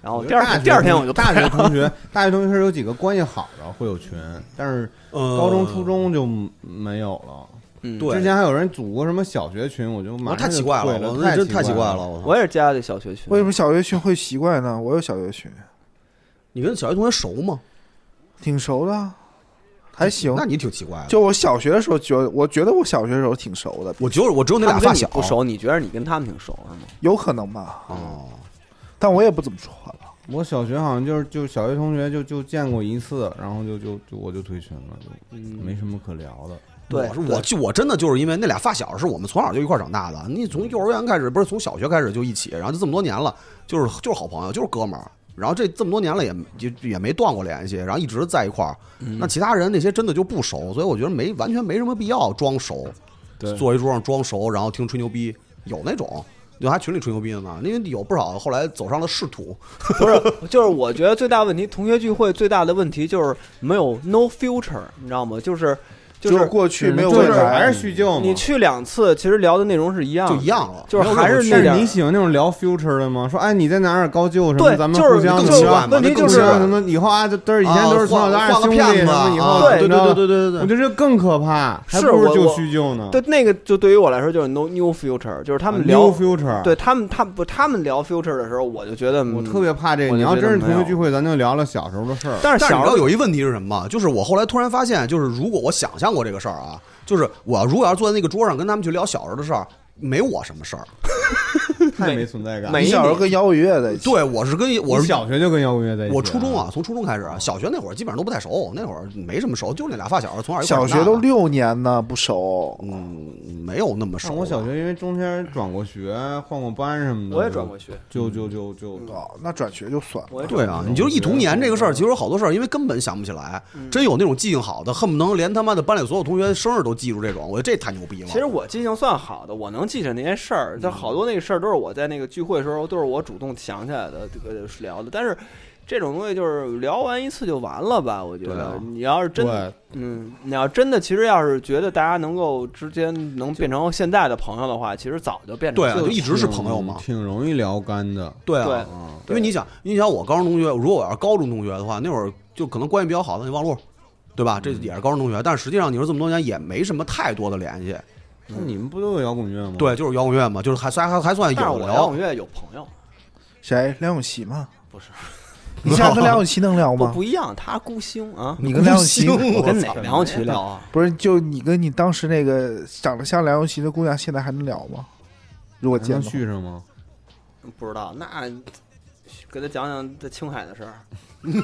E: 然后
B: 我觉
E: 第
B: 得
E: 二
B: 大
E: 天
B: 学
E: 第二天
B: 同
E: 我就
B: 大学同学，大学同学有几个关系好的会有群，但是
A: 呃
B: 高中、初中就没有了。
E: 嗯，
A: 对
B: 之前还有人组过什么小学群，我就
A: 我
B: 马
A: 太
B: 上
A: 奇
B: 就
A: 怪
B: 退
A: 了，我那
B: 太
A: 真太
B: 奇
A: 奇怪了，
B: 了。
A: 我操！
E: 我也是加的小学群。
F: 为什么小学群会习惯呢？我有小学群，
A: 你跟小学同学熟吗？
F: 挺熟的啊，还行。
A: 那你挺奇怪的。
F: 就我小学的时候，觉得我觉得我小学的时候挺熟的，
A: 我只有我只有那
E: 他
A: 俩
E: 们
A: 发
E: 跟你
A: 小
E: 不熟，你觉得你跟他们挺熟是吗？
F: 有可能吧，
A: 哦，
F: 但我也不怎么说话了。
B: 我小学好像就是就小学同学就就见过一次，然后就就就我就退群了，就
E: 嗯
B: 没什么可聊的。
E: 对
A: 我是我就我真的就是因为那俩发小是我们从小就一块儿长大的，你从幼儿园开始不是从小学开始就一起，然后就这么多年了，就是就是好朋友，就是哥们儿。然后这这么多年了也就也没断过联系，然后一直在一块儿。
E: 嗯
A: 那其他人那些真的就不熟，所以我觉得没完全没什么必要装熟，
B: 对
A: 坐一桌上装熟，然后听吹牛逼，有那种有还群里吹牛逼的呢，因为有不少后来走上了仕途。
E: 不是，就是我觉得最大问题，同学聚会最大的问题就是没有 no future，你知道吗？就是就
F: 只有
E: 是
F: 过去没有
B: 就
F: 未
B: 是还
F: 来，
B: 是叙旧嘛。
E: 你去两次，其实聊的内容是一样的，
A: 就一样了
E: 就是还是
B: 但
E: 那点
B: 是
E: 儿
B: 你喜欢那种聊 future 的吗？说哎你在哪儿高就什么，
E: 对
B: 咱们
E: 就是
B: 互相
A: 更
B: 怎
A: 奇
B: 么
A: 怪
B: 着
A: 嘛
E: 问题
A: 这
E: 就
A: 更
E: 是
A: 奇怪
B: 什么以后啊，这都是以前都是从小到
A: 啊
B: 大
A: 换
B: 兄
A: 换
B: 弟
A: 个
B: 什
A: 骗子
B: 么，以后
A: 啊
E: 对
A: 对
B: 怎么着
A: 对对对对
B: 我
A: 对，
B: 觉得更可怕，还
E: 是
B: 不如
E: 我
B: 就
E: 我
B: 叙旧呢。
E: 对，那个就对于我来说就是 no new future，就是他
B: 他
E: 们聊
B: 啊 future，
E: 对他们，他们不，他们聊 future 的时候，我就觉得
B: 我
E: 嗯
B: 特别怕这个。
E: 我就
B: 你要
E: 觉得
B: 真是同
E: 没
B: 学
E: 有
B: 聚会，咱就聊聊小时候的事儿。
E: 但是
A: 但是你
E: 小
A: 知
E: 时
A: 道
E: 候
A: 有一问题是什么吗？就是我后来突然发现，就是如果我想象过这个事儿啊，就是我如果要是坐在那个桌上跟他们去聊小时候的事儿，没我什么事儿。
B: 太没存在感。
E: 每
F: 你小时候跟摇滚乐在一起，
A: 对，我是跟我
B: 我
A: 是
B: 小学就跟摇滚乐在一起啊，
A: 我初中啊，从初中开始啊，小学那会儿基本上都不太熟，那会儿没什么熟，就是那俩发小，从小一块儿
F: 小
A: 长大
F: 学都
A: 的
F: 六年呢，不熟。
A: 嗯没有那么熟
B: 上
A: 吧。
B: 啊我小学因为中间转过学、换过班什么的，
E: 我也转过学，嗯
B: 就，就就就就
F: 哦，那转学就算了。
E: 我也
A: 对啊，你就是忆童年这个事儿，其实有好多事儿，因为根本想不起来。真有那种记性好的，恨不能连他妈的班里所有同学生日都记住这种，我觉得这太牛逼了。
E: 其实我记性算好的，我能记着那些
A: 嗯
E: 事儿，但好多那个事儿都是我在那个聚会的时候，都是我主动想起来的，这个聊的。但是这种东西就是聊完一次就完了吧？我觉
A: 对
E: 得
A: 啊
E: 你要是真
B: 对，
E: 嗯，你要真的，其实要是觉得大家能够之间能变成现在的朋友的话，其实早就变成
A: 对啊，
E: 就
A: 就一直是朋友嘛。
B: 挺容易聊干的。
A: 对
E: 对
A: 啊，
B: 啊，
A: 因为你想，你想我高中同学，如果我要是高中同学的话，那会儿就可能关系比较好的，那望路，对吧？这也是高中同学，但是实际上你说这么多年也没什么太多的联系。
B: 那你们不都有摇滚乐吗？，
A: 对，就是摇滚乐嘛，就是还还还还算
E: 但是
A: 有
E: 我摇
A: 聊
E: 滚。乐有朋友，
F: 谁？梁咏琪吗？
E: 不是，
F: 你现在跟梁咏琪能聊
E: 不
F: 吗？
E: 不一样，他孤星啊，
F: 你跟梁咏琪，
E: 我跟哪
B: 操
E: 梁咏琪聊啊？
F: 不是就你跟你当时那个长得像梁咏琪的姑娘，现在还能聊吗？如果
B: 还
F: 见
B: 能
F: 到
B: 续上吗？
E: 不知道，那给他讲讲在青海的事儿。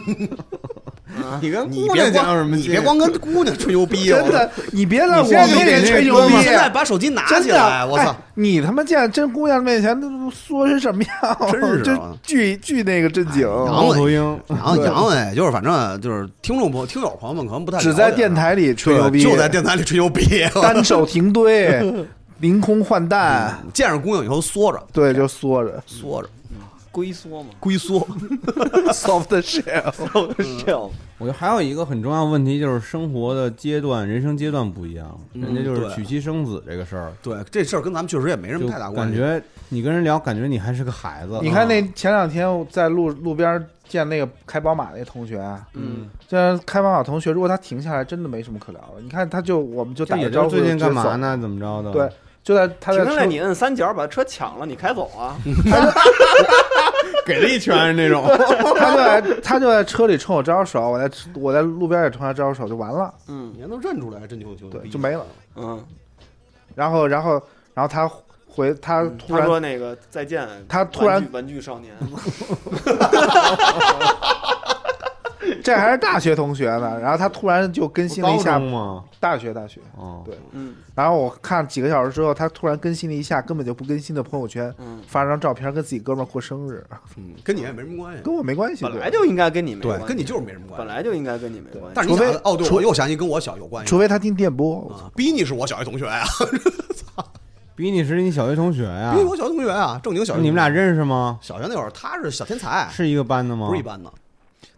B: 你跟
A: 你
B: 姑
A: 别
B: 娘讲
A: 光
B: 什么劲？
A: 你别光跟姑娘吹牛逼，
F: 真
A: 我
F: 的，你别在我
B: 你现在就
F: 面前
B: 给那
F: 吹牛
B: 哥
F: 逼
B: 们
A: 你
B: 儿，
A: 现在把手机拿
F: 真
A: 起
F: 的，
A: 来，我操
F: 哎！！你他妈见真姑娘面前那说是什么样？
A: 真是
F: 这
A: 啊
F: 巨巨那个正经，
A: 然
B: 猫
A: 后
B: 头鹰，
A: 然后
F: 对
A: 杨伟啊就是反正就是听众朋听友朋友们可能不太了解
F: 只在电台里吹牛逼，
A: 对就在电台里吹牛逼，
F: 单手停堆， 凌空换弹，
A: 见着姑娘以后缩着
F: 对，就缩着
A: 缩着
E: 龟缩嘛
A: 龟缩，
F: soft shell。
E: ，shell，
B: 我觉得还有一个很重要的问题就是生活的阶段、人生阶段不一样，人家就是
A: 对
B: 娶妻生子这个事儿，
A: 对这事儿跟咱们确实也没什
B: 就
A: 么太大关
B: 感
A: 系。
B: 觉你跟人聊，感觉你还是个孩子。啊
F: 你看那前两天我在路路边见那个开宝马那同学，啊
E: 嗯，
F: 这开宝马同学，如果他停下来，真的没什么可聊的。你看他就我们就
B: 就
F: 打
B: 也
F: 个
B: 知
F: 招
B: 道
F: 呼，
B: 最近
F: 直接
B: 干嘛
F: 走？
B: 呢？怎么着的？
F: 对，，就在他在
E: 停下来
F: 车
E: 你摁三角把车抢了，你开走啊！
B: 给了一拳是那种。
F: 他就在他就在车里冲我招手，我在我在路边也冲他招手，就完了，
E: 嗯
A: 你还能认出来，真牛牛
F: 对，
A: 逼
F: 就没了。
E: 嗯，
F: 然后然后然后他回他突
E: 他
F: 然
E: 说那个再见，
F: 他突然
E: 玩具玩具少年，
F: 这还是大学同学呢，然后他突然就更新了一下
B: 吗？
F: 大学大学，
B: 哦，
F: 对
E: 嗯
F: 然后我看几个小时之后，他突然更新了一下根本就不更新的朋友圈，
E: 嗯，
F: 发张照片跟自己哥们儿过生日，
A: 嗯跟你也没什么关系，
F: 跟我没关系，
E: 本来
F: 对
E: 就应该跟你没
A: 对
E: 关，系，
A: 跟你就是没什么关
E: 本
A: 系。
E: 来就应该跟你没关系。
A: 但是你
F: 除非
A: 想哦，对，
F: 除
A: 我又想起跟我小有关系
F: 除，非他听电波，
A: 啊，逼你是我小学同啊学呀，
B: 比你是你小学同学呀
A: 逼？我小学同学啊，正经小学同学。
B: 你们俩认识吗？
A: 小学那会儿他是小天才，
B: 是一个班的吗？
A: 不是一。般的，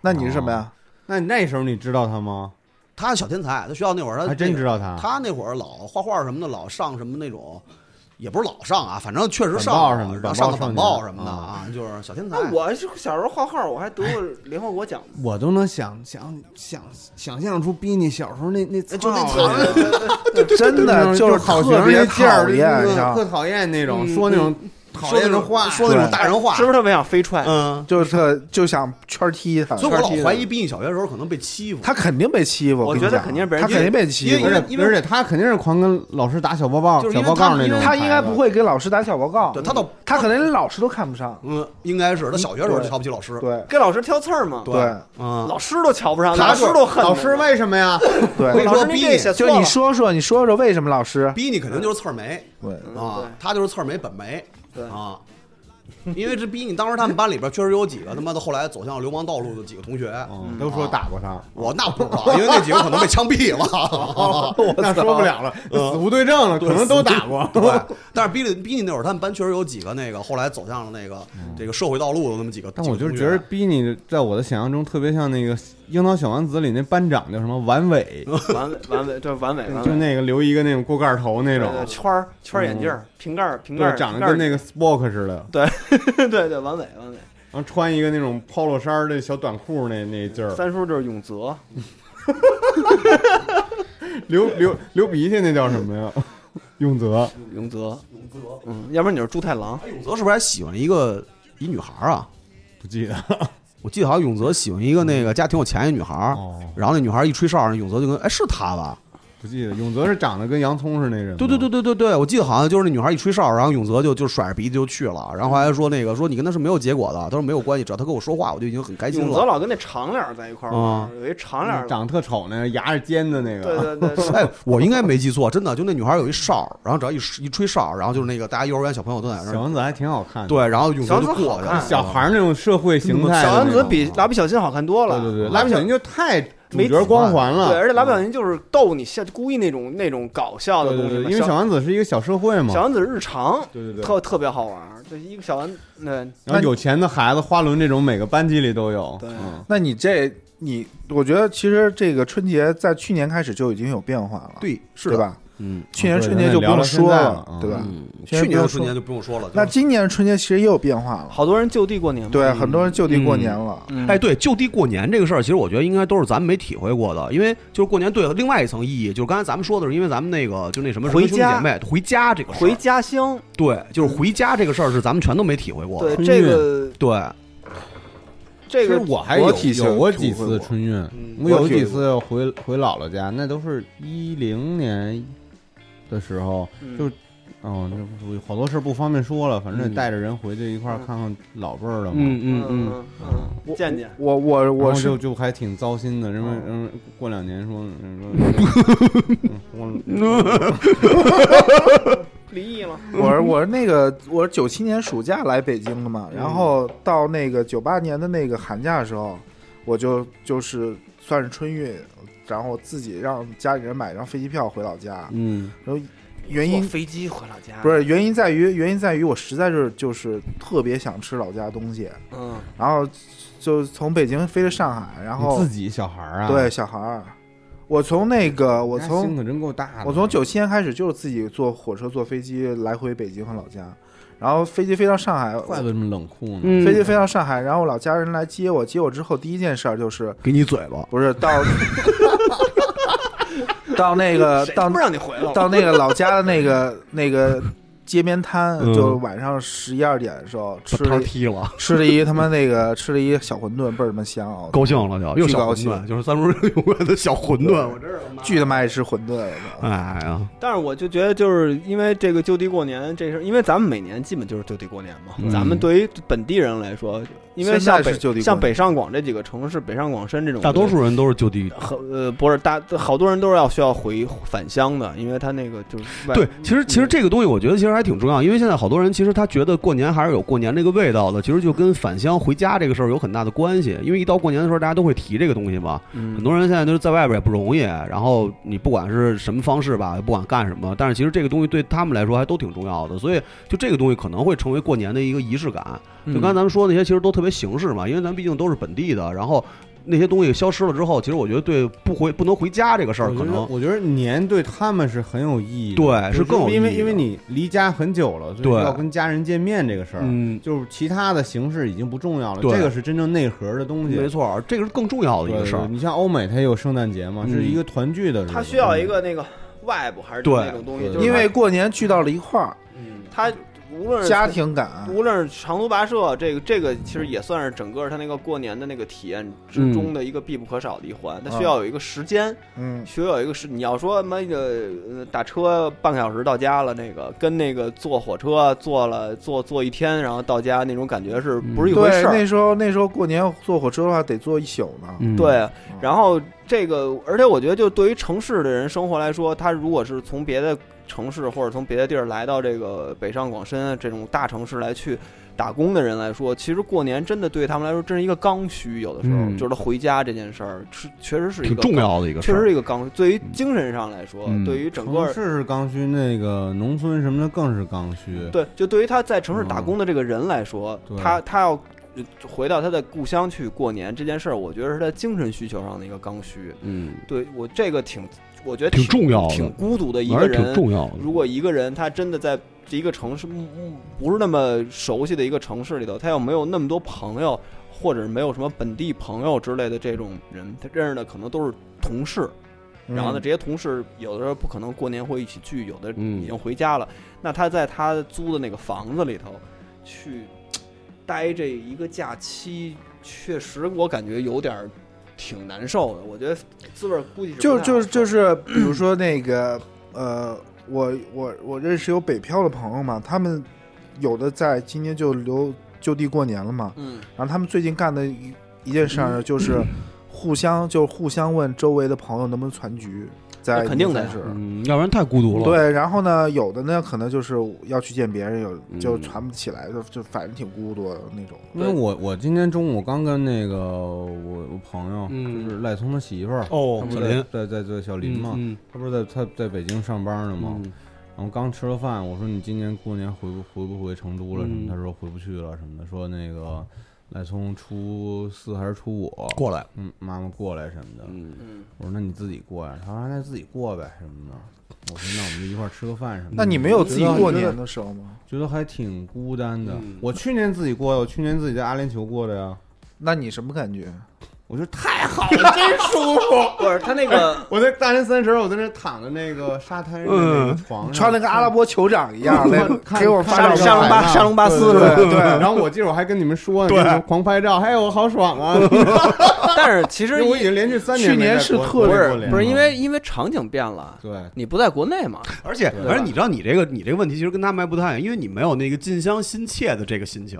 F: 那你是什么呀？
B: 那你那时候你知道他吗？
A: 他是小天才，他学校那会儿他
B: 还真知道他。
A: 他那会儿老画画什么的，老上什么那种，也不是老上啊，反正确实
B: 板
A: 上
B: 报
A: 过
B: 什么的
A: 然后
B: 板
A: 上
B: 报
A: 个
B: 少
A: 板
B: 年
A: 报什么的
B: 啊
A: 啊，就是小天才。
E: 那我是小时候画画，我还得过联合国奖呢。
B: 我都能想想想想象出比你小时候那那
A: 就那
B: 操
A: 操
B: 的
F: 真的就是
B: 好学
F: 特
B: 生
F: 别
B: 那劲儿，嗯
F: 讨厌，你知
B: 特
F: 道，
B: 讨厌那种嗯说那种讨
A: 说那
B: 厌的
A: 种
B: 话，
A: 说那种大人话，
E: 是不是特别想飞踹？
A: 嗯，
F: 就是特就想圈踢他，
A: 所以我老
F: 圈踢他
A: 怀疑，毕竟小学的时候可能被欺负。
F: 他肯定被欺负，
E: 我
F: 跟你
E: 觉得
F: 讲
E: 肯定是被人
F: 他肯定被欺
A: 因
F: 负
A: 为，
B: 而且
A: 因为
B: 而且他肯定是狂跟老师打小报告、
A: 就是
B: 小
A: 因为
B: 报告那种孩子。
F: 他应该不会给老师打小报告，
A: 对他倒
F: 他可能连老师都看不上，
A: 嗯，应该是他小学的时候就
F: 对
A: 瞧不起老师，
F: 对
E: 给老师挑刺儿嘛，
F: 对
A: 嗯，
E: 老师都瞧不上，
A: 他
E: 老
A: 就
E: 师
A: 是
E: 都恨
B: 老
E: 着呢。
B: 师为什么呀？
A: 我
F: 对
A: 跟，
E: 老师您这写错
F: 就
E: 了
F: 你说说，你说说为什么老师？
A: 逼你肯定就是刺儿梅
F: 对，
E: 嗯
A: 啊，他就是刺儿梅本梅
E: 对对
A: 啊。因为这逼你当时他们班里边确实有几个他妈的后来走向流氓道路的几个同学，
B: 嗯都说打过他，
A: 我那不知道， 因为那几个可能被枪毙了。
B: 那说不 了了，死无嗯对证了，可能都打 过。
A: 对，但是逼你逼你那会儿，他们班确实有几个那个后来走向了那个这个社会道路的那么几个。
B: 但我
A: 几
B: 就
A: 个同
B: 是觉
A: 学
B: 得逼你，在我的想象中特别像那个《樱桃小丸子》里那班长叫什么丸 尾，
E: 完尾完尾，对完尾
B: 就
E: 完尾，
B: 那个留一个那种锅盖头那
E: 对
B: 种，
E: 对圈儿圈儿眼镜儿，瓶盖儿瓶盖
B: 对，
E: 儿，
B: 长得跟那
E: 个
B: 个 Spock 似的，
E: 对 对完尾完尾。
B: 然后穿一个那种 polo 衫儿的小短裤那那劲儿，
E: 三叔就是永泽，
B: 流流流鼻涕那叫什么呀？ 永泽，
E: 永泽，永泽，嗯，要不然你是猪太郎，
A: 永泽是不是还喜欢一个一女孩儿啊？
B: 不记得
A: 我记得好像永泽喜欢一个那个家挺有钱一女孩儿，
B: 哦，
A: 然后那女孩儿一吹哨，永泽就跟哎是她吧？
B: 不记得。永泽是长得跟洋葱似的那人吗，
A: 对对对对对对，我记得好像就是那女孩一吹哨，然后永泽就就甩着鼻子就去了，然后还说那个说你跟他是没有结果的，他说没有关系，只要他跟我说话，我就已经很开心
E: 永泽
A: 了。
E: 老跟那长脸儿在一块儿玩儿，有一长
B: 嗯，
E: 脸儿，
B: 长得特丑那个，牙是尖的那
E: 对
B: 个，
E: 对 对，
A: 哎，我应该没记错，真的，就那女孩有一哨，然后只要一一吹哨，然后就是那个大家幼儿园小朋友都在那
B: 啊小
A: 儿，
B: 丸子还挺好看的，，
A: 对，然后永泽就
E: 小子
A: 过
E: 好
A: 去
E: 看
A: 了。
B: 小孩儿那种社会形态的那
E: 小
B: 种，
E: 丸子比蜡笔小新好看多了，
B: 对对对，蜡笔小新就太主角光环了。嗯
E: 对，而且蓝表情就是逗你笑，故意那种那种搞笑的
B: 对
E: 东
B: 对
E: 西
B: 对，
E: 嘛。
B: 因为小
E: 小
B: 王子是一个小社会嘛，
E: 小丸子日常
B: 对对对。
E: 特特别好玩儿，对一个小丸那
B: 然后有钱的孩子，花轮这种每个班级里都有。
E: 对
B: 嗯
F: 那你这你，我觉得其实这个春节在去年开始就已经有变化了，
A: 对，是
F: 对
A: 的？
F: 吧？
A: 嗯
F: 去年春节就不用说
B: 啊
F: 对
B: 对
F: 吧？
A: 嗯，
F: 现在
A: 去年的
F: 不用
A: 春
F: 说
A: 节就不用说了。
F: 那
A: 对吧
F: 今年春节其实也有变化了，
E: 好多人就地过年嘛。
F: 对，很多人就地过年了。
E: 嗯，
A: 哎，对，就地过年这个事儿，其实我觉得应该都是咱们没体会过的，因为就是过年对另外一层意义，就是刚才咱们说的是，因为咱们那个就那什么
E: 回
A: 什么兄弟
E: 家
A: 姐妹回家这个事儿
E: 回家乡，
A: 对，就是回家这个事儿是咱们全都没体会过
E: 对
A: 的。
B: 春
E: 这个
A: 对，
E: 这个
B: 其实我还
F: 我
B: 有
F: 体型
B: 有过
F: 体
B: 几
F: 会
B: 次
F: 过
B: 春运，
A: 嗯
B: 我有
F: 我体
B: 几
F: 会
B: 次回回姥姥家，那都是一零年的时候，
E: 嗯
B: 就是哦，那不好多事儿不方便说了，反正
A: 嗯
B: 也带着人回去一块儿看看老辈儿了嘛。
A: 嗯嗯
E: 嗯嗯嗯，见见。
F: 我我
B: 然后
F: 我是
B: 就就还挺糟心的，人们人们过两年说， 人们嗯我
E: 离异了，
F: 我是我是那个我是九七年暑假来北京的嘛，然后到那个九八年的那个寒假的时候，我就就是算是春运，然后我自己让家里人买一张飞机票回老家，
B: 嗯
F: 然后原
E: 坐
F: 因
E: 飞机回老家，
F: 不，是原因在于原因在于我实在是就是特别想吃老家的东西，
E: 嗯，
F: 然后就从北京飞到上海，然
B: 你
F: 后
B: 自己小孩儿啊，
F: 对，小孩儿，我从那个我
B: 家
F: 从
B: 心可真够大的。
F: 我从九七年开始就是自己坐火车、坐飞机来回北京和老家，然后飞机飞到上海，
B: 怪不得嗯这么冷酷呢。
F: 飞机飞到上海，然后我老家人来接我，接我之后第一件事儿就是
A: 给你嘴巴。
F: 不是到到那个
E: 谁
F: 呃到
E: 他妈让你回来了？
F: 到那个老家的那个 那个街边摊，
A: 嗯
F: 就晚上十一二点的时候吃
A: 把摊
F: 了
A: 儿
F: 一
A: 踢了，
F: 吃了一他妈那个 吃了一小馄饨，倍儿他妈香啊，
A: 高兴了就又
F: 巨
A: 小
F: 高
A: 馄
F: 兴
A: 饨，就是三叔永远的小馄饨。我这
F: 巨他妈爱吃馄饨，我操
A: 哎呀，
E: 但是我就觉得，就是因为这个就地过年这事儿，因为咱们每年基本就是就地过年嘛。
B: 嗯
E: 咱们对于本地人来说，因为像
F: 现在
E: 北
F: 是就地过年
E: 像北上广这几个城市，北上广深这种
A: 大多数人都是就地。
E: 很呃不是大好多人都是要需要回返乡的，因为他那个就是外
A: 对，其实其实
E: 嗯
A: 这个东西我觉得其实还挺重要，因为现在好多人其实他觉得过年还是有过年这个味道的，其实就跟返乡回家这个事儿有很大的关系。因为一到过年的时候，大家都会提这个东西嘛。
E: 嗯
A: 很多人现在都是在外边也不容易，然后你不管是什么方式吧，不管干什么，但是其实这个东西对他们来说还都挺重要的，所以就这个东西可能会成为过年的一个仪式感。
B: 嗯
A: 就刚才咱们说的那些，其实都特别形式嘛，因为咱毕竟都是本地的，然后那些东西消失了之后，其实我觉得对不回不能回家这个事儿，
B: 我
A: 可
B: 觉得
A: 能
B: 我觉得年对他们是很有意义的，
A: 对
B: 就是
A: 更有
B: 因
A: 意
B: 为
A: 义
B: 因为
A: 的
B: 你离家很久了，所
A: 对
B: 以要跟家人见面这个事儿，
A: 嗯，
B: 就是其他的形式已经不重要了，
A: 对
B: 这个是真正内核的东西。
A: 没错，这个是更重要的
B: 对，
A: 一个事
B: 对
A: 儿。
B: 你像欧美，它有圣诞节嘛，
A: 嗯
B: 是一个团聚的日子，
E: 他需要一个那个外部还是
A: 对
E: 那种东西，
B: 对
E: 就是
F: 因为过年聚到了一块儿，
E: 他无论是
F: 家庭感，啊
E: 无论是长途跋涉，这个这个其实也算是整个他那个过年的那个体验之中的一个必不可少的一环。它需要有一个时间，
F: 嗯，
E: 需要有一个时。你要说妈的呃打车半个小时到家了，那个跟那个坐火车坐了坐坐一天，然后到家那种感觉是不是一回
F: 对，
E: 事儿？
F: 那时候那时候过年坐火车的话得坐一宿呢，
A: 嗯，
E: 对，然后这个，而且我觉得，就对于城市的人生活来说，他如果是从别的城市或者从别的地儿来到这个北上广深啊这种大城市来去打工的人来说，其实过年真的对他们来说，真是一个刚需。有的时候，
A: 嗯
E: 就是回家这件事儿，是确实是一
A: 挺
E: 个
A: 重，要的一个事
E: 确实
A: 儿
E: 是。一个刚需。对于精神上来说，
A: 嗯
E: 对于整
B: 城
E: 个。
B: 市是刚需，那个农村什么的更是刚需。
A: 嗯
E: 对，就对于他在城市打工的这个人来说，
B: 嗯对
E: 他他要呃回到他的故乡去过年这件事儿，我觉得是他精神需求上的一个刚需。
A: 嗯，
E: 对我这个挺，我觉得
A: 挺重要的
E: 挺孤独的一
A: 而
E: 个
A: 且挺
E: 人。
A: 重要的。
E: 如果一个人他真的在一个城市嗯嗯不是那么熟悉的一个城市里头，他又没有那么多朋友，或者是没有什么本地朋友之类的这种人，他认识的可能都是同事。
F: 嗯
E: 然后呢，这些同事有的时候不可能过年会一起聚，有的
A: 嗯
E: 已经回家了。那他在他租的那个房子里头去待这一个假期，确实我感觉有点儿挺难受的。我觉得滋味儿估计是
F: 就
E: 不太
F: 就
E: 好
F: 是就是，比如说那个 呃，我我我认识有北漂的朋友嘛，他们有的在今年就留就地过年了嘛，
E: 嗯
F: 然后他们最近干的
B: 嗯
F: 一一件事儿就是互相就互相问周围的朋友能不能攒局，在
E: 那肯定的
F: 才
E: 呀
F: 是。
B: 嗯，要不然太孤独了。，
F: 对，然后呢，有的呢可能就是要去见别人，
B: 嗯
F: 有就传不起来，就就反正挺孤独的那种。
B: 因为我我今天中午刚跟那个我我朋友，
A: 嗯
B: 就是赖聪他媳妇儿，
A: 哦
B: 他，不
A: 小
B: 是
A: 林
B: 在，在在在小林嘛，
A: 嗯
B: 他不是在他在北京上班呢嘛，然后刚吃了饭，我说你今年过年回不回不回成都了什么？
A: 嗯
B: 他说回不去了什么的，说那个赖聪初四还是初五
A: 过来，
B: 嗯，妈妈过来什么的。
E: 嗯，
B: 我说那你自己过呀，他说那自己过呗什么的。我说那我们就一块儿吃个饭什么的。
F: 那你没有自己
B: 嗯我觉得
F: 过年的时候吗？
B: 觉得还挺孤单的
A: 嗯。
B: 我去年自己过的，我去年自己在阿联酋过的呀。
F: 那你什么感觉？
B: 我觉得太好了，啊真舒服。
E: 不是他那 个，
B: 我在大年三十，我在那躺在那个沙滩上的嗯那个床上，啊
F: 穿了个阿拉伯酋长一样的
B: 看，呃看
F: 给我发
E: 沙
F: 照
E: 龙
F: 片
E: 沙龙巴沙龙巴斯是吧
F: 对对
B: 然后我记得我还跟你们说，对，狂拍照，哎呦，我好爽啊！
E: 但是其
B: 因
E: 实
B: 为我已经连续三
F: 去年
B: 年没
F: 是
B: 在国
F: 特
B: 国
E: 不
B: 内
E: 是
B: 过年
E: 不是
B: 了
E: 因为因为场景变了，
B: 对
E: 你不在国内嘛？
A: 而且
B: 对
A: 而且你知道你这个你这个问题其实跟他们还不太一样，因为你没有那个近乡心切的这个心情。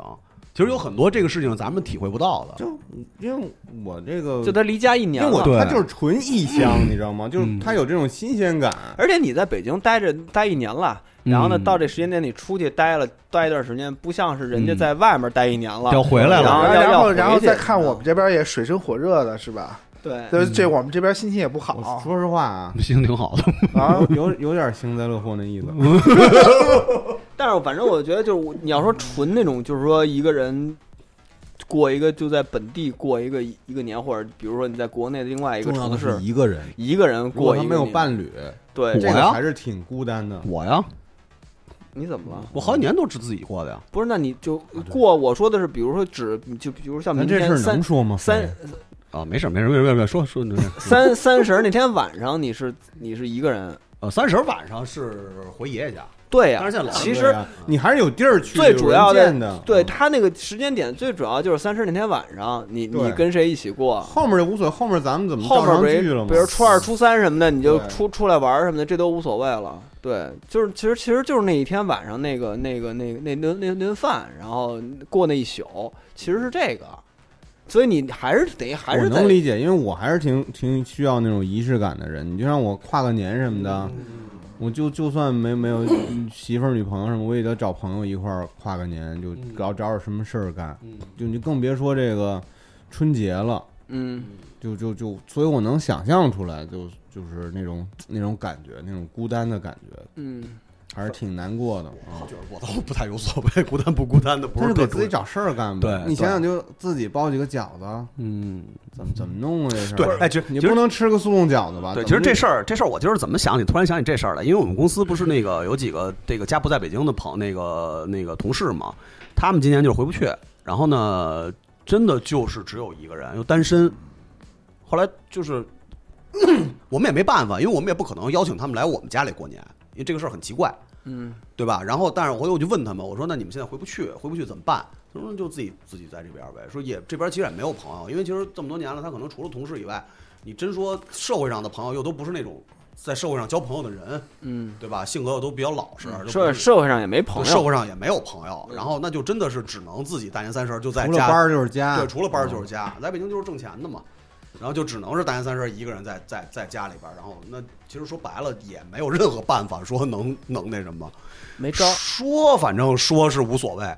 A: 其实有很多这个事情咱们体会不到的，
B: 就因为我这个
E: 就他离家一
B: 嗯因
E: 年
B: 为我
E: 了。
A: 对
B: 他就是纯异乡，你知道吗？就是
A: 嗯
B: 他有这种新鲜感。
E: 而且你在北京待着待一年了，
B: 嗯
E: 然后呢，到这时间点你出去待了待一段时间，不像是
B: 嗯
E: 人家在外面待一年了，
A: 要回来
E: 然
A: 了。
E: 后要
F: 然后
E: 要
F: 然后
E: 回去嗯
F: 再看我们这边也水深火热的是吧？
E: 对，
F: 就是这我们这边心情也不
B: 嗯我
F: 好
B: 说实话啊，
A: 心情挺好的，
F: 啊。
B: 有有有点幸灾乐祸那意思。
E: 但是反正我觉得就是我你要说纯那种，就是说一个人过一个就在本地过一个一个年，或者比如说你在国内的另外一个
B: 重要
E: 城
B: 的
E: 市
B: 是一个人，
E: 一个人
B: 如果
E: 过一
B: 他
E: 个
B: 没有
E: 年
B: 伴侣，
E: 对
A: 我
B: 这个
A: 呀
B: 还是挺孤单的。
A: 我呀，
E: 你怎么了？
A: 啊我好几年都是自己过的呀。
E: 不是，那你就过。我说的是，比如说只就比如像明
B: 咱这事
E: 天
B: 儿
E: 三
B: 能说吗？
E: 三
A: 啊，没事儿没事儿没事儿没事儿，说说你。
E: 三三十那天晚上，你是你是一个人，
A: 呃，三十晚上是回爷爷家，
E: 对呀、
A: 但是现在老了
E: 其
B: 对
E: 实
B: 啊你还是有地儿去，
E: 最主
B: 有
E: 要
B: 人
E: 的
B: 见的
E: 对
B: 嗯
E: 他那个时间点，最主要就是三十那天晚上，你你
B: 对
E: 跟谁一起过？
B: 后面就无所谓，后面咱们怎么照
E: 后面
B: 常
E: 比
B: 聚了
E: 如
B: 嘛？
E: 比如初二、初三什么的，你就
B: 对
E: 出出来玩儿什么的，这都无所谓了。对，就是其实其实就是那一天晚上那个那个那个那那那那顿饭，然后过那一宿，其实是这个。所以你还是得还
B: 我
E: 是
B: 能
E: 得
B: 理解，因为我还是挺挺需要那种仪式感的人。你就让我跨个年什么的，
E: 嗯
B: 我就就算没没 有媳妇儿、女朋友什么，我也得找朋友一块儿跨个年，就
E: 嗯
B: 找找点什么事儿干。就你更别说这个春节了，
E: 嗯，
B: 就就就，所以我能想象出来，就就是那种那种感觉，那种孤单的感觉，
E: 嗯，
B: 还是挺难过的。啊
A: 我觉得我倒不太无所谓，孤单不孤单的，不是
B: 但是给
A: 特
B: 自己
A: 重要。
B: 找事儿干
A: 对
B: 呗。
A: 对
B: 你想想，就自己包几个饺子，
A: 嗯，
B: 怎么怎么弄啊？这事儿
A: 对，哎，其实
B: 你
A: 其
B: 不
A: 实
B: 能吃个速冻饺子吧？
A: 对，其
B: 怎
A: 实
B: 么
A: 这事儿这事儿我今儿怎么想起，突然想起这事儿来，因为我们公司不是那个有几个这个家不在北京的朋那个那个同事嘛，他们今年就是回不去，然后呢，真的就是只有一个人，又单身，后来就是。我们也没办法，因为我们也不可能邀请他们来我们家里过年，因为这个事儿很奇怪。
E: 嗯，
A: 对吧？然后，但是我我就问他们，我说那你们现在回不去，回不去怎么办？他说嗯就自己自己在这边呗。说也这边其实也没有朋友，因为其实这么多年了，他可能除了同事以外，你真说社会上的朋友又都不是那种在社会上交朋友的人，
E: 嗯，
A: 对吧？性格又都比较老实，又
E: 社
A: 不是嗯
E: 社会上也没朋
A: 社
E: 友，
A: 会上也没有朋友，然后那就真的是只能自己大年三十就在
B: 除了
A: 家，
B: 班儿就是家，
A: 对，除了班儿就是家，来北京就是挣钱的嘛。然后就只能是大年三十一个人在在在家里边儿，然后那其实说白了也没有任何办法说能能那什么，
E: 没招儿。
A: 说反正说是无所谓，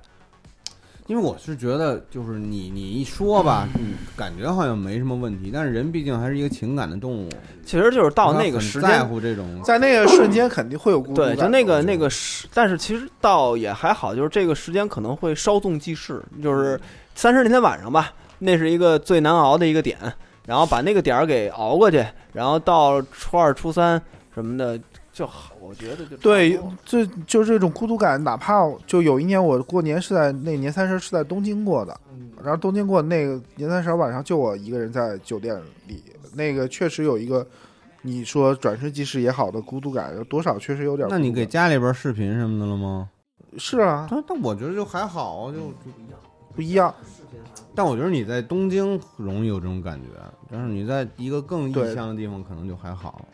B: 因为我是觉得，就是你你一说吧，嗯感觉好像没什么问题，但是人毕竟还是一个情感的动物，
E: 其实就是到那个
B: 很
E: 时
B: 在
E: 间，
B: 乎这种。
F: 在那个瞬间肯定会有孤独
E: 对，
F: 感
E: 就那个
F: 的
E: 那个时，但是其实倒也还好，就是这个时间可能会稍纵即逝，
F: 嗯
E: 就是三十那天晚上吧，那是一个最难熬的一个点，然后把那个点儿给熬过去，然后到初二、初三什么的就好，我觉得就
F: 对
E: 差不多了，
F: 就就这种孤独感，哪怕就有一年我过年是在那年三十是在东京过的，
E: 嗯
F: 然后东京过那个年三十晚上就我一个人在酒店里，那个确实有一个你说转瞬即逝也好的孤独感，有多少确实有点孤独
B: 那
F: 感。
B: 你给家里边视频什么的了吗？
F: 是啊，
B: 但但我觉得就还好，就就
F: 不一样，
B: 但我觉得你在东京容易有这种感觉，但是你在一个更异
F: 对
B: 乡的地方可能就还好。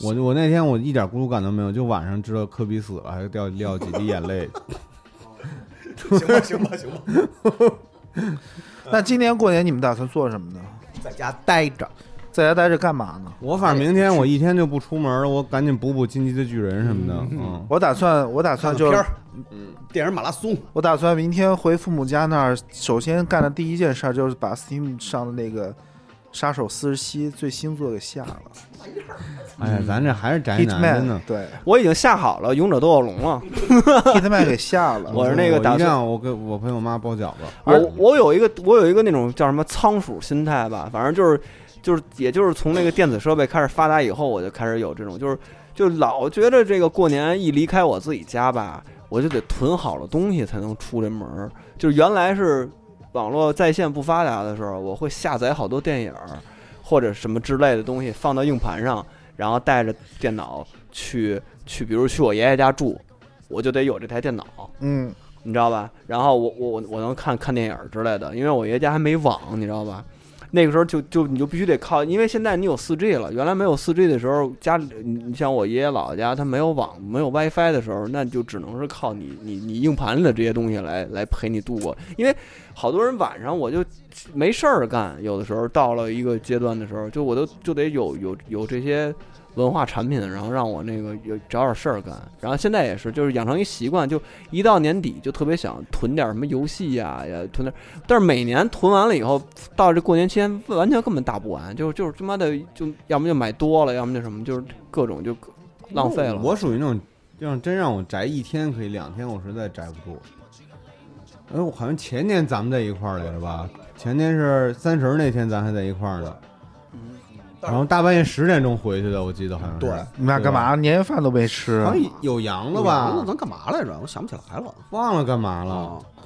B: 我我那天我一点孤独感都没有，就晚上知道科比死了，还掉掉几滴眼泪。
A: 行吧行吧行吧，
F: 那今年过年你们打算做什么呢？
A: 在家待着，
F: 在家待着干嘛呢？
B: 我反正明天我一天就不出门了，我赶紧补补《进击的巨人》什么的。嗯，
F: 我打算，我打
A: 看
F: 算
A: 个
F: 就
A: 片
F: 是
A: 儿，嗯，电影马拉松，
F: 我打算明天回父母家那儿，首先干的第一件事儿就是把 Steam 上的那个《杀手四十七》最新作给下了
B: 哎
E: 嗯
B: 呀，咱这还是宅男真
F: ，Hitman
B: 的。
F: 对
E: 我已经下好了《勇者斗恶龙》了。
F: Hitman 给 下了。
E: 我是那个打
B: 一
E: 算
B: 样，我给我陪我妈包饺子。
E: 我我有一个我有一个那种叫什么仓鼠心态吧，反正就是就是也就是从那个电子设备开始发达以后，我就开始有这种就是就老觉得这个过年一离开我自己家吧，我就得囤好了东西才能出这门儿。就是原来是网络在线不发达的时候，我会下载好多电影儿或者什么之类的东西放到硬盘上，然后带着电脑去去，比如去我爷爷家住，我就得有这台电脑。
F: 嗯，
E: 你知道吧？然后我我我我能看看电影儿之类的，因为我爷爷家还没网，你知道吧？那个时候就就你就必须得靠，因为现在你有4 G 了，原来没有4 G 的时候，家里你你像我爷爷姥姥家，他没有网没有 WiFi 的时候，那就只能是靠你你你硬盘里的这些东西来来陪你度过。因为好多人晚上我就没事儿干，有的时候到了一个阶段的时候，就我都就得有有有这些文化产品，然后让我那个有找点事儿干。然后现在也是，就是养成一习惯，就一到年底就特别想囤点什么游戏呀、呀囤点，但是每年囤完了以后，到这过年期间完全根本打不完，就是就是他妈的就要么就买多了，要么就什么，就是各种就浪费了。
B: 我属于那种，让真让我宅一天可以，两天我实在宅不住。哎，我好像前年咱们在一块儿来着吧？前年是三十那天咱还在一块儿呢。
E: 嗯
B: 然后大半夜十点钟回去的，我记得好像是。
A: 对
F: 你们俩干嘛？年夜饭都没吃
B: 好，像有羊了
A: 嗯那
B: 吧？
A: 咱干嘛来着？我想不起来了。
B: 忘了干嘛了，
E: 哦
A: 啊，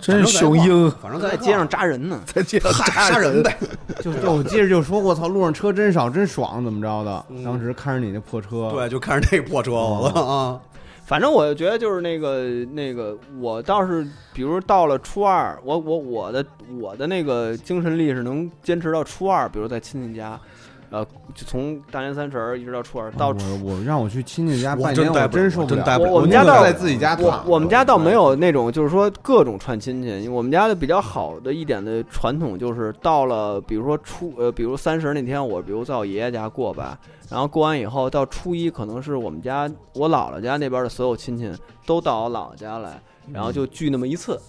F: 真是雄鹰，
A: 反正
E: 在
A: 在
E: 街上扎人呢，
F: 在街上
A: 杀人呗。
B: 就就我记着就说，我操，路上车真少，真爽，怎么着的？
E: 嗯
B: 当时看着你那破车，
A: 对，就看着那破车，我操啊！
E: 反正我觉得就是那个那个，我倒是，比如到了初二，我我我的我的那个精神力是能坚持到初二，比如在亲戚家，呃，就从大年三十儿一直到初二，
B: 啊，
E: 到初、
B: 我我让我去亲戚家
A: 我
B: 拜
A: 真
B: 年，
A: 待
B: 我
A: 不了
B: 受不
A: 真
B: 了。
A: 待不了
E: 我我们家
B: 宁
E: 倒
B: 可在自己家
E: 我
B: 躺。
E: 我们家倒没有那种，就是说各种串亲戚。因为我们家的比较好的一点的传统就是，到了比如说初呃，比如三十那天，我比如在我爷爷家过吧，然后过完以后到初一，可能是我们家我姥姥家那边的所有亲戚都到我姥姥家来，然后就聚那么一次，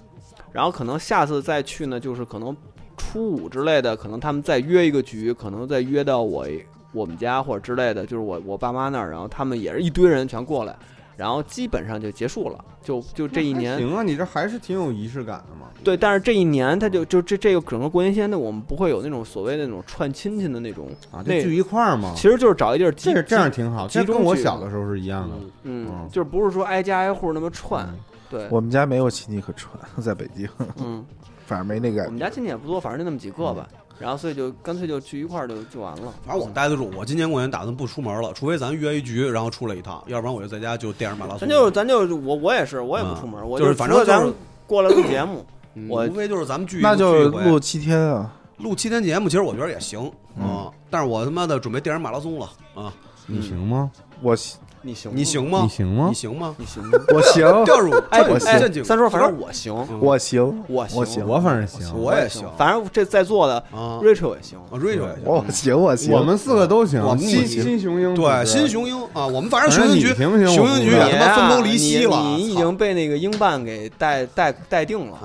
E: 然后可能下次再去呢，就是可能初五之类的，可能他们再约一个局，可能再约到我我们家或者之类的，就是我我爸妈那儿，然后他们也是一堆人全过来，然后基本上就结束了，就就这一年。
B: 行啊，你这还是挺有仪式感的嘛。
E: 对，但是这一年他就就这这个整个过年期间呢，我们不会有那种所谓的那种串亲戚的那种
B: 啊，就
E: 那
B: 聚一块儿嘛。
E: 其实就是找一地儿集
B: 这这样，挺好，
E: 集
B: 这跟
E: 中
B: 我
E: 聚
B: 小的时候是一样的。
E: 嗯
B: 嗯，
E: 就是不是说挨家挨户那么串，对，
F: 我们家没有亲戚可串，在北京，
E: 嗯，
F: 反正没那个
E: 我。们家亲戚也不多，反正就那么几个
B: 嗯
E: 吧，然后所以就干脆就聚一块儿就就完了。
A: 反正我待得住，我今年过年打算不出门了，除非咱约一局，然后出来一趟，要不然我就在家就电影马拉松。
E: 咱就咱就我我也是，我也不
A: 嗯
E: 出门，我
A: 就是反正
E: 除了咱
A: 就是
E: 过来录节目，
A: 嗯
E: 我
A: 无非就是咱们聚一，
F: 那
A: 聚
F: 就
A: 一回
F: 录七天啊！
A: 录七天节目，其实我觉得也行
E: 嗯
A: 啊。但是我他妈的准备电影马拉松了啊！
B: 你行吗？
F: 我
E: 你行吗
A: 你，行吗？
B: 你行吗
A: 你行吗？
E: 你行吗？
F: 我行，
A: 掉入
E: 哎，
A: 正
E: 哎
A: 正经，
E: 三叔，反正我行，
F: 我行，
E: 我
F: 我行，
B: 我反正行。
A: 我也行
E: 反正这在座的
A: 啊
E: Rachel 也行，
A: ，Rachel 也行。
F: 我行，我行。
B: 我们四个都行
A: 我。们
B: 新
A: 也行
B: 新雄鹰组织
A: 对，新雄鹰啊，我们反正
B: 反
A: 雄
B: 正
A: 鹰
B: 你
A: 局，
B: 行不行
A: 雄
B: 我不
A: 鹰局
B: 知
A: 也
B: 道
A: 他
E: 你啊
A: 妈分崩离析了。
E: 你你已
A: 操啊哎
E: 经被那个英办给带带带定了。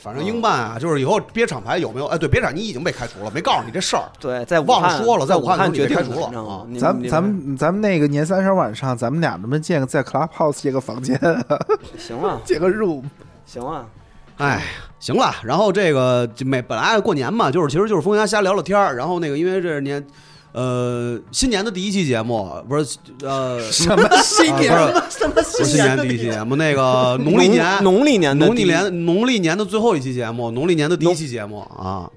A: 反正英办啊，就是以后别厂牌有没有？哎，对，别厂你已经被开除了，没告诉你这事儿。
E: 对，在武
A: 忘了
E: 汉
A: 说了在
E: 在
A: 武汉
E: 汉
A: 的时候
E: 决
A: 你
E: 定
A: 被
E: 的，
A: 开除了
E: 你知道
A: 啊？
E: 吗你
F: 咱
E: 你
F: 咱们咱们那个年三十晚上，咱们俩能不能建个在 Clubhouse 建个房间，
E: 行啊，
F: 建个 room？
E: 行啊，
A: 哎，行了，然后这个就每本来过年嘛，就是其实就是风家瞎聊聊天儿，然后那个因为这是年，呃，新年的第一期节目不是 呃
F: 什么新
A: 啊不是
F: 年？
A: 不是新年第一期节目，那个 农历年
E: 农历年的
A: 农历
E: 第一
A: 年农历年的最后一期节目，农历年的第一期节目啊。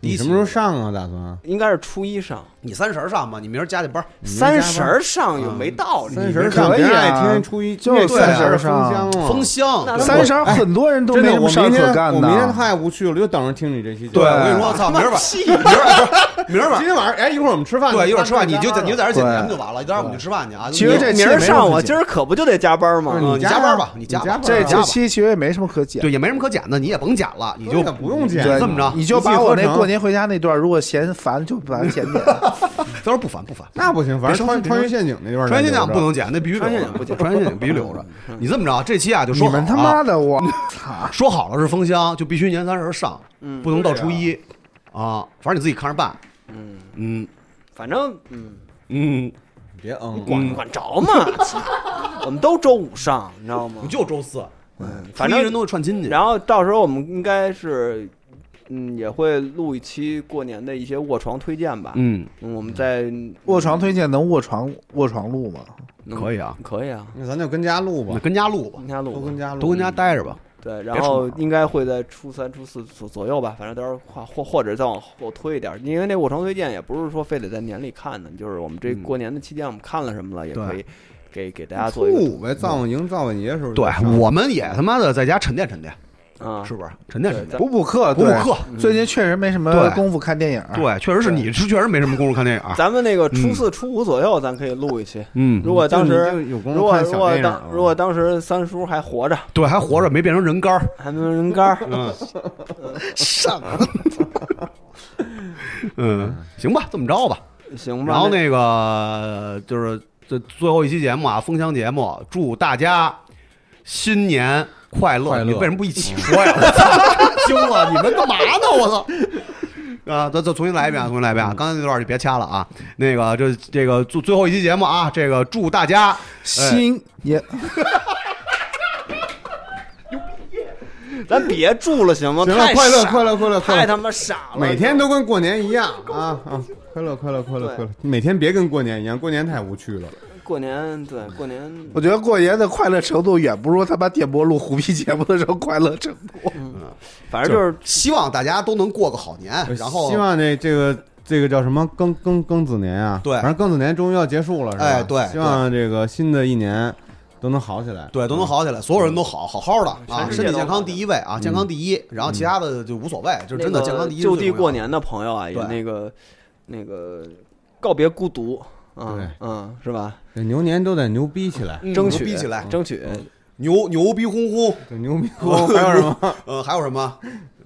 A: 第一
B: 你
A: 期
B: 什么时候？上啊？打算
E: 应该是初一上，
A: 你三十儿上吧，你明儿加点班儿。
E: 三十儿上有没道理？
B: 三十儿
F: 可以啊
B: 上，别人爱听初一
F: 就
B: 对
A: 三十
B: 儿
F: 儿
B: 封
F: 上
B: 箱嘛。
A: 封箱，
E: 那
F: 三十儿很多人都
B: 啊真
F: 没
B: 的，
F: 什
B: 我
F: 么事儿
B: 明天
F: 可干
B: 我
F: 的。
B: 明天太无趣了，就等着听你这期节目。
A: 对，我跟你说，操，明儿晚
E: 气
A: 明儿晚明儿晚
B: 今天晚上，哎，一会儿我们吃饭，
A: 对，一会儿吃饭你就在你就在这儿
F: 对
A: 捡咱们就完了，一会儿我们就吃饭去啊。嗯
F: 其实这
E: 明儿上午，
F: 这期也没有
E: 今儿可不就得加班吗？
A: 你
B: 你
A: 加
B: 加
A: 班
B: 班
A: 吧，你加班，啊
F: 这
A: 加
F: 这
A: 吧
F: 期其实也没什么可剪，
A: 对也没什么可剪的，你也甭剪了，你就
B: 对不用剪
A: 你这么着，
F: 你就
B: 一
F: 把
B: 气呵
F: 我那
B: 成
F: 过年回家那段，如果嫌烦就把它剪 掉。
A: 到时候不烦不烦。
B: 那不行，反
A: 别生
B: 正穿
A: 气
B: 穿越陷阱那段儿
A: 穿越
B: 咱
A: 陷
B: 留
A: 阱
B: 着
A: 不能剪，那必须留
E: 穿越
A: 着
E: 陷阱不。剪
A: 穿越陷阱必须留着。你这么着，这期啊就说
F: 你
A: 好
F: 们他
A: 啊
F: 妈的我，
A: 说好了是封箱，就必须年三十上，
E: 嗯
A: 不能到初一啊。反正你自己看着办。
E: 嗯，
A: 嗯
E: 反正嗯，
A: 嗯，
B: 别嗯，
E: 管管着嘛， 我们都周五上，你知道吗嗯
A: 你？就周四，初
E: 反
A: 一人
E: 正
A: 都会串亲戚。
E: 然后到时候我们应该是。嗯，也会录一期过年的一些卧床推荐吧。
A: 嗯，
E: 嗯，我们在
F: 卧床推荐能卧床卧床录吗？
A: 可以啊，
E: 可以啊，
B: 那嗯咱就跟家录
A: 那
B: 吧，
A: 跟家录吧
E: 跟，家录
B: 都
E: 吧
B: 跟家录，
A: 都跟家待着吧。
E: 对，然
A: 别出
E: 后
A: 门儿
E: 应该会在初三、初四左左右吧，反正到时候或或或者再往后推一点儿，因为那卧床推荐也不是说非得在年里看的，就是我们这
A: 嗯
E: 过年的期间我们看了什么了，也
A: 对
E: 可以给给大家
B: 初
E: 做一个
B: 五呗，造晚营、造晚节的时候就
A: 对
B: 上，
A: 我们也他妈的在家沉淀沉淀，
E: 啊，
A: 是不是？沉淀沉
E: 对
A: 淀，
F: 补补课，
A: 补补
F: 对嗯
A: 课。
F: 最近确实没什么
A: 对
F: 功夫看电影，，
A: 对，确实是你是确实没什么功夫看电影啊。
E: 咱们那个初
A: 嗯
E: 四、初五左右，咱可以录一期。
A: 嗯，
E: 如果当
B: 就
E: 时
B: 你就有功
E: 如
B: 夫
E: 果
B: 看
E: 如
B: 小
E: 果
B: 电影了
E: 当如果当时三叔还活着，
A: 对，还活着没变成人干儿。
E: 还没有人 干儿，
A: 嗯，上。 嗯，行吧，这么着吧。
E: 行吧？
A: 然后那个就是这最后一期节目啊，封箱节目，祝大家新年快乐！
B: 快乐
A: 你为什么不一起说呀？我操，惊了！你们干嘛呢？我操！啊，咱再重新来一遍啊，重新来一遍啊！刚才那段就别掐了啊。那个，这这个最最后一期节目啊，这个祝大家
F: 新也
E: 咱别住了行吗？
B: 行了
E: 太，
B: 快乐
E: 傻
B: 快乐快乐快
E: 太
B: 乐，
E: 他妈傻了！
B: 每天都跟过年 一样啊啊！快乐快乐快乐
E: 对
B: 快乐，每天别跟过年一样，过年太无趣了。呃
E: 过年，对过年，
F: 我觉得过年的快乐程度远不如他妈电波录虎皮节目的时候快乐程度。
E: 反正就是
A: 希望大家都能过个好年，然后
B: 呃希望这这个这个叫什么庚庚庚子年啊？
A: 对
B: 反正庚子年终于要结束了，是吧？
A: 哎对
B: 希望这个新的一年都能好起来。
A: 对都能好起来，所有人都好好好的啊，
E: 嗯全世
A: 身
E: 界
A: 体
E: 都
A: 健
E: 好嗯
A: 康第一位啊，健康第一，然后其他的就无所谓，就
E: 那
A: 是真的
E: 个
A: 健康第一。
E: 就地过。年的朋友啊，也
A: 对
E: 那个那个告别孤独啊
B: 对，
E: 嗯，是吧？
B: 这牛年都得牛逼起来，
A: 嗯
E: 争取
A: 牛逼起来
E: 争取
A: 牛牛逼哄哄，
B: 对牛 逼！还有什么？
A: 呃，还有什么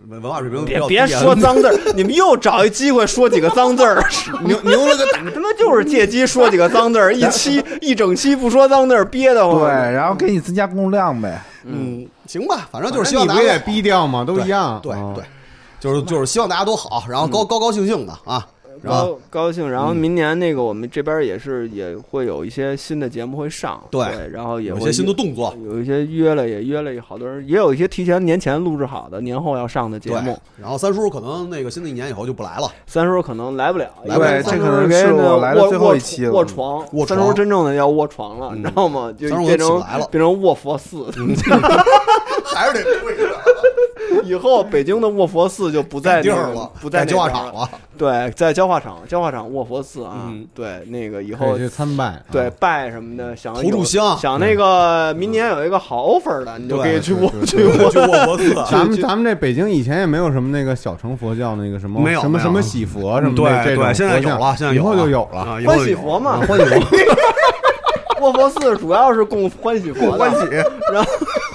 A: 文文化水平比
E: 别
A: 较低啊？
E: 别说脏字儿，你们又找一机会说几个脏字儿， 牛牛了个蛋！他妈就是借机说几个脏字儿，一期一整期不说脏字儿憋得
F: 对，
E: 慌。
F: 然后给你增加工作量呗。
A: 嗯，行吧，反正就是希望
B: 你
A: 大
B: 不
A: 家
B: 也逼掉吗？都一样。
A: 对
B: 啊
E: 嗯
A: 对，就是就是希望大家都好，然后高高高兴兴的啊，嗯然后
E: 高高兴，然后明年那个我们这边也是也会有一些新的节目会上，
A: 对
E: 对，然后也
A: 有
E: 会
A: 些新的动作，
E: 有一些约了也约了好多人，也有一些提前年前录制好的，年后要上的节
A: 对
E: 目。。
A: 然后三叔可能那个新的一年以后就不 来了，
E: 三叔可能来不了，
A: 来不了
E: 因为
A: 这
E: 三叔
F: 可能
E: 给
F: 是
E: 那
F: 我来的
E: 卧
F: 最后一期了
E: 卧床，
A: 卧
E: 三
A: 床
E: 叔真正的要卧床了，
A: 嗯
E: 你知道吗？就
A: 三叔
E: 变
A: 起不
E: 成
A: 来了嗯
E: 变成卧佛寺，
A: 还是得跪着
E: 以后北京的卧佛寺就不 在
A: 地
E: 那
A: 儿
E: 个
A: 了，
E: 不在
A: 教化
E: 那边
A: 场，了。
E: 对，在教化场，教化场卧佛寺啊
A: 嗯，
E: 对，那个以
B: 可
E: 后
B: 以去参拜。啊
E: 对，拜什么的，想
A: 投炷
E: 有
A: 香
E: 想那个明年有一个好 offer 的，你就可以
A: 对
E: 去卧
B: 对对
E: 去
B: 对
E: 卧
A: 去卧佛寺，
B: 咱们咱们这北京以前也没有什么那个小乘佛教那个什么
A: 没有
B: 什么
A: 没有嗯
B: 什么喜佛什么
A: 对
B: 的这种
A: 对，现在
B: 佛
A: 有
B: 像
A: 了，现在
B: 以后就有
A: 有
B: 了。
A: 啊，以后
E: 欢
A: 就
E: 喜
A: 有
E: 佛
A: 了
E: 嘛
A: 啊，欢喜佛，
E: 卧佛寺，主要是供欢喜佛的
A: 欢。 喜。
F: 哎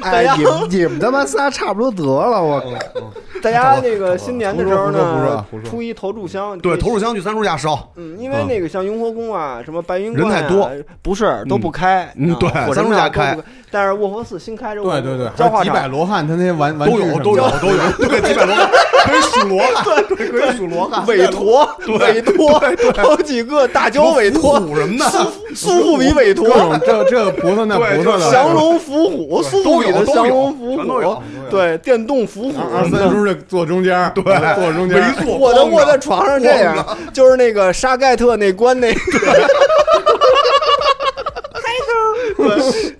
E: 大家，
F: 你们你们他妈仨差不多得了，我
E: 大家那个新年的时候
B: 胡说胡说
E: 呢
B: 胡说，
E: 初一投炷香，
A: 对，
E: 这
A: 投炷香去三叔家烧。
E: 嗯，因为那个像雍和宫啊，什么白云
A: 人
E: 观啊
A: 太多，
E: 不是都不开。
A: 嗯
E: 啊
A: 对
E: 火
A: 咱
E: 车
A: 们家
E: 站都不
A: 开，
E: 但是卧佛寺新开着卧
B: 对
E: 佛，
B: 对对，
E: 教
B: 还有
E: 化
B: 几百
E: 场
B: 罗汉，他那些玩玩具
A: 都有
B: 什么
A: 都有
B: 的
A: 都有，对，几百罗汉可以数罗汉，啊对，可以数罗汉，
E: 委托委托好几个大交委托
A: 什么伏虎什么的
E: 苏苏富比委
B: 各
E: 托
B: 种。这这菩萨那
A: 对
B: 菩萨
A: 就
B: 的
A: 是
E: 降龙伏虎，苏富比
A: 都有
E: 的
A: 都有
E: 降龙伏
A: 全都有啊都
E: 虎
A: 有，啊
E: 对，电动伏虎
B: 二
E: 什么
B: 三
E: 的，
B: 叔这坐中间儿，对，坐中间儿，
A: 围坐
E: 我都
A: 光着
E: 卧在床上这样，就是那个 沙盖特那关那个。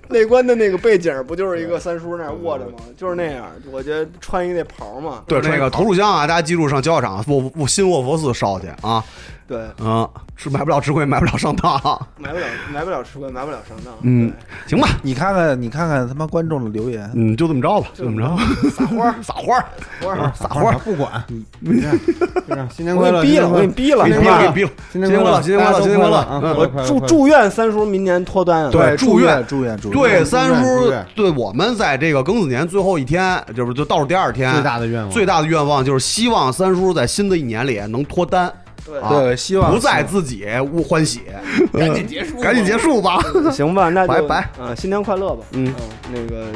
E: 内观的那个背景不就是一个三叔那儿卧着吗？就是那样，我觉得穿一那袍嘛。
A: 对，那个投入箱啊，大家记住上教场卧卧新卧佛寺烧去啊，
E: 对，
A: 嗯，是买不了吃亏，买不了上当，
E: 买不了买不了吃亏，买不了上当。
A: 嗯
E: 对，
A: 行吧，
F: 你看看，你看看他妈观众的留言，
A: 嗯，就这么着吧，就这么着，
E: 撒花儿
A: 撒花儿，
E: 花
A: 啊
E: 儿，
A: 撒花儿，
B: 不管，你 看，就这样新年
E: 我
B: 快
E: 给
B: 乐，
E: 你逼了，我给你
B: 逼，
E: 逼
A: 嗯给。你
E: 了
B: 快乐
A: 逼了，
B: 新
A: 给你逼了，
B: 乐，
A: 新年快乐，
B: 大家都
A: 新年快乐，
B: 啊
A: 嗯
B: 快乐
E: 我
B: 快乐
E: 祝
B: 快乐
E: 祝愿三叔明年脱单啊。
A: 对呃祝
F: 哎祝
A: 愿
F: 祝愿，祝愿，
A: 对，三
B: 祝愿
A: 叔
B: 祝愿，
A: 对我们在这个庚子年最后一天，就是就倒数第二天，
B: 最大的愿望，
A: 最大的愿望就是希望三叔在新的一年里能脱单，
E: 对
A: 啊
F: 对，希望
A: 不再自己勿欢喜，
D: 赶紧结束 吧，
A: 赶紧结束 吧，
E: 行吧，那就
A: 拜拜
E: 啊，新年快乐吧。
A: 嗯，
E: 那个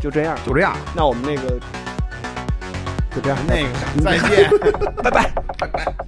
E: 就这样，
A: 就这样，
E: 那我们那个就这样，
B: 那个啥再见。
A: 拜拜。